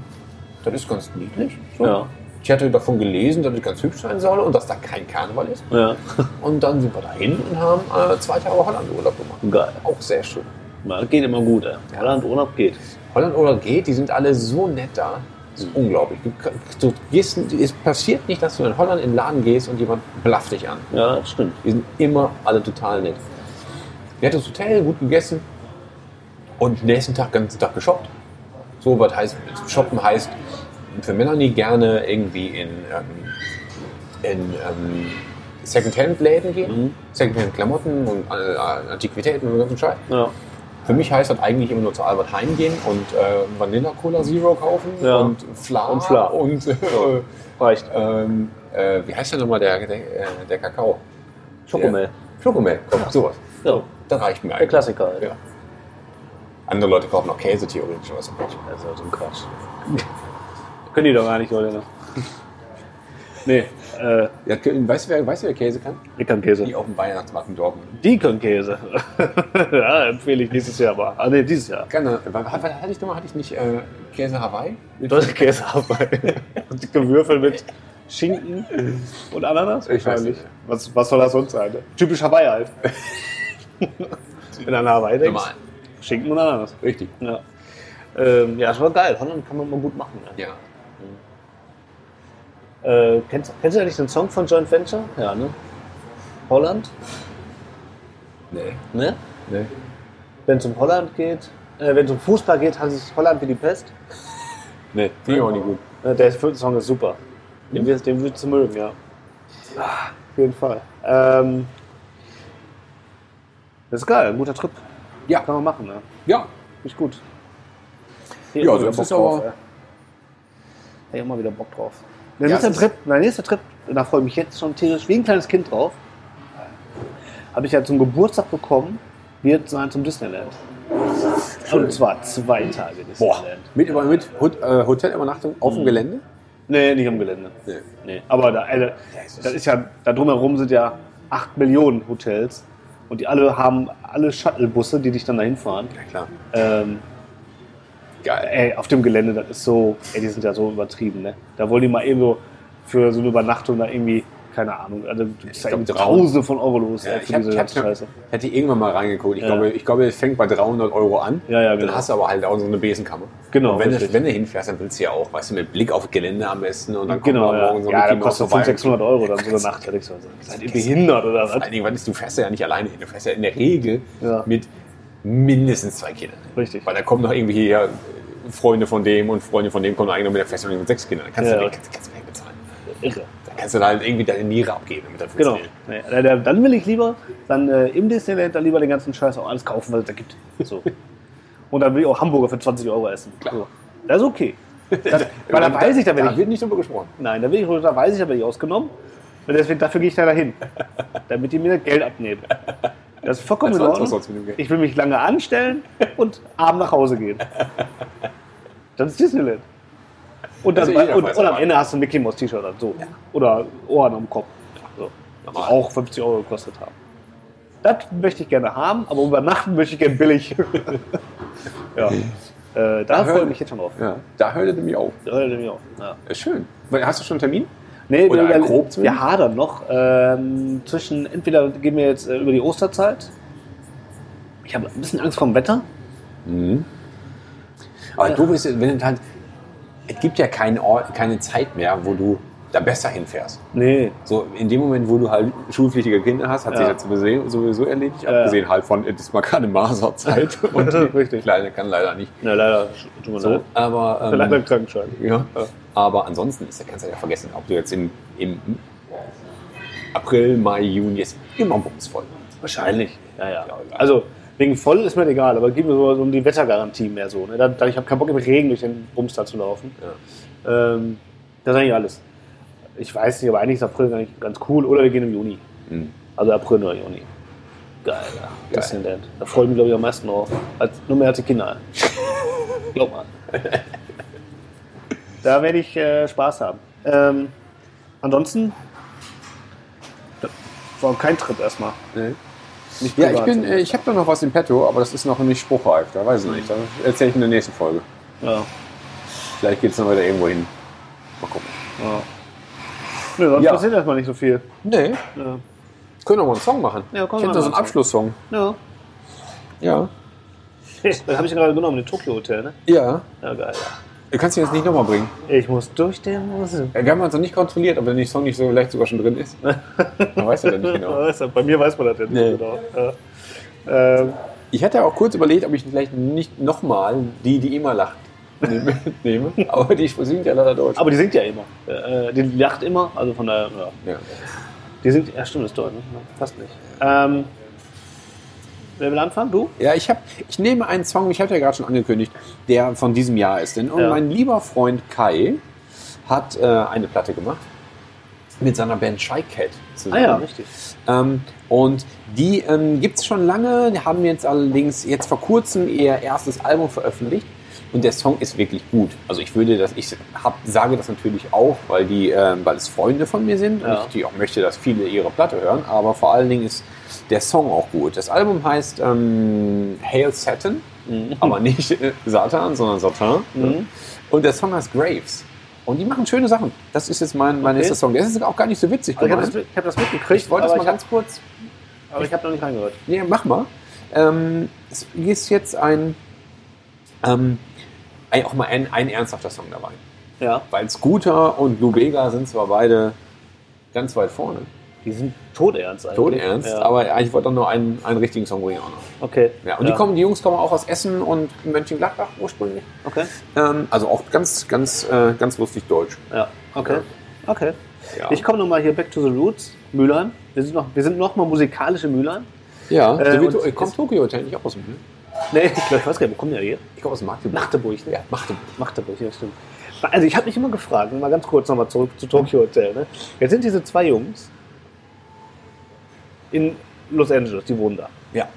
A: Das ist ganz niedlich. So.
G: Ja.
A: Ich hatte davon gelesen, dass es ganz hübsch sein soll und dass da kein Karneval ist.
G: Ja.
A: Und dann sind wir dahin und haben äh, zwei Tage Holland-Urlaub gemacht.
G: Geil.
A: Auch sehr schön.
G: Ja, das geht immer gut, ey. Holland ohne ab geht.
A: Holland oder geht, die sind alle so nett da. Das ist unglaublich. Du, kann- du gehst, es passiert nicht, dass du in Holland in den Laden gehst und jemand blafft dich an.
G: Ja, das stimmt.
A: Die sind immer alle total nett. Nettes Hotel, gut gegessen und nächsten Tag ganzen Tag geshoppt. So was heißt, shoppen heißt für Melanie gerne irgendwie in, ähm, in ähm, Secondhand-Läden gehen.
G: Mhm.
A: Secondhand-Klamotten und äh, Antiquitäten und den ganzen Scheiß.
G: Ja.
A: Für mich heißt das eigentlich immer nur zu Albert Heijn gehen und äh, Vanilla Cola Zero kaufen
G: Ja.
A: und Fla
G: Und Fla.
A: und äh,
G: Reicht.
A: ähm, äh, wie heißt der nochmal der, der, äh, der Kakao?
G: Schokomel.
A: Der- Schokomel, komm, sowas.
G: Ja.
A: Das reicht mir
G: Der
A: eigentlich.
G: Klassiker, ey.
A: Ja. Andere Leute kaufen noch Käse theoretisch, was auch immer.
G: Also so ein Quatsch. Können die doch gar nicht, Holländer. Nee, äh,
A: Ja, Kö- weißt, du, wer, weißt du, wer Käse kann?
G: ich kann Käse.
A: Die auf dem Weihnachtsmarkt in Dortmund.
G: Die können Käse. ja, empfehle ich nächstes Jahr mal. Ah, nee, dieses Jahr.
A: Gerne. Weil- hat- was Hatte ich nochmal, hatte ich nicht äh, Käse Hawaii?
G: Das ist Käse dabei. Und gewürfelt mit Schinken und Ananas?
A: Ich weiß
G: Wahrscheinlich.
A: nicht.
G: Was, was soll das sonst sein? ne? Typisch Hawaii halt. Wenn an Hawaii denkst,
A: Normal.
G: Schinken und Ananas.
A: Richtig.
G: Ja. Ähm, ja, ist war geil. Holland kann man mal gut machen. Ne?
A: Ja.
G: Äh, kennst, kennst du eigentlich den Song von Joint Venture? Ja, ne? Holland?
A: Nee.
G: Ne?
A: Nee.
G: Wenn es um Holland geht, äh, wenn es um Fußball geht, hat sich Holland wie die Pest.
A: Nee, finde ich auch nicht gut.
G: Ne, der fünfte Song ist super.
A: Hm?
G: Den, wirst- den würdest du mögen, ja. Ah, Auf jeden Fall. Ähm, das ist geil, ein guter Trip.
A: Ja.
G: Kann man machen, ne?
A: Ja.
G: Ist gut. Hier
A: Ja, also
G: immer wieder
A: das ist
G: Bock drauf,
A: aber-
G: ey. Hab ich immer wieder Bock drauf. Der
A: Ja,
G: nächste
A: es ist-
G: Trip, mein nächster Trip, da freue ich mich jetzt schon tierisch wie ein kleines Kind drauf. Habe ich ja zum Geburtstag bekommen, wird sein zum Disneyland. Und zwar zwei Tage Disneyland.
A: Boah. Mit, über, mit Hot, äh, Hotelübernachtung auf dem Gelände?
G: Nee, nicht am Gelände.
A: Nee.
G: Nee. Aber da, äh, das ist ja, da drumherum sind ja 8 Millionen Hotels und die alle haben alle Shuttlebusse, die dich dann dahin fahren.
A: Ja, klar.
G: Ähm,
A: Geil.
G: Ey, auf dem Gelände, das ist so, ey, die sind ja so übertrieben, ne? Da wollen die mal eben so für so eine Übernachtung da irgendwie, keine Ahnung, also du bist da
A: glaub,
G: irgendwie
A: drei-
G: Tausende von Euro los,
A: Ja,
G: ey,
A: ich
G: für
A: hab,
G: diese
A: ich hab,
G: ganze
A: ich
G: Scheiße.
A: hätte irgendwann mal reingeguckt. Ich, glaube, ich glaube, es fängt bei 300 Euro an.
G: Ja, ja,
A: Dann
G: genau.
A: hast du aber halt auch so eine Besenkammer.
G: Genau,
A: Und wenn, du,
G: richtig.
A: wenn du hinfährst, dann willst du ja auch, weißt du, mit Blick auf Gelände am besten und dann kommt
G: Genau,
A: da
G: ja.
A: morgen so
G: ja,
A: eine
G: dann kostet 500, 600 Euro dann so eine
A: Kannst-
G: Nacht. Da denkst du, also, seid ihr behindert oder
A: Vor
G: was?
A: allen Dingen, weil du fährst ja nicht alleine hin. Du fährst ja in der Regel
G: Ja.
A: mit mindestens zwei Kindern.
G: Richtig.
A: Weil da kommen noch irgendwie hier äh, Freunde von dem und Freunde von dem kommen eigentlich noch mit der Festung mit sechs Kindern. Da kannst,
G: Ja.
A: du, kannst, kannst du nicht bezahlen.
G: Irre.
A: Da kannst du da halt irgendwie deine Niere abgeben, damit das
G: Genau.
A: funktioniert.
G: Nee, da- da- Dann will ich lieber, dann äh, im Disneyland, dann lieber den ganzen Scheiß auch alles kaufen, was es da gibt. So. Und dann will ich auch Hamburger für 20 Euro essen. So. Das ist okay. Das, weil da weiß ich, da werde
A: Da
G: ich
A: wird nicht drüber gesprochen.
G: Nein, da, will ich, da weiß ich, da werde ich ausgenommen. Und deswegen, dafür gehe ich da dahin. Damit die mir das Geld abnehmen. Das ist vollkommen
A: Das
G: in
A: war
G: Ordnung.
A: sonst was mit dem Geld.
G: Ich will mich lange anstellen und abend nach Hause gehen. Das ist Disneyland. Und, dann,
A: Also jeder
G: und,
A: weiß
G: und am
A: aber.
G: Ende hast du ein Mickey Mouse T-Shirt an. So. Oder Ohren am Kopf. So. Die
A: Normal.
G: auch 50 Euro gekostet haben. Das möchte ich gerne haben, aber übernachten möchte ich gerne billig. ja. Äh, da freue ich mich jetzt schon drauf.
A: Ja, da hört es nämlich auf.
G: Da hört ihr mich auf. Ja.
A: Ist schön. Hast du schon einen Termin?
G: Nee,
A: Oder
G: wir,
A: ein grob
G: wir, wir hadern noch. Ähm, zwischen, entweder gehen wir jetzt äh, über die Osterzeit. Ich habe ein bisschen Angst vor dem Wetter.
A: Aber du bist, wenn es halt, es gibt ja keinen Ort, keine Zeit mehr, wo du da besser hinfährst.
G: Nee.
A: So in dem Moment, wo du halt schulpflichtige Kinder hast, hat sich
G: Ja.
A: das sowieso, sowieso erledigt. Abgesehen halt von, es ist mal gerade Maserzeit und die
G: Richtig.
A: Kleine kann leider nicht.
G: Na, leider. Tut mir leid.
A: So, aber,
G: Leider
A: ähm,
G: im Krankenschein.
A: ja. aber ansonsten ist, kannst du ja vergessen, ob du jetzt im, im April, Mai, Juni ist immer bumsvoll.
G: Wahrscheinlich. Ja, ja. Also, wegen voll ist mir das egal, aber gib mir so so um die Wettergarantie mehr so. Ne? Da, da, ich habe keinen Bock, im Regen durch den Bums da zu laufen. Ähm, das ist eigentlich alles. Ich weiß nicht, aber eigentlich ist April eigentlich ganz cool. Oder wir gehen im Juni. Also April oder Juni. Geil, ja. Disneyland. Da freue ich mich, glaube ich, am meisten drauf. Als, nur mehr als die Kinder. glaub mal. da werde ich äh, Spaß haben. Ähm, ansonsten da war kein Trip erstmal. Nicht
A: Ja, ich
G: privat.
A: bin, äh, ich habe da noch was im Petto, aber das ist noch nicht spruchreif. Da weiß ich nicht. Da erzähle ich in der nächsten Folge.
G: Ja.
A: Vielleicht geht es dann wieder irgendwo hin. Mal gucken.
G: Nö, sonst
A: Ja.
G: passiert erstmal nicht so viel.
A: Nee. Können wir mal einen Song machen.
G: Ja, komm,
A: ich
G: machen
A: hätte so einen
G: wir einen
A: Abschlusssong.
G: Ja.
A: Ja.
G: Das habe ich gerade genommen, den Tokyo Hotel, ne?
A: Ja.
G: Ja, geil.
A: Du kannst ihn jetzt nicht nochmal bringen. Äh,
G: Ich muss durch den Musik.
A: Wir haben uns noch nicht kontrolliert, ob der Song nicht so vielleicht sogar schon drin ist. Man weiß ja dann nicht genau.
G: Weißt du, Bei mir weiß man das jetzt
A: Nee.
G: nicht genau. Ja. Ähm,
A: Ich hatte auch kurz überlegt, ob ich vielleicht nicht nochmal die, die immer lacht, nehme. nehme. Aber die singt ja leider Deutsch.
G: aber die singt ja immer. Äh, die lacht immer, also von daher, ja.
A: ja.
G: Die singt, ja stimmt, ist deutsch, ne? Passt nicht. Ähm, wer will anfangen? Du?
A: Ja, ich, hab, ich nehme einen Song, ich hatte ja gerade schon angekündigt, der von diesem Jahr ist. Denn und
G: Ja.
A: mein lieber Freund Kai hat äh, eine Platte gemacht mit seiner Band Shy Cat zusammen.
G: richtig.
A: Ähm, und die ähm, gibt's schon lange, die haben jetzt allerdings jetzt vor kurzem ihr erstes Album veröffentlicht. Und der Song ist wirklich gut. Also ich würde das, ich hab, sage das natürlich auch, weil die, ähm, weil es Freunde von mir sind und
G: Ja.
A: ich die auch möchte, dass viele ihre Platte hören. Aber vor allen Dingen ist der Song auch gut. Das Album heißt ähm, Hail Satan,
G: Mhm.
A: aber nicht äh, Satan, sondern Satan. Und der Song heißt Graves. Und die machen schöne Sachen. Das ist jetzt mein, mein
G: Okay.
A: nächster Song. Der ist auch gar nicht so witzig.
G: Also ich habe
A: gemeint.
G: das, ich hab das mitgekriegt,
A: Ich wollte das
G: aber,
A: mal ganz kurz
G: ich, aber ich habe noch nicht reingehört.
A: Nee, mach mal. Ähm, es ist jetzt ein, ähm, ein auch mal ein, ein ernsthafter Song dabei.
G: Ja.
A: Weil Scooter und Lou Bega sind zwar beide ganz weit vorne.
G: Die sind todernst eigentlich.
A: Todernst,
G: Also ja.
A: aber ich wollte doch nur einen, einen richtigen Song bringen auch noch.
G: Okay.
A: Ja, und Die, kommen, die Jungs kommen auch aus Essen und Mönchengladbach ursprünglich.
G: Okay.
A: Ähm, also auch ganz, ganz, äh, ganz lustig deutsch.
G: Ja. Okay. Okay.
A: Ja.
G: Ich komme nochmal hier back to the roots, Mülheim. Wir sind noch, wir sind noch mal musikalisch in Mülheim.
A: ja.
G: Äh,
A: so wie
G: und
A: to- äh, kommt
G: ist-
A: Tokio Hotel nicht auch aus dem Müll?
G: Nee, ich glaube, ich weiß gar nicht, wo kommen die hier?
A: Ich komme aus Magdeburg.
G: Magdeburg, ne?
A: Ja, Magdeburg.
G: Magdeburg, ja, stimmt. Also ich habe mich immer gefragt, mal ganz kurz nochmal zurück zu Tokyo Hotel. Ne? Jetzt sind diese zwei Jungs in Los Angeles, die wohnen da.
A: Ja.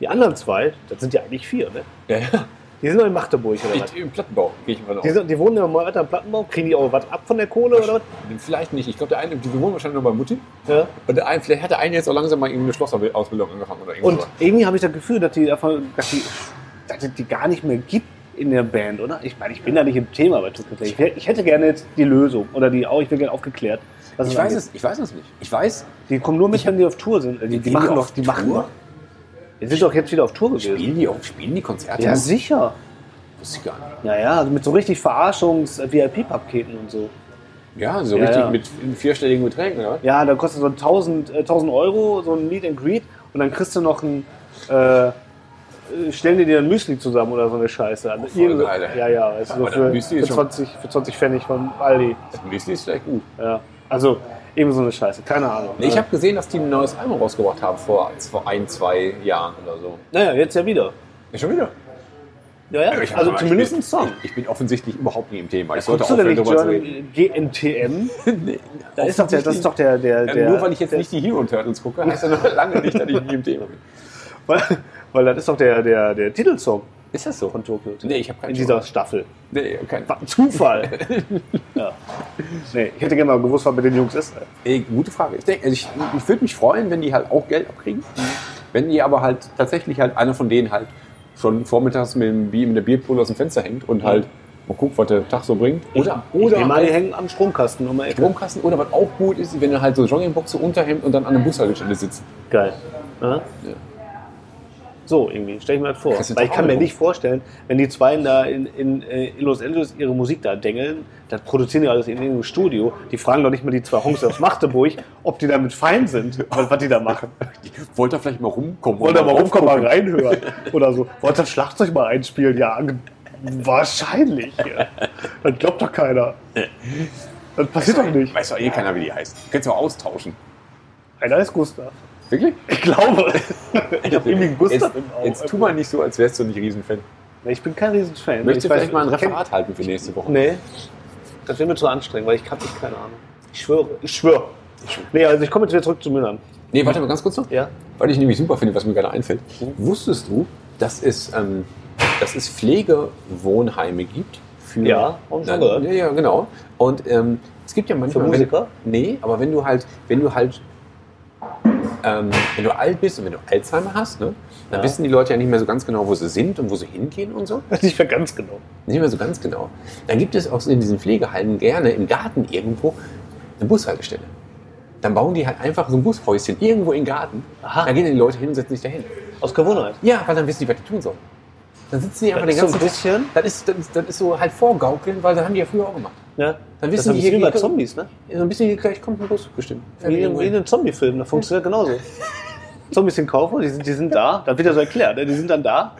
G: Die anderen zwei, das sind ja eigentlich vier, ne?
A: Ja, ja.
G: Die sind doch in Magdeburg oder was?
A: Ich, Im Plattenbau gehe ich mal
G: Die, sind, die wohnen ja mal weiter am Plattenbau, kriegen die auch was ab von der Kohle oder was?
A: Vielleicht nicht. Ich glaube, der eine, die wohnen wahrscheinlich nur bei Mutti.
G: Ja.
A: Und der eine, vielleicht hat der eine jetzt auch langsam mal irgendwie eine Schlossausbildung angefangen oder
G: Und
A: irgendwas.
G: irgendwie habe ich das Gefühl, dass die, einfach, dass, die, dass es die gar nicht mehr gibt, in der Band, oder? Ich meine, ich bin da nicht im Thema bei Tooth Decay. Ich, wär- ich hätte gerne jetzt die Lösung oder die auch, ich bin gerne aufgeklärt. was
A: Ich weiß,
G: angeht.
A: es, ich weiß es nicht. Ich weiß,
G: Die kommen nur mit, wenn die auf Tour sind. Die, die,
A: gehen
G: machen
A: die
G: doch,
A: auf
G: die machen
A: Tour?
G: doch. Die sind doch jetzt wieder auf Tour gewesen.
A: spielen die, auch, spielen die Konzerte?
G: Ja, sicher.
A: wusste ich gar nicht.
G: Ja, ja, also mit so richtig Verarschungs-VIP-Paketen und so.
A: Ja, so
G: Ja,
A: richtig
G: ja.
A: mit in vierstelligen Beträgen, oder?
G: Ja, da kostet so 1000, äh, 1000 Euro so ein Meet and Greet und dann kriegst du noch ein. Äh, äh, stellen die dir ein Müsli zusammen oder so eine Scheiße. Also
A: voll
G: irgend-
A: geil, ey.
G: ja, ja, weißt du, so
A: Aber das
G: für,
A: Müsli
G: für,
A: ist schon-
G: 20, für 20 Pfennig von Aldi.
A: Das nächste ist vielleicht gut.
G: Ja. Also eben so eine Scheiße, keine Ahnung. Äh,
A: Ich habe gesehen, dass die ein neues Album rausgebracht haben vor, vor ein, zwei Jahren oder so.
G: naja, jetzt ja wieder.
A: Ja, schon wieder.
G: Ja, ja,
A: Ich-
G: also
A: ich
G: zumindest
A: bin-
G: ein Song.
A: Ich bin offensichtlich überhaupt nicht im Thema. Ich sollte
G: Guckst du denn nicht
A: aufhören, darüber zu
G: Journal
A: reden.
G: GNTM?
A: Nee,
G: Da ist doch der, das ist doch der, der,
A: Ja,
G: der
A: äh, nur weil ich jetzt
G: der,
A: nicht die Hero Turtles gucke, heißt ja noch lange nicht, dass ich nie im Thema bin.
G: Weil, weil das ist doch der, der, der Titelsong
A: Ist das so?
G: von Tokyo. Hotel.
A: Nee, ich habe keinen
G: In dieser Staffel.
A: Nee, kein
G: Was ein Zufall. ja. Nee, ich hätte gerne mal gewusst, was mit den Jungs ist.
A: Ey, gute Frage. Ich, denk- also ich, ich würde mich freuen, wenn die halt auch Geld abkriegen. Wenn die aber halt tatsächlich halt einer von denen halt schon vormittags mit dem Bier, mit der Bierpulle aus dem Fenster hängt und halt mal guckt, was der Tag so bringt. Oder,
G: Oder
A: oder
G: mal, die
A: halt
G: hängen am Stromkasten um die Ecke.
A: Stromkasten. Oder was auch gut ist, wenn du halt so Joggingboxe unterhemd und dann an der Bushaltestelle sitzt.
G: Geil. Ja? So, irgendwie, stell ich mir das vor.
A: Das ist
G: Weil ich kann mir
A: auch-
G: nicht vorstellen, wenn die beiden da in, in, äh, in Los Angeles ihre Musik da dengeln, das produzieren die alles in irgendeinem Studio. Die fragen doch nicht mal die zwei Honks aus Magdeburg, ob die damit fein sind, was, was die da machen.
A: Wollt ihr vielleicht mal rumkommen?
G: Wollt ihr mal
A: drauf
G: rumkommen, mal
A: gucken?
G: reinhören? Oder so. Wollt ihr das Schlagzeug mal einspielen? Ja, ge- wahrscheinlich. Ja. Das glaubt doch keiner. Das passiert doch nicht.
A: Weiß doch eh keiner, wie die heißt. Könntest du auch austauschen.
G: Einer ist Gustav.
A: Wirklich?
G: Ich glaube. Ich habe irgendwie einen Gustav im Auge.
A: Jetzt, jetzt tu mal nicht so, als wärst du nicht Riesenfan.
G: Nee, Ich bin kein Riesenfan.
A: Möchtest du
G: Ich weiß-
A: vielleicht mal ein
G: ich kenn-
A: Referat halten für nächste Woche?
G: Nee. Das wäre mir zu anstrengend, weil ich habe echt keine Ahnung. Ich schwöre. Ich schwöre. Nee, also ich komme jetzt wieder zurück zu Müllern.
A: Nee, warte mal ganz kurz noch.
G: Ja?
A: Weil ich nämlich super finde, was mir gerade einfällt.
G: Mhm.
A: Wusstest du, dass es, ähm, dass es Pflegewohnheime gibt? Für,
G: Ja, hab ich schon
A: Na,
G: gehört.
A: ja, ja, genau. Und ähm, es gibt ja manchmal.
G: Für Musiker?
A: Wenn, nee, aber wenn du halt, wenn du halt, ähm, wenn du alt bist und wenn du Alzheimer hast, ne, dann
G: Ja.
A: wissen die Leute ja nicht mehr so ganz genau, wo sie sind und wo sie hingehen und so.
G: Nicht mehr ganz genau.
A: Nicht mehr so ganz genau. Dann gibt es auch in diesen Pflegeheimen gerne im Garten irgendwo eine Bushaltestelle. Dann bauen die halt einfach so ein Bushäuschen irgendwo im Garten.
G: Aha.
A: Dann gehen dann die Leute hin und setzen sich dahin.
G: Aus Gewohnheit.
A: Ja, weil dann wissen die, was die tun sollen. Dann sitzen die einfach
G: Das
A: den
G: ist so
A: ganzen
G: ein bisschen.
A: Das ist, das, ist, das ist so halt vorgaukeln, weil das haben die ja früher auch gemacht.
G: Ja.
A: Dann
G: ne? das
A: wissen
G: ist ein
A: die
G: bisschen wie
A: hier-
G: bei Zombies, ne?
A: So ein bisschen gleich kommt ein Bus bestimmt.
G: Wie in, wie in einem Zombie-Film, das funktioniert genauso. Zombies sind Kaufer, die sind, die sind da, das wird ja so erklärt, ne? die sind dann da,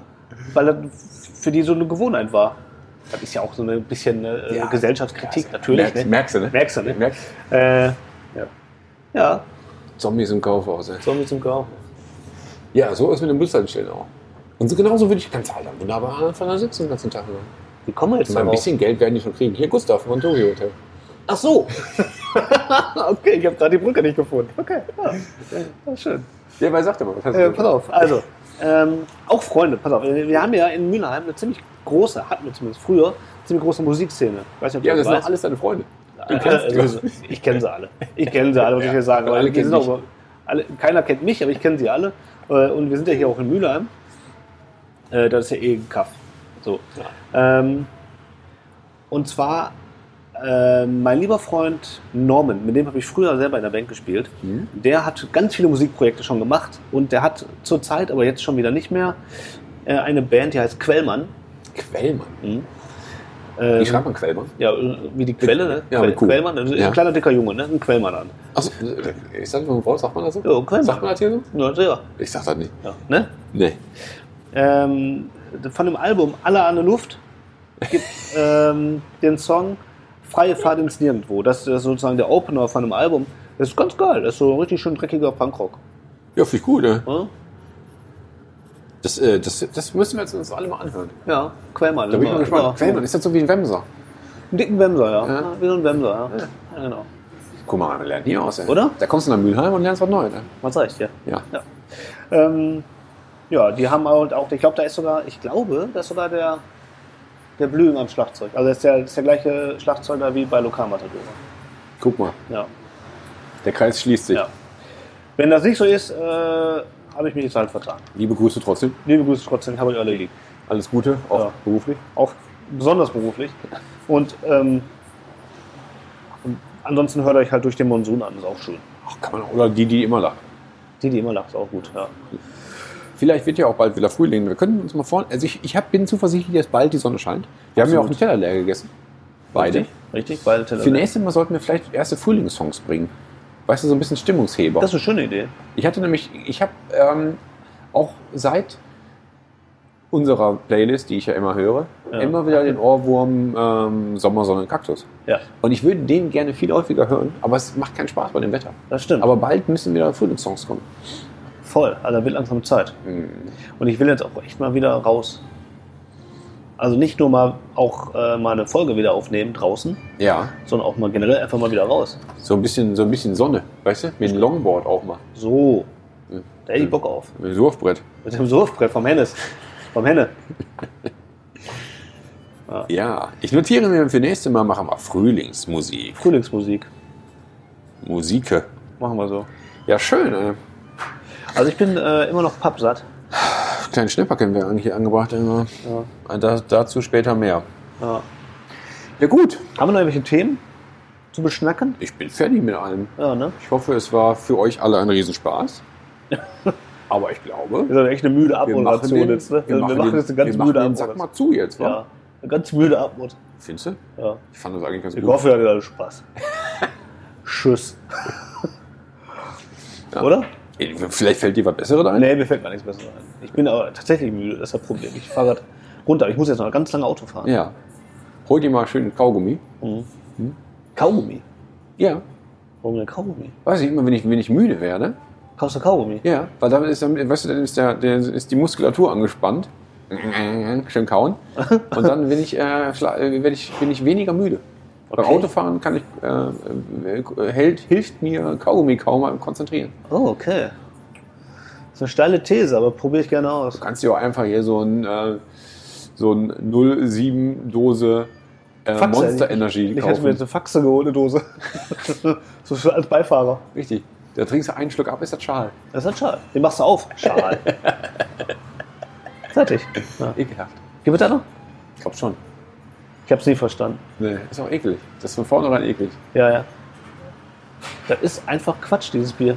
G: weil das für die so eine Gewohnheit war. Das ist ja auch so ein bisschen äh,
A: Ja.
G: Gesellschaftskritik,
A: Ja,
G: natürlich.
A: merkst- merkst du, ne?
G: Merkst du, ne?
A: Merkst-
G: Äh, ja. ja,
A: Zombies im Kaufhaus. ey.
G: Zombies sind Kaufer.
A: Ja, so ist mit den Bushaltestellen auch. Und so genauso würde ich, kannst du halt dann wunderbar einfach da sitzen den ganzen Tag lang.
G: Wie kommen wir jetzt
A: Mal ein
G: darauf?
A: bisschen Geld werden die schon kriegen. Hier, Gustav, von Tokyo Hotel.
G: Ach so. okay, ich habe gerade die Brücke nicht gefunden. Okay, ja. ja schön.
A: Ja, weil sagt er mal, was hast du
G: Äh,
A: gesagt?
G: pass auf, also, ähm, auch Freunde, pass auf. äh, Wir haben ja in Mülheim eine ziemlich große, hatten wir zumindest früher, eine ziemlich große Musikszene. Weiß nicht, ob
A: Ja,
G: du
A: das sind doch
G: weißt.
A: alles deine Freunde.
G: Äh,
A: kennst-
G: also, ich kenne sie alle. Ich kenne sie alle, würde ich
A: Ja,
G: hier sagen.
A: alle
G: Weil die
A: kennen
G: sind
A: dich.
G: auch, alle, keiner kennt mich, aber ich kenne sie alle. Äh, Und wir sind ja hier auch in Mülheim. Äh, Das ist ja eh ein Kaff. So. Ähm, und zwar äh, mein lieber Freund Norman, mit dem habe ich früher selber in der Band gespielt.
A: Mhm.
G: Der hat ganz viele Musikprojekte schon gemacht und der hat zurzeit, aber jetzt schon wieder nicht mehr, äh, eine Band, die heißt Quellmann.
A: Quellmann.
G: Ähm,
A: Wie schreibt man Quellmann?
G: ja, wie die Quelle, ne?
A: Ja,
G: Quell,
A: mit Q.
G: Quellmann, also
A: Ja.
G: ein kleiner dicker Junge, ne? Ein Quellmann an.
A: Achso, äh, ist das so ein Wort? Sagt man das so?
G: Ja, Quellmann.
A: Sagt man das hier so?
G: Ja, ja.
A: Ich sag das nicht.
G: ja ne?
A: Nee.
G: ähm, von dem Album Alle an der Luft gibt ähm, den Song Freie Fahrt ins Nirgendwo. Das ist sozusagen der Opener von dem Album. Das ist ganz geil. Das ist so ein richtig schön dreckiger Punkrock.
A: Ja, finde ich gut, ne?
G: Ne?
A: Das, äh, das, das müssen wir jetzt uns alle mal anhören.
G: Ja, Quellmann.
A: Da bin ich mal gespannt.
G: Ja.
A: Quellmann, ist das so wie ein Wemser?
G: Einen dicken Wemser, ja.
A: Ja.
G: ja. Wie so ein Wemser, ja. ja. Genau.
A: Guck mal, wir lernen hier aus, ey.
G: Oder?
A: Da kommst du nach Mülheim und lernst was Neues, ne?
G: Was sag ich dir?
A: Ja.
G: Ja. Ähm, ja, die haben halt auch, ich glaube, da ist sogar, ich glaube, da ist sogar der, der Blüm am Schlagzeug. Also das ist der, das ist der gleiche Schlagzeuger wie bei Lokalmatador.
A: Guck mal,
G: Ja,
A: der Kreis schließt sich.
G: ja. Wenn das nicht so ist, äh, habe ich mich jetzt halt vertan.
A: Liebe Grüße trotzdem.
G: Liebe Grüße trotzdem, habe ich alle lieb.
A: Alles Gute, auch
G: Ja.
A: beruflich.
G: auch besonders beruflich. Und, ähm, und ansonsten hört euch halt durch den Monsun an, ist auch schön.
A: Ach, kann man, oder die, die immer lachen.
G: Die, die immer lacht, ist auch gut. Ja.
A: Vielleicht wird ja auch bald wieder Frühling. Wir können uns mal vor. Also ich, ich hab, bin zuversichtlich, dass bald die Sonne scheint. Wir haben ja auch einen Teller leer gegessen. Beide.
G: Richtig, richtig, beide
A: Für
G: Teller.
A: nächstes Mal sollten wir vielleicht erste Frühlingssongs bringen. Weißt du, so ein bisschen Stimmungsheber.
G: Das ist eine schöne Idee.
A: ich hatte nämlich, ich habe ähm, auch seit unserer Playlist, die ich ja immer höre,
G: Ja.
A: immer wieder den Ohrwurm ähm, Sommersonne Kaktus.
G: Ja,
A: Und ich würde den gerne viel häufiger hören, aber es macht keinen Spaß bei dem Wetter.
G: das stimmt.
A: Aber bald müssen wieder Frühlingssongs kommen.
G: voll, also wird langsam Zeit. Und ich will jetzt auch echt mal wieder raus. Also nicht nur mal auch äh, mal eine Folge wieder aufnehmen draußen,
A: Ja,
G: sondern auch mal generell einfach mal wieder raus.
A: so ein bisschen, so ein bisschen Sonne, weißt du? Mit dem Longboard auch mal.
G: So, da hätte ich Bock auf.
A: Mit dem Surfbrett.
G: Mit dem Surfbrett vom Hennes. Vom Henne.
A: Ja, ich notiere mir für nächstes Mal, machen wir Frühlingsmusik.
G: Frühlingsmusik.
A: Musike.
G: Machen wir so.
A: Ja, schön. Äh.
G: Also ich bin äh, immer noch pappsatt.
A: Kleinen Schnipperken wäre eigentlich angebracht immer. Ah, Da, dazu später mehr.
G: Ja.
A: Ja gut,
G: Haben wir noch irgendwelche Themen zu beschnacken?
A: ich bin fertig mit allem.
G: Ja, ne?
A: Ich hoffe, es war für euch alle ein Riesenspaß. Aber ich
G: Wir
A: glaube,
G: sind echt eine müde
A: wir machen, den,
G: Abmoderation jetzt, ne?
A: wir machen, den,
G: jetzt eine ganz
A: wir machen
G: müde
A: den Sack
G: Abmoderation.
A: mal zu jetzt, wa?
G: Ja, eine ganz müde Abmod.
A: Findest du?
G: Ja.
A: Ich fand das eigentlich ganz
G: Ich
A: gut.
G: hoffe, ihr hattet alle Spaß. Tschüss. Oder?
A: Ey, Vielleicht fällt dir was Besseres ein?
G: Nee, mir fällt gar nichts besser ein. Ich bin aber tatsächlich müde, das ist das Problem. Ich fahre gerade runter. Ich muss jetzt noch ganz lange Auto fahren.
A: Ja. Hol dir mal schön Kaugummi.
G: Kaugummi.
A: Ja.
G: Warum denn Kaugummi?
A: Weiß ich immer, wenn ich, wenn ich müde werde.
G: Kaufst du Kaugummi?
A: Ja, weil damit ist, dann- weißt du, dann ist, der, der, ist die Muskulatur angespannt. Schön kauen. Und dann bin ich, äh, schla- äh, werd ich, bin ich weniger müde. Beim
G: Okay.
A: Autofahren kann ich, äh, äh, hält, hilft mir Kaugummi kaum mal konzentrieren.
G: Oh, okay. Das ist eine steile These, aber probiere ich gerne aus.
A: Du kannst dir auch einfach hier so ein, äh, so ein 07 Dose äh,
G: Faxe.
A: Monster Energy
G: Ich hätte mir jetzt
A: kaufen.
G: eine Faxe geholt, eine Dose. so für als Beifahrer.
A: Richtig. Da trinkst du einen Schluck ab, ist das schal.
G: Das ist halt schade. Den machst du auf. Schal. Fertig. Ja.
A: Ekelhaft.
G: Gibt es da noch?
A: Ich glaub schon.
G: Ich hab's nie verstanden.
A: Nee, ist auch eklig. Das ist von vornherein eklig.
G: Ja, ja. Das ist einfach Quatsch, dieses Bier.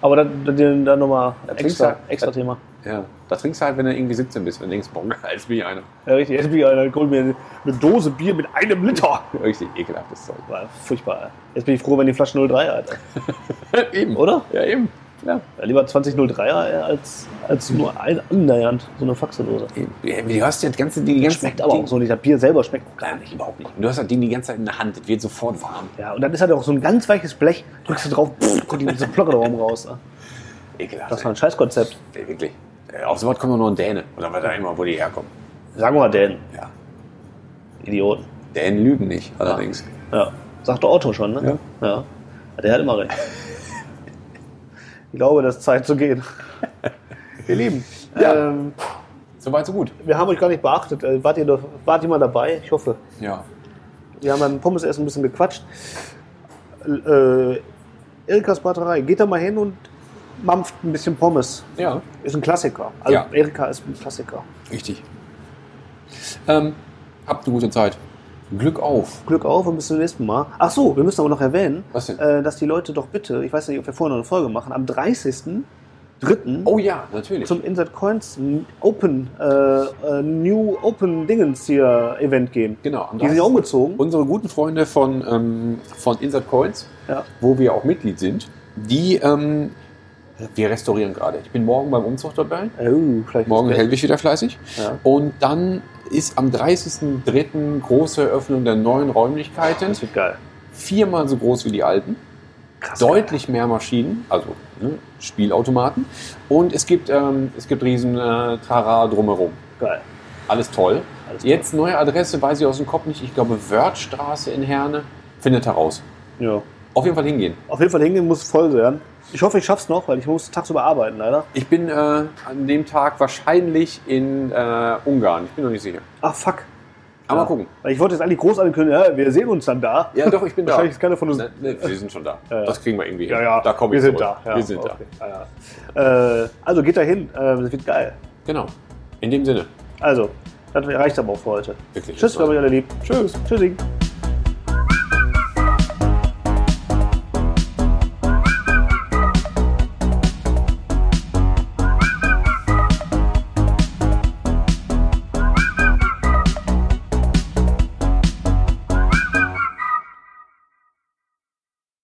G: Aber dann, dann, dann nochmal
A: trinkst
G: extra,
A: du-
G: extra Thema.
A: Ja. Da trinkst du halt, wenn du irgendwie 17 bist, wenn du denkst, boah, als bin ich einer.
G: Ja, richtig. Jetzt bin ich einer, hol mir eine Dose Bier mit einem Liter.
A: Richtig ekelhaftes Zeug.
G: War furchtbar. ey. Jetzt bin ich froh, wenn die Flasche 03er hat.
A: eben.
G: Oder?
A: Ja, eben. Ja.
G: Ja, lieber 2003er als, als nur ein annähernd so eine Faxedose.
A: Du hast ja das ganze, die, die ganze
G: Schmeckt aber auch so nicht. Das Bier selber schmeckt auch gar nicht.
A: Überhaupt nicht. Und Du hast das Ding die ganze Zeit in der Hand. Das wird sofort warm.
G: Ja, und dann ist halt auch so ein ganz weiches Blech. Drückst du drauf, pff, kommt die ganze Plocke da oben raus. ne?
A: Ekelhaft.
G: Das war ein Scheißkonzept.
A: ey. Ey, wirklich. Äh, Auf sowas kommen nur Däne. Oder was da immer, wo die herkommen.
G: Sagen wir mal Dänen.
A: Ja.
G: Idioten.
A: Dänen lügen nicht, allerdings.
G: Ja. Sagt der Otto schon, ne? Ja. ja. Der hat immer recht. Ich glaube, das ist Zeit zu gehen. Ihr Lieben, ähm,
A: Soweit, so gut.
G: wir haben euch gar nicht beachtet. Äh, Wart ihr, da- wart ihr mal dabei? Ich hoffe.
A: Ja.
G: Wir haben beim Pommesessen ein bisschen gequatscht. Äh, Erikas Braterei, geht da mal hin und mampft ein bisschen Pommes.
A: Ja.
G: Ist ein Klassiker. Also
A: Ja.
G: Erika ist ein Klassiker.
A: Richtig. Ähm, habt eine gute Zeit. Glück auf.
G: Glück auf und bis zum nächsten Mal. Ach so, wir müssen aber noch erwähnen,
A: Was denn?
G: Äh, dass die Leute doch bitte, ich weiß nicht, ob wir vorher noch eine Folge machen, am 30.03.
A: Oh ja, natürlich.
G: zum Insert Coins Open, äh, äh, New Open Dingens hier Event gehen.
A: genau. am
G: Die sind ja
A: 30.
G: umgezogen.
A: Unsere guten Freunde von, ähm, von Insert Coins,
G: Ja.
A: wo wir auch Mitglied sind, die ähm, wir restaurieren gerade. Ich bin morgen beim Umzug dabei.
G: Oh, vielleicht ist
A: Morgen
G: das-
A: Helwig wieder fleißig.
G: Ja.
A: Und dann ist am 30.03. große Eröffnung der neuen Räumlichkeiten.
G: Das wird geil.
A: Viermal so groß wie die alten.
G: Krass.
A: Deutlich mehr Maschinen, also ne, Spielautomaten. Und es gibt, ähm, es gibt riesen äh, Trara drumherum.
G: Geil.
A: Alles toll.
G: Alles toll.
A: Jetzt neue Adresse, weiß ich aus dem Kopf nicht. Ich glaube, Wörthstraße in Herne. Findet heraus.
G: Ja.
A: Auf jeden Fall hingehen.
G: Auf jeden Fall hingehen muss voll werden. Ich hoffe, ich schaff's noch, weil ich muss tagsüber arbeiten, leider.
A: Ich bin äh, an dem Tag wahrscheinlich in äh, Ungarn. Ich bin noch nicht sicher.
G: Ach, Ah, fuck.
A: Aber
G: Ja.
A: mal gucken.
G: Weil ich wollte jetzt eigentlich groß ankündigen, ja, wir sehen uns dann da.
A: Ja, doch, ich bin da.
G: Wahrscheinlich ist keiner von uns-
A: Ne, ne, wir sind schon da.
G: Ja, ja.
A: Das kriegen wir irgendwie hin.
G: Ja, ja,
A: Da komme ich
G: wir sind
A: zurück.
G: da. Ja,
A: wir sind
G: okay. da. Ja, ja. Äh, also geht da hin, äh, das wird geil.
A: da. Genau. In dem Sinne.
G: Also, das reicht aber auch für heute.
A: Wirklich,
G: Tschüss,
A: das war-
G: Fabian, ihr Lieb. Tschüss. Tschüssi.